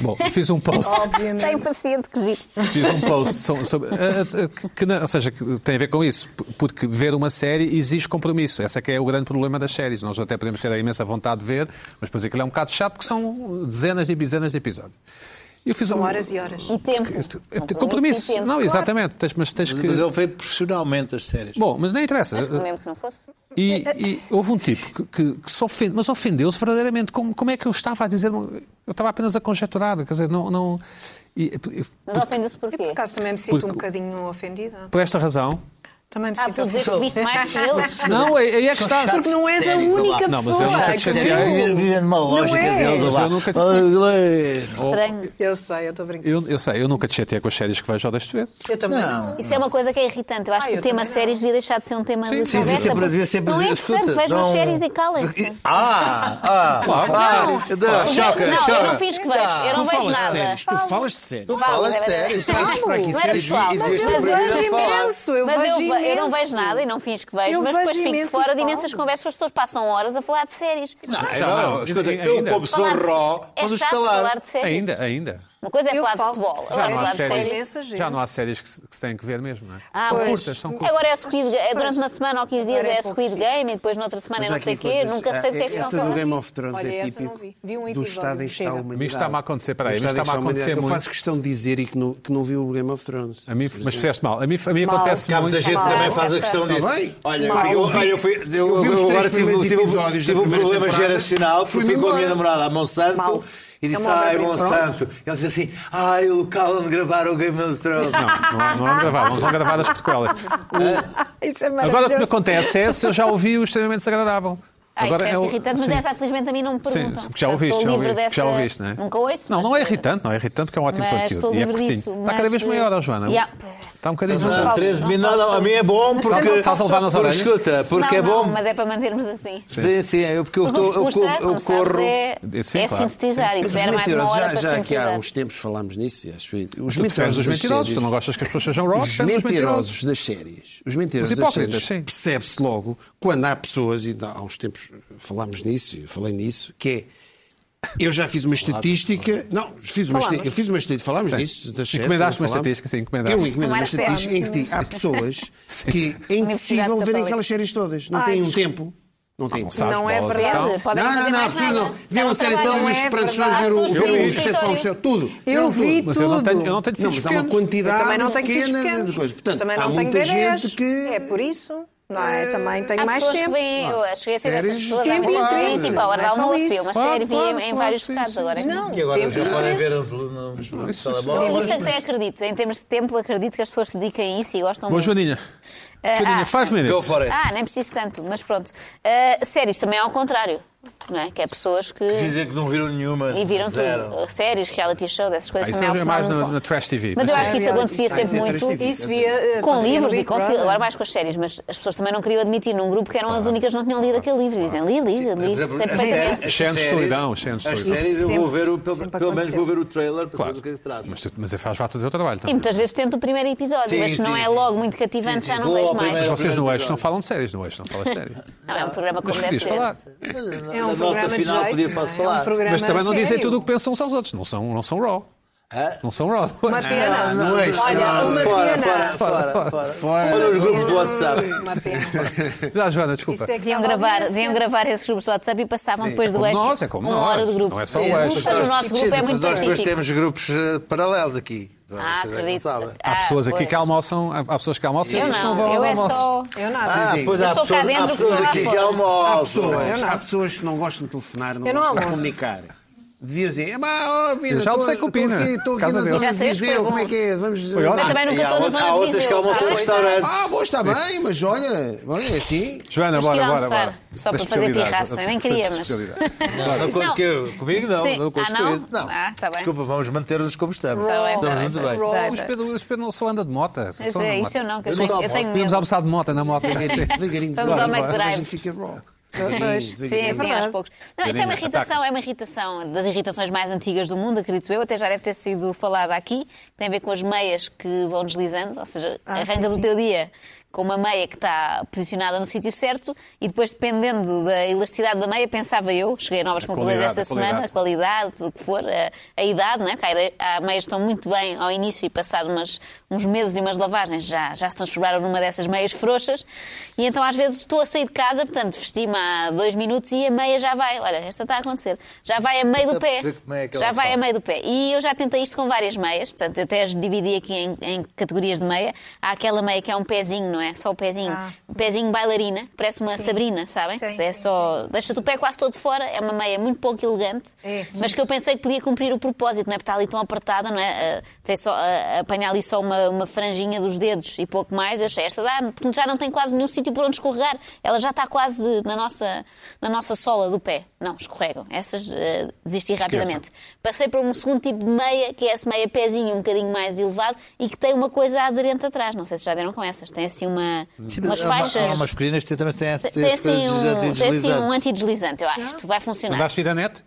[SPEAKER 1] Bom, fiz um
[SPEAKER 3] Oh.
[SPEAKER 1] post.
[SPEAKER 3] obviamente.
[SPEAKER 5] Tem paciente que vi.
[SPEAKER 1] Fiz um post so- sobre. eh, eh, que- que não- ou seja, que tem a ver com isso. p- Porque ver uma série exige compromisso. Esse é que é o grande problema das séries. Nós até podemos ter a imensa vontade de ver, mas depois aquilo é um bocado chato porque são dezenas e dezenas de episódios. Eu fiz
[SPEAKER 3] São
[SPEAKER 1] um-
[SPEAKER 3] horas e horas.
[SPEAKER 5] E tempo.
[SPEAKER 1] É, é, Compromisso. Não, exatamente. Tens- Mas tens que.
[SPEAKER 4] Mas ele fez profissionalmente as séries.
[SPEAKER 1] Bom, mas nem interessa.
[SPEAKER 5] Mesmo que não é fosse.
[SPEAKER 1] E, e houve um tipo que, que, que se ofende, mas ofendeu-se verdadeiramente. Como, como é que eu estava a dizer? Eu estava apenas a conjecturar, quer dizer, não. não e, e-
[SPEAKER 5] Mas ofendeu-se porquê?
[SPEAKER 3] Por acaso também me sinto
[SPEAKER 1] Porque-
[SPEAKER 3] um bocadinho ofendida.
[SPEAKER 1] por esta razão.
[SPEAKER 3] Também me
[SPEAKER 5] Ah,
[SPEAKER 3] sinto
[SPEAKER 5] tu dizer que
[SPEAKER 3] ofendida.
[SPEAKER 5] viste mais que eles?
[SPEAKER 1] Não, aí aí é que está.
[SPEAKER 3] Porque não és a
[SPEAKER 4] Sério,
[SPEAKER 3] única
[SPEAKER 1] Não, mas eu
[SPEAKER 3] pessoa.
[SPEAKER 1] nunca te
[SPEAKER 3] que
[SPEAKER 1] chateei.
[SPEAKER 3] viu.
[SPEAKER 4] Vivem vivem numa lógica
[SPEAKER 3] é.
[SPEAKER 4] deles.
[SPEAKER 1] Mas
[SPEAKER 4] lá.
[SPEAKER 1] eu nunca-
[SPEAKER 4] Ah, inglês.
[SPEAKER 5] Estranho.
[SPEAKER 3] Eu sei, eu estou brincando.
[SPEAKER 1] Eu, eu sei, eu nunca te chateei com as séries que vejo ou deixo de ver.
[SPEAKER 3] Eu também não.
[SPEAKER 5] Isso é uma coisa que é irritante. Eu acho
[SPEAKER 3] Ah,
[SPEAKER 5] que
[SPEAKER 3] eu
[SPEAKER 5] o tema
[SPEAKER 3] também não.
[SPEAKER 5] séries devia deixar de ser um tema
[SPEAKER 1] Sim,
[SPEAKER 5] de
[SPEAKER 1] sim,
[SPEAKER 5] conversa.
[SPEAKER 4] sempre-
[SPEAKER 5] porque
[SPEAKER 4] devia sempre-
[SPEAKER 5] não é
[SPEAKER 4] escuta,
[SPEAKER 5] interessante, vejam as
[SPEAKER 4] não-
[SPEAKER 5] séries e calem-se.
[SPEAKER 4] Ah, ah,
[SPEAKER 1] Claro.
[SPEAKER 4] ah,
[SPEAKER 5] Não,
[SPEAKER 4] dá, choca,
[SPEAKER 5] não,
[SPEAKER 4] choca.
[SPEAKER 5] eu não fiz que vejo, eu não
[SPEAKER 2] Tu
[SPEAKER 5] vejo
[SPEAKER 2] falas de
[SPEAKER 5] nada.
[SPEAKER 2] séries, tu falas de séries.
[SPEAKER 4] Tu falas
[SPEAKER 5] é verdade.
[SPEAKER 4] sério, isto fazes
[SPEAKER 3] Não,
[SPEAKER 4] para aqui
[SPEAKER 5] não era
[SPEAKER 4] séries
[SPEAKER 5] pessoal.
[SPEAKER 4] e
[SPEAKER 5] Mas
[SPEAKER 4] devias
[SPEAKER 5] eu
[SPEAKER 4] ser proibido
[SPEAKER 3] vejo
[SPEAKER 4] a falar.
[SPEAKER 3] imenso, eu
[SPEAKER 5] mas
[SPEAKER 3] vejo
[SPEAKER 5] eu, eu não
[SPEAKER 3] imenso.
[SPEAKER 5] vejo nada e não fiz que vejo,
[SPEAKER 3] Eu
[SPEAKER 5] mas
[SPEAKER 3] vejo
[SPEAKER 5] depois fico
[SPEAKER 3] imenso
[SPEAKER 5] fora
[SPEAKER 3] e
[SPEAKER 5] de imensas
[SPEAKER 3] falo.
[SPEAKER 5] conversas, as pessoas passam horas a falar de séries.
[SPEAKER 4] Ah,
[SPEAKER 1] Já
[SPEAKER 4] não,
[SPEAKER 1] não,
[SPEAKER 4] escuta,
[SPEAKER 1] ainda-
[SPEAKER 4] eu como sou
[SPEAKER 5] Falar de-
[SPEAKER 4] ró,
[SPEAKER 5] é
[SPEAKER 4] mas os
[SPEAKER 5] chato falar
[SPEAKER 4] calar.
[SPEAKER 5] de séries.
[SPEAKER 1] Ainda, ainda.
[SPEAKER 5] Uma coisa é
[SPEAKER 3] Eu
[SPEAKER 5] falar de
[SPEAKER 3] falo-
[SPEAKER 5] futebol,
[SPEAKER 3] Já
[SPEAKER 5] agora
[SPEAKER 1] não há
[SPEAKER 5] falar de
[SPEAKER 3] séries.
[SPEAKER 5] séries.
[SPEAKER 3] Imensa gente.
[SPEAKER 1] Já não há séries que se, que se têm que ver mesmo, não é?
[SPEAKER 5] Ah,
[SPEAKER 1] são
[SPEAKER 5] pois.
[SPEAKER 1] curtas, são curtas.
[SPEAKER 5] Agora é Squid Game, durante uma semana ou 15 dias
[SPEAKER 3] Agora é
[SPEAKER 5] é Squid
[SPEAKER 3] pouco.
[SPEAKER 5] Game e depois noutra semana
[SPEAKER 2] Mas
[SPEAKER 5] é
[SPEAKER 2] há
[SPEAKER 5] não
[SPEAKER 2] aqui
[SPEAKER 5] sei o quê,
[SPEAKER 2] coisas-
[SPEAKER 5] nunca sei o que é que
[SPEAKER 2] Essa
[SPEAKER 5] estão
[SPEAKER 2] do
[SPEAKER 5] a falar.
[SPEAKER 2] Game of Thrones
[SPEAKER 3] Olha,
[SPEAKER 2] é
[SPEAKER 3] essa
[SPEAKER 2] típico
[SPEAKER 3] não vi. Vi um
[SPEAKER 2] do
[SPEAKER 3] episódio,
[SPEAKER 2] estado em que está a
[SPEAKER 3] chega.
[SPEAKER 2] humanidade.
[SPEAKER 1] Mim está-me a acontecer, peraí,
[SPEAKER 2] Do
[SPEAKER 1] mim
[SPEAKER 2] estado em que
[SPEAKER 1] está-me a
[SPEAKER 2] está
[SPEAKER 1] acontecer
[SPEAKER 2] humanidade. Eu
[SPEAKER 1] muito.
[SPEAKER 2] faço questão de dizer e que não, que não vi o Game of Thrones.
[SPEAKER 1] A mim, mas fizeste mal. A mim, a mim
[SPEAKER 3] Mal.
[SPEAKER 1] acontece
[SPEAKER 4] Cá muita
[SPEAKER 1] muito.
[SPEAKER 4] gente
[SPEAKER 5] Mal.
[SPEAKER 4] também faz a questão
[SPEAKER 2] Tá
[SPEAKER 4] disso.
[SPEAKER 2] bem.
[SPEAKER 4] Olha,
[SPEAKER 2] Mal.
[SPEAKER 4] eu, fui-
[SPEAKER 2] Eu vi-
[SPEAKER 4] eu fui, eu,
[SPEAKER 2] eu vi os
[SPEAKER 4] agora
[SPEAKER 2] três
[SPEAKER 4] tive,
[SPEAKER 2] primeiros
[SPEAKER 4] tive,
[SPEAKER 2] episódios da
[SPEAKER 4] tive um
[SPEAKER 2] primeira
[SPEAKER 4] problema
[SPEAKER 2] temporada.
[SPEAKER 4] geracional, fui
[SPEAKER 2] Fui-me
[SPEAKER 4] com a minha
[SPEAKER 2] embora.
[SPEAKER 4] namorada a Monsanto
[SPEAKER 3] Mal.
[SPEAKER 4] e disse,
[SPEAKER 3] É uma
[SPEAKER 4] ai,
[SPEAKER 3] obra-prima."
[SPEAKER 4] Monsanto. Ele disse assim, ai, o local onde gravaram o Game of Thrones.
[SPEAKER 1] Não, há- não vão gravar, não vão gravar as prequelas.
[SPEAKER 3] Isso é
[SPEAKER 1] Agora o que me
[SPEAKER 3] maravilhoso.
[SPEAKER 1] acontece é se eu já ouvi o extremamente desagradável.
[SPEAKER 5] Ah,
[SPEAKER 1] Agora
[SPEAKER 5] isso é
[SPEAKER 1] o-
[SPEAKER 5] irritante, mas
[SPEAKER 1] sim.
[SPEAKER 5] essa felizmente a mim não me
[SPEAKER 1] Sim,
[SPEAKER 5] perguntam.
[SPEAKER 1] sim, que já ouviste,
[SPEAKER 5] Portanto,
[SPEAKER 1] já
[SPEAKER 5] estou livre
[SPEAKER 1] ouviste, que já
[SPEAKER 5] dessa-
[SPEAKER 1] ouviste, não é?
[SPEAKER 5] Nunca ouço.
[SPEAKER 1] Não,
[SPEAKER 5] mas-
[SPEAKER 1] não é irritante, não é irritante, porque é um ótimo
[SPEAKER 5] Mas
[SPEAKER 1] conteúdo.
[SPEAKER 5] estou
[SPEAKER 1] e é
[SPEAKER 5] livre
[SPEAKER 1] curtinho.
[SPEAKER 5] disso,
[SPEAKER 1] Está cada vez
[SPEAKER 5] mas,
[SPEAKER 1] maior, ó,
[SPEAKER 5] eh,
[SPEAKER 1] Joana.
[SPEAKER 5] yeah, pois é.
[SPEAKER 1] Está um bocadinho
[SPEAKER 5] Mas não
[SPEAKER 1] junto.
[SPEAKER 5] falo-
[SPEAKER 4] 13
[SPEAKER 5] não
[SPEAKER 4] minutos,
[SPEAKER 5] falo
[SPEAKER 4] a mim é
[SPEAKER 5] sobre
[SPEAKER 4] bom porque.
[SPEAKER 1] Estás- estás a levar nas
[SPEAKER 4] porque
[SPEAKER 1] orelhas?
[SPEAKER 4] Escuta, porque
[SPEAKER 5] não,
[SPEAKER 4] é bom.
[SPEAKER 5] Não, mas é para mantermos assim.
[SPEAKER 4] Sim, sim, é, eu, porque eu,
[SPEAKER 5] Porque o
[SPEAKER 4] estou,
[SPEAKER 5] que
[SPEAKER 4] eu,
[SPEAKER 5] custa,
[SPEAKER 4] co-
[SPEAKER 5] como
[SPEAKER 4] eu
[SPEAKER 5] sabes,
[SPEAKER 4] corro.
[SPEAKER 5] é,
[SPEAKER 1] Sim,
[SPEAKER 5] é
[SPEAKER 1] claro.
[SPEAKER 5] sintetizar.
[SPEAKER 2] Mas
[SPEAKER 5] Isso
[SPEAKER 2] os
[SPEAKER 5] era mais uma
[SPEAKER 2] mentirosos,
[SPEAKER 5] hora
[SPEAKER 2] já,
[SPEAKER 5] para
[SPEAKER 2] já aqui há
[SPEAKER 5] sintetizar.
[SPEAKER 2] uns tempos falámos nisso, e acho que os
[SPEAKER 1] Tu preferes os
[SPEAKER 2] mentirosos, das
[SPEAKER 1] mentirosos,
[SPEAKER 2] séries-
[SPEAKER 1] tu não gostas que as pessoas sejam rock,
[SPEAKER 2] os
[SPEAKER 1] preferes os mentirosos.
[SPEAKER 2] mentirosos das séries, os mentirosos
[SPEAKER 1] Os
[SPEAKER 2] das
[SPEAKER 1] hipócritas,
[SPEAKER 2] séries,
[SPEAKER 1] sim.
[SPEAKER 2] percebe-se logo quando há pessoas, e há uns tempos falámos nisso, eu falei nisso, que é. Eu já fiz uma estatística. Não, fiz uma estatística. Eu fiz uma estatística. Falámos disso. das séries,
[SPEAKER 1] Encomendaste
[SPEAKER 2] falámos. é
[SPEAKER 1] uma estatística, sim, encomendaste.
[SPEAKER 2] Eu encomendo uma
[SPEAKER 5] Marcelo,
[SPEAKER 2] estatística em que
[SPEAKER 3] sim.
[SPEAKER 2] digo, há pessoas
[SPEAKER 1] Sim.
[SPEAKER 2] que é impossível
[SPEAKER 5] Universidade
[SPEAKER 2] verem
[SPEAKER 5] Católica.
[SPEAKER 2] aquelas séries todas. Não
[SPEAKER 3] Ai,
[SPEAKER 2] têm um
[SPEAKER 3] desculpa.
[SPEAKER 2] tempo. Não têm tempo.
[SPEAKER 1] sabes
[SPEAKER 3] Não é
[SPEAKER 1] bolas e
[SPEAKER 3] verdade.
[SPEAKER 1] tal.
[SPEAKER 5] Depende, podem
[SPEAKER 2] Não,
[SPEAKER 5] fazer
[SPEAKER 2] não, não, é
[SPEAKER 5] mais
[SPEAKER 2] absolutamente
[SPEAKER 5] nada.
[SPEAKER 2] não. Viam a
[SPEAKER 5] não
[SPEAKER 2] série toda
[SPEAKER 5] trabalham,
[SPEAKER 2] e os
[SPEAKER 5] é
[SPEAKER 2] esperantes
[SPEAKER 5] verdade.
[SPEAKER 2] ver o
[SPEAKER 5] Absolutamente.
[SPEAKER 1] vi.
[SPEAKER 2] o chefe para o céu, tudo.
[SPEAKER 3] Eu
[SPEAKER 2] Viram
[SPEAKER 3] vi
[SPEAKER 2] tudo.
[SPEAKER 1] Mas eu não
[SPEAKER 3] tudo.
[SPEAKER 1] tenho, eu não tenho
[SPEAKER 2] Não,
[SPEAKER 1] filhos
[SPEAKER 2] mas há uma
[SPEAKER 1] pequenos.
[SPEAKER 2] quantidade
[SPEAKER 3] Eu também não tenho filhos
[SPEAKER 2] pequena de
[SPEAKER 3] pequenos.
[SPEAKER 2] coisas. Portanto,
[SPEAKER 3] também
[SPEAKER 2] há
[SPEAKER 3] não tenho
[SPEAKER 2] muita
[SPEAKER 3] bebés.
[SPEAKER 2] gente que...
[SPEAKER 3] É por isso. Não é? Também tenho
[SPEAKER 5] Há
[SPEAKER 3] mais
[SPEAKER 5] pessoas
[SPEAKER 3] tempo.
[SPEAKER 5] que veem, eu cheguei a ter
[SPEAKER 2] Séries
[SPEAKER 5] essas pessoas há
[SPEAKER 3] Tempo
[SPEAKER 5] muito
[SPEAKER 3] interesse.
[SPEAKER 5] tempo, tipo, a hora
[SPEAKER 3] Não é
[SPEAKER 5] do
[SPEAKER 3] só
[SPEAKER 5] almoço,
[SPEAKER 3] isso.
[SPEAKER 5] vi uma
[SPEAKER 1] Claro,
[SPEAKER 5] série, vi
[SPEAKER 1] claro,
[SPEAKER 5] em
[SPEAKER 1] claro,
[SPEAKER 5] vários
[SPEAKER 1] sim,
[SPEAKER 5] bocados
[SPEAKER 1] sim.
[SPEAKER 5] agora. é que
[SPEAKER 3] Não, é
[SPEAKER 4] E agora
[SPEAKER 3] tempo
[SPEAKER 4] já podem ver
[SPEAKER 3] interesse.
[SPEAKER 4] no- no no
[SPEAKER 5] Sim,
[SPEAKER 4] telemóvel.
[SPEAKER 5] isso é que tem acredito. Em termos de tempo, acredito que as pessoas se dediquem a isso e gostam
[SPEAKER 1] Boa,
[SPEAKER 5] muito.
[SPEAKER 1] Joaninha.
[SPEAKER 5] Ah,
[SPEAKER 1] Joaninha,
[SPEAKER 5] ah,
[SPEAKER 1] five minutes.
[SPEAKER 4] Go for it.
[SPEAKER 5] Ah, nem preciso tanto, mas pronto. Ah, séries também é ao contrário, não é? Que é pessoas que.
[SPEAKER 4] Dizem que não viram nenhuma.
[SPEAKER 5] E viram
[SPEAKER 4] Zero.
[SPEAKER 5] tudo. Eh, Séries, reality shows, essas coisas
[SPEAKER 1] Ah, isso
[SPEAKER 5] também
[SPEAKER 1] é
[SPEAKER 5] é um
[SPEAKER 1] mais
[SPEAKER 5] fenómeno
[SPEAKER 1] na,
[SPEAKER 5] bom.
[SPEAKER 1] na Trash TV.
[SPEAKER 5] Mas eu acho que isso
[SPEAKER 3] Reality.
[SPEAKER 5] acontecia
[SPEAKER 2] Ah, isso
[SPEAKER 5] sempre
[SPEAKER 2] é
[SPEAKER 5] muito
[SPEAKER 2] interessante.
[SPEAKER 3] Isso via. eh,
[SPEAKER 5] com
[SPEAKER 3] acontecia no
[SPEAKER 5] livros
[SPEAKER 3] Big
[SPEAKER 5] e com
[SPEAKER 3] Brother.
[SPEAKER 5] filmes. Agora mais com as séries, mas as pessoas também não queriam admitir num grupo que eram
[SPEAKER 4] Ah.
[SPEAKER 5] as únicas que não tinham lido aquele livro. Dizem, li, li, li,
[SPEAKER 4] é
[SPEAKER 5] sei perfeitamente.
[SPEAKER 1] Cheio de solidão, cheio de
[SPEAKER 4] As
[SPEAKER 1] solidão.
[SPEAKER 4] séries eu vou
[SPEAKER 3] é Sempre-
[SPEAKER 4] ver, o, pelo,
[SPEAKER 3] sempre
[SPEAKER 4] pelo menos vou
[SPEAKER 3] aconteceu.
[SPEAKER 4] ver o trailer para
[SPEAKER 1] Claro.
[SPEAKER 4] saber do que é que trata.
[SPEAKER 1] Mas, tu- mas faz parte do teu trabalho é?
[SPEAKER 5] E
[SPEAKER 1] também.
[SPEAKER 5] muitas vezes tento o primeiro episódio,
[SPEAKER 4] Sim,
[SPEAKER 5] mas se não
[SPEAKER 4] sim,
[SPEAKER 5] é
[SPEAKER 4] sim,
[SPEAKER 5] logo
[SPEAKER 4] sim.
[SPEAKER 5] muito cativante,
[SPEAKER 4] Sim,
[SPEAKER 5] já
[SPEAKER 4] sim,
[SPEAKER 5] não
[SPEAKER 4] vou
[SPEAKER 5] vejo
[SPEAKER 4] ao
[SPEAKER 5] mais.
[SPEAKER 1] Mas
[SPEAKER 4] primeiro-
[SPEAKER 1] vocês no eixo
[SPEAKER 4] episódio.
[SPEAKER 1] não falam de séries, no eixo não falam de séries.
[SPEAKER 5] Não, é um programa como
[SPEAKER 1] Mas
[SPEAKER 5] deve
[SPEAKER 1] podias
[SPEAKER 5] ser.
[SPEAKER 1] falar.
[SPEAKER 3] É um
[SPEAKER 4] Na
[SPEAKER 3] programa
[SPEAKER 4] nota
[SPEAKER 3] de
[SPEAKER 4] final
[SPEAKER 3] jeito,
[SPEAKER 4] podia
[SPEAKER 3] não é?
[SPEAKER 4] falar.
[SPEAKER 3] É um programa
[SPEAKER 1] Mas também não dizem
[SPEAKER 3] sério.
[SPEAKER 1] tudo o que pensam uns aos outros. Não são, não são raw.
[SPEAKER 5] Ah?
[SPEAKER 4] Hã?
[SPEAKER 1] Não são raw.
[SPEAKER 3] Uma
[SPEAKER 4] Ah,
[SPEAKER 3] pena.
[SPEAKER 2] não é isso,
[SPEAKER 3] Olha,
[SPEAKER 2] não.
[SPEAKER 3] uma
[SPEAKER 4] Fora,
[SPEAKER 3] pena.
[SPEAKER 4] fora, fora, fora. Olha os grupos do WhatsApp.
[SPEAKER 3] Uma pena.
[SPEAKER 1] Já, Joana, desculpa.
[SPEAKER 3] Isso é que
[SPEAKER 5] Deviam
[SPEAKER 3] dá
[SPEAKER 5] gravar,
[SPEAKER 3] audiência.
[SPEAKER 5] deviam gravar esses grupos do WhatsApp e passavam depois do
[SPEAKER 1] como
[SPEAKER 5] eixo.
[SPEAKER 1] nós, é como
[SPEAKER 5] uma
[SPEAKER 1] nós.
[SPEAKER 5] hora do grupo.
[SPEAKER 1] Não é só o eixo.
[SPEAKER 5] Mas o nosso grupo é muito
[SPEAKER 4] Nós depois
[SPEAKER 5] pacífico.
[SPEAKER 4] temos grupos eh, paralelos aqui.
[SPEAKER 5] Ah,
[SPEAKER 4] Vocês é que não
[SPEAKER 5] acredito.
[SPEAKER 4] sabem.
[SPEAKER 1] Há
[SPEAKER 5] Ah,
[SPEAKER 1] pessoas aqui
[SPEAKER 5] pois.
[SPEAKER 1] que almoçam, há há pessoas que almoçam e
[SPEAKER 5] Eu
[SPEAKER 1] outras que não vão
[SPEAKER 5] não, eu
[SPEAKER 1] aos
[SPEAKER 5] é
[SPEAKER 1] almoços.
[SPEAKER 5] só.
[SPEAKER 3] Eu nada.
[SPEAKER 4] Ah, pois
[SPEAKER 5] Eu
[SPEAKER 4] há
[SPEAKER 5] sou cá
[SPEAKER 4] pessoas, há
[SPEAKER 5] dentro,
[SPEAKER 4] pessoas
[SPEAKER 5] sou lá
[SPEAKER 4] aqui que
[SPEAKER 5] fora.
[SPEAKER 2] Há
[SPEAKER 4] almoçam.
[SPEAKER 2] pessoas,
[SPEAKER 3] não.
[SPEAKER 2] há pessoas que não gostam de telefonar, não
[SPEAKER 3] Eu não
[SPEAKER 2] gostam de
[SPEAKER 3] almoço.
[SPEAKER 2] comunicar. Deviam dizer, é pá, ó, vida,
[SPEAKER 1] Eu já almocei
[SPEAKER 2] tô-
[SPEAKER 1] com o Pina.
[SPEAKER 2] tô aqui- Tô aqui
[SPEAKER 1] Casa
[SPEAKER 2] na
[SPEAKER 1] dele.
[SPEAKER 2] zona
[SPEAKER 5] Já
[SPEAKER 2] de
[SPEAKER 5] sei, foi
[SPEAKER 2] Viseu,
[SPEAKER 5] bom.
[SPEAKER 2] como é que é? Vamos...
[SPEAKER 1] Foi
[SPEAKER 5] Eu
[SPEAKER 1] ótimo.
[SPEAKER 5] também nunca
[SPEAKER 4] E há
[SPEAKER 5] estou na
[SPEAKER 4] outras-
[SPEAKER 5] zona
[SPEAKER 4] há
[SPEAKER 5] de
[SPEAKER 4] outras que
[SPEAKER 5] Viseu.
[SPEAKER 4] almoçam em
[SPEAKER 5] Ah,
[SPEAKER 4] restaurantes.
[SPEAKER 2] Ah, bom, está bem, mas olha, olha, é assim...
[SPEAKER 1] Joana,
[SPEAKER 5] Temos que ir
[SPEAKER 1] bora, bora,
[SPEAKER 5] almoçar,
[SPEAKER 1] bora.
[SPEAKER 5] só para
[SPEAKER 1] Da
[SPEAKER 5] fazer
[SPEAKER 1] especialidade,
[SPEAKER 5] pirraça,
[SPEAKER 1] da-
[SPEAKER 5] nem
[SPEAKER 1] da
[SPEAKER 5] queria, mas-
[SPEAKER 1] especialidade.
[SPEAKER 4] Ah, Não, não aconteceu. Comigo não.
[SPEAKER 5] Sim.
[SPEAKER 4] Não
[SPEAKER 5] Ah,
[SPEAKER 4] aconteceu
[SPEAKER 5] não?
[SPEAKER 4] isso. Não.
[SPEAKER 5] Ah, tá bem.
[SPEAKER 4] Desculpa, vamos manter-nos como estamos.
[SPEAKER 5] Tá bem, tá
[SPEAKER 4] Estamos
[SPEAKER 5] bem,
[SPEAKER 4] muito
[SPEAKER 5] tá
[SPEAKER 4] bem.
[SPEAKER 5] bem.
[SPEAKER 1] O Espelho- O Espelho não só anda de moto.
[SPEAKER 5] Isso é, isso eu não, que eu,
[SPEAKER 4] Eu
[SPEAKER 5] tenho-
[SPEAKER 4] não
[SPEAKER 5] eu tenho
[SPEAKER 1] Podíamos
[SPEAKER 5] medo.
[SPEAKER 1] almoçar de moto na moto.
[SPEAKER 2] Devagarinho, É assim, devagarinho,
[SPEAKER 5] Vamos ao
[SPEAKER 2] devagarinho,
[SPEAKER 5] McDrive.
[SPEAKER 2] a gente fica raw.
[SPEAKER 3] Pois,
[SPEAKER 2] Devagarinho,
[SPEAKER 3] sim,
[SPEAKER 5] Sim,
[SPEAKER 2] devagarinho.
[SPEAKER 5] sim, aos poucos. Não, isto é uma
[SPEAKER 1] Galinha,
[SPEAKER 5] irritação, é uma irritação das irritações mais antigas do mundo, acredito eu, até já deve ter sido falada aqui, tem a ver com as meias que vão deslizando, ou seja,
[SPEAKER 3] Ah,
[SPEAKER 5] arranca
[SPEAKER 3] sim,
[SPEAKER 5] do
[SPEAKER 3] sim.
[SPEAKER 5] teu dia com uma meia que está posicionada no sítio certo e depois, dependendo da elasticidade da meia, pensava eu, cheguei a novas
[SPEAKER 1] A
[SPEAKER 5] conclusões
[SPEAKER 1] qualidade, a
[SPEAKER 5] esta semana, a qualidade, o que for, a, a idade, não é? Porque há ide- há meias que estão muito bem ao início e passado umas, uns meses e umas lavagens já, já se transformaram numa dessas meias frouxas. E então às vezes estou a sair de casa, portanto vesti-me há dois minutos e a meia já vai. Olha, esta está a acontecer. Já vai a meio do
[SPEAKER 4] Está a
[SPEAKER 5] pé.
[SPEAKER 4] perceber como é que ela
[SPEAKER 5] Já vai a
[SPEAKER 4] fala.
[SPEAKER 5] meio do pé. E eu já tentei isto com várias meias, portanto eu até as dividi aqui em, em categorias de meia. Há aquela meia que é um pezinho, não é? Só o pezinho.
[SPEAKER 3] Ah.
[SPEAKER 5] Um pezinho bailarina, parece uma Sabrina, sabem?
[SPEAKER 3] Sim,
[SPEAKER 5] é
[SPEAKER 3] sim, Ah.
[SPEAKER 5] só. Deixa-te o pé quase todo fora, é uma meia muito pouco elegante,
[SPEAKER 3] É, sim.
[SPEAKER 5] mas que eu pensei que podia cumprir o propósito, não é? Porque está ali tão apertada, não é? Ah, Tem só, ah, apanhar ali só uma, uma franjinha dos dedos e pouco mais. Eu achei esta dá, porque já não tem quase nenhum sítio por onde escorregar. Ela já está quase na nossa, na nossa sola do pé. Não, escorregam. Essas ah, desisti rapidamente. Passei para um segundo tipo de meia, que é esse meia pezinho um bocadinho mais elevado e que tem uma coisa aderente atrás. Não sei se já deram com essas. Tem assim uma, umas
[SPEAKER 4] Há é uma-
[SPEAKER 5] faixas.
[SPEAKER 4] Há umas pequeninas que também têm
[SPEAKER 5] Tem
[SPEAKER 4] essas
[SPEAKER 5] assim,
[SPEAKER 4] coisas
[SPEAKER 5] um, tem assim um
[SPEAKER 4] deslizantes.
[SPEAKER 5] antideslizante. Eu acho isto vai funcionar.
[SPEAKER 1] Andaste vida net?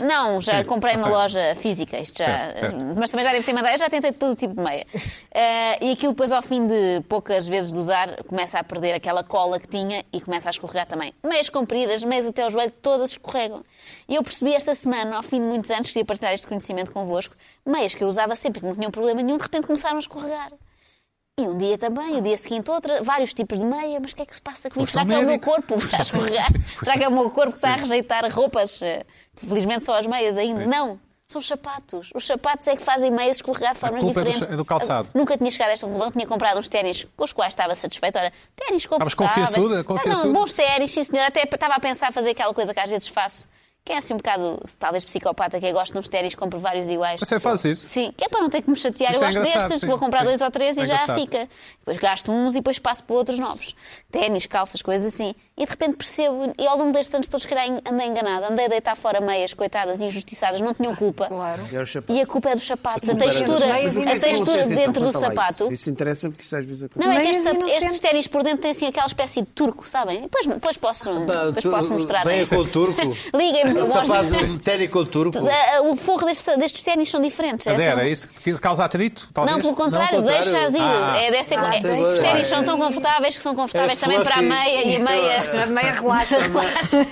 [SPEAKER 5] Não, já
[SPEAKER 1] Sim,
[SPEAKER 5] comprei na
[SPEAKER 1] ok.
[SPEAKER 5] loja física, isto já.
[SPEAKER 1] Certo, certo.
[SPEAKER 5] Mas também já devo ter madeira, já tentei todo tipo de meia. Eh, e aquilo depois, ao fim de poucas vezes de usar, começa a perder aquela cola que tinha e começa a escorregar também. Meias compridas, meias até ao joelho, todas escorregam. E eu percebi esta semana, ao fim de muitos anos, queria partilhar este conhecimento convosco, meias que eu usava sempre, que não tinham problema nenhum, de repente começaram a escorregar. E um dia também, e o dia seguinte outra, vários tipos de meia, mas o que é que se passa comigo?
[SPEAKER 1] Foste
[SPEAKER 5] Será
[SPEAKER 1] ao
[SPEAKER 5] que é o meu
[SPEAKER 1] médico?
[SPEAKER 5] corpo que está a escorregar? Será que é o meu corpo que está a rejeitar roupas? Eh, Felizmente só as meias ainda. Não, são os sapatos. Os sapatos é que fazem meias escorregar de formas
[SPEAKER 1] culpa é do
[SPEAKER 5] diferentes.
[SPEAKER 1] cha- é do calçado.
[SPEAKER 5] Eu nunca tinha chegado a esta conclusão, tinha comprado uns ténis com os quais estava satisfeito. Olha, ténis confortáveis.
[SPEAKER 1] confiançuda,
[SPEAKER 5] Ah,
[SPEAKER 1] confiançuda.
[SPEAKER 5] Não, bons ténis, sim senhor. Até estava a pensar fazer aquela coisa que às vezes faço. Que é assim um bocado, talvez, psicopata, que é gosto de uns ténis, compro vários iguais.
[SPEAKER 1] Você faz isso?
[SPEAKER 5] Sim, que é para não ter que me chatear.
[SPEAKER 1] Isso
[SPEAKER 5] eu
[SPEAKER 1] é
[SPEAKER 5] gosto
[SPEAKER 1] engraçado,
[SPEAKER 5] destes,
[SPEAKER 1] sim,
[SPEAKER 5] vou comprar
[SPEAKER 1] sim.
[SPEAKER 5] dois ou três e
[SPEAKER 1] É
[SPEAKER 5] já
[SPEAKER 1] engraçado.
[SPEAKER 5] fica. Depois gasto uns e depois passo para outros novos. Ténis, calças, coisas assim. E de repente percebo, e ao longo destes anos todos, se calhar andei enganada, andei a deitar fora meias, coitadas, injustiçadas, não tinham culpa.
[SPEAKER 3] Claro.
[SPEAKER 2] Era o sapato.
[SPEAKER 5] E a culpa é dos sapatos, a
[SPEAKER 3] culpa era dos
[SPEAKER 5] textura,
[SPEAKER 3] meias e
[SPEAKER 5] a
[SPEAKER 3] das
[SPEAKER 5] textura
[SPEAKER 2] Vocês, então,
[SPEAKER 5] dentro do
[SPEAKER 2] conta lá
[SPEAKER 5] sapato.
[SPEAKER 2] Isso, Isso interessa porque isso às vezes acontece.
[SPEAKER 5] Não, é que
[SPEAKER 3] Meias
[SPEAKER 5] este-
[SPEAKER 3] inocentes.
[SPEAKER 5] estes ténis por dentro têm assim aquela espécie de turco, sabem? Depois, depois posso, depois
[SPEAKER 4] tu-
[SPEAKER 5] posso mostrar.
[SPEAKER 4] venha
[SPEAKER 5] né?
[SPEAKER 4] com o turco.
[SPEAKER 5] Liguem-me, eu
[SPEAKER 4] O
[SPEAKER 5] mostro.
[SPEAKER 4] sapato de ténis com o turco.
[SPEAKER 5] Ah, O forro destes, destes ténis são diferentes. é, são-
[SPEAKER 1] Adera, é isso que causa atrito? Talvez?
[SPEAKER 5] Não, pelo contrário,
[SPEAKER 4] Não, pelo contrário.
[SPEAKER 5] deixas ir.
[SPEAKER 1] Ah.
[SPEAKER 5] é dessa,
[SPEAKER 3] Ah,
[SPEAKER 5] é-
[SPEAKER 3] sei
[SPEAKER 5] os
[SPEAKER 3] agora.
[SPEAKER 5] ténis são tão confortáveis que são confortáveis
[SPEAKER 4] É
[SPEAKER 5] também para a
[SPEAKER 4] fluffy.
[SPEAKER 5] meia e a meia.
[SPEAKER 3] A meia relaxa.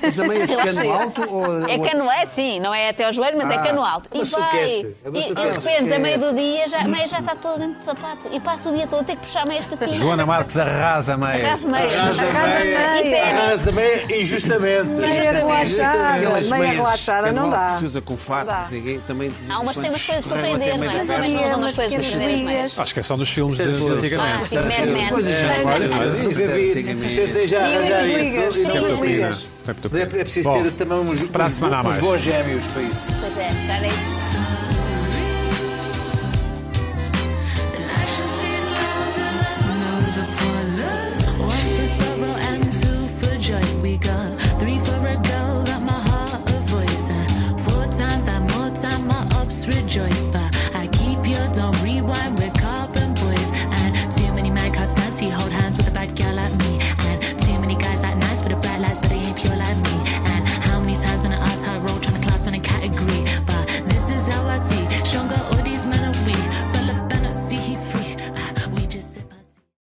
[SPEAKER 2] Mas a meia é de cano alto ou...
[SPEAKER 5] É cano, é sim, não é até ao joelho, mas é cano alto. E
[SPEAKER 4] ah, um uma
[SPEAKER 5] vai.
[SPEAKER 4] suquete, é uma
[SPEAKER 5] E, e de
[SPEAKER 4] suquete.
[SPEAKER 5] repente, a meio do dia, já, a meia já está toda dentro do sapato. E passa o dia todo a ter que puxar meias para cima.
[SPEAKER 1] Joana Marques arrasa a meia.
[SPEAKER 5] Arrasa meias.
[SPEAKER 4] Arrasa
[SPEAKER 3] Arrasa
[SPEAKER 4] meia.
[SPEAKER 3] meia.
[SPEAKER 4] Arrasa meia injustamente.
[SPEAKER 3] Meia relaxada.
[SPEAKER 2] Aquelas
[SPEAKER 3] Meia
[SPEAKER 2] meias
[SPEAKER 3] relaxada,
[SPEAKER 2] de
[SPEAKER 3] não
[SPEAKER 2] cano alto
[SPEAKER 3] dá.
[SPEAKER 2] que se usa com fato,
[SPEAKER 3] dá.
[SPEAKER 2] não sei o quê, também... de vez
[SPEAKER 5] Há
[SPEAKER 2] em
[SPEAKER 5] umas
[SPEAKER 2] quando
[SPEAKER 5] temas coisas para
[SPEAKER 2] escorrega até meio
[SPEAKER 5] aprender, não é?
[SPEAKER 2] da
[SPEAKER 5] Os
[SPEAKER 2] perna.
[SPEAKER 5] homens não usam umas
[SPEAKER 3] Mas
[SPEAKER 5] coisas
[SPEAKER 3] pequenas
[SPEAKER 5] para aprender as meias.
[SPEAKER 3] ligas.
[SPEAKER 1] Acho que é só nos filmes de
[SPEAKER 5] Ah,
[SPEAKER 1] antigamente.
[SPEAKER 5] sim, Mad Men.
[SPEAKER 2] É.
[SPEAKER 4] é.
[SPEAKER 2] Coisas já
[SPEAKER 4] Olha,
[SPEAKER 2] guardadas,
[SPEAKER 4] nunca vi,
[SPEAKER 2] antigamente.
[SPEAKER 4] tentei já
[SPEAKER 3] E
[SPEAKER 4] arranjar isso. e
[SPEAKER 3] umas
[SPEAKER 5] ligas,
[SPEAKER 4] não
[SPEAKER 5] três
[SPEAKER 4] consegui.
[SPEAKER 5] ligas.
[SPEAKER 4] É, é preciso
[SPEAKER 1] Bom,
[SPEAKER 4] ter também uns,
[SPEAKER 1] para a
[SPEAKER 4] uns,
[SPEAKER 1] semana há
[SPEAKER 4] uns
[SPEAKER 1] mais.
[SPEAKER 4] bons gêmeos para isso.
[SPEAKER 5] Pois é, está aí.
[SPEAKER 8] Rewind with carbon boys and too many mad cats Nancy hold hands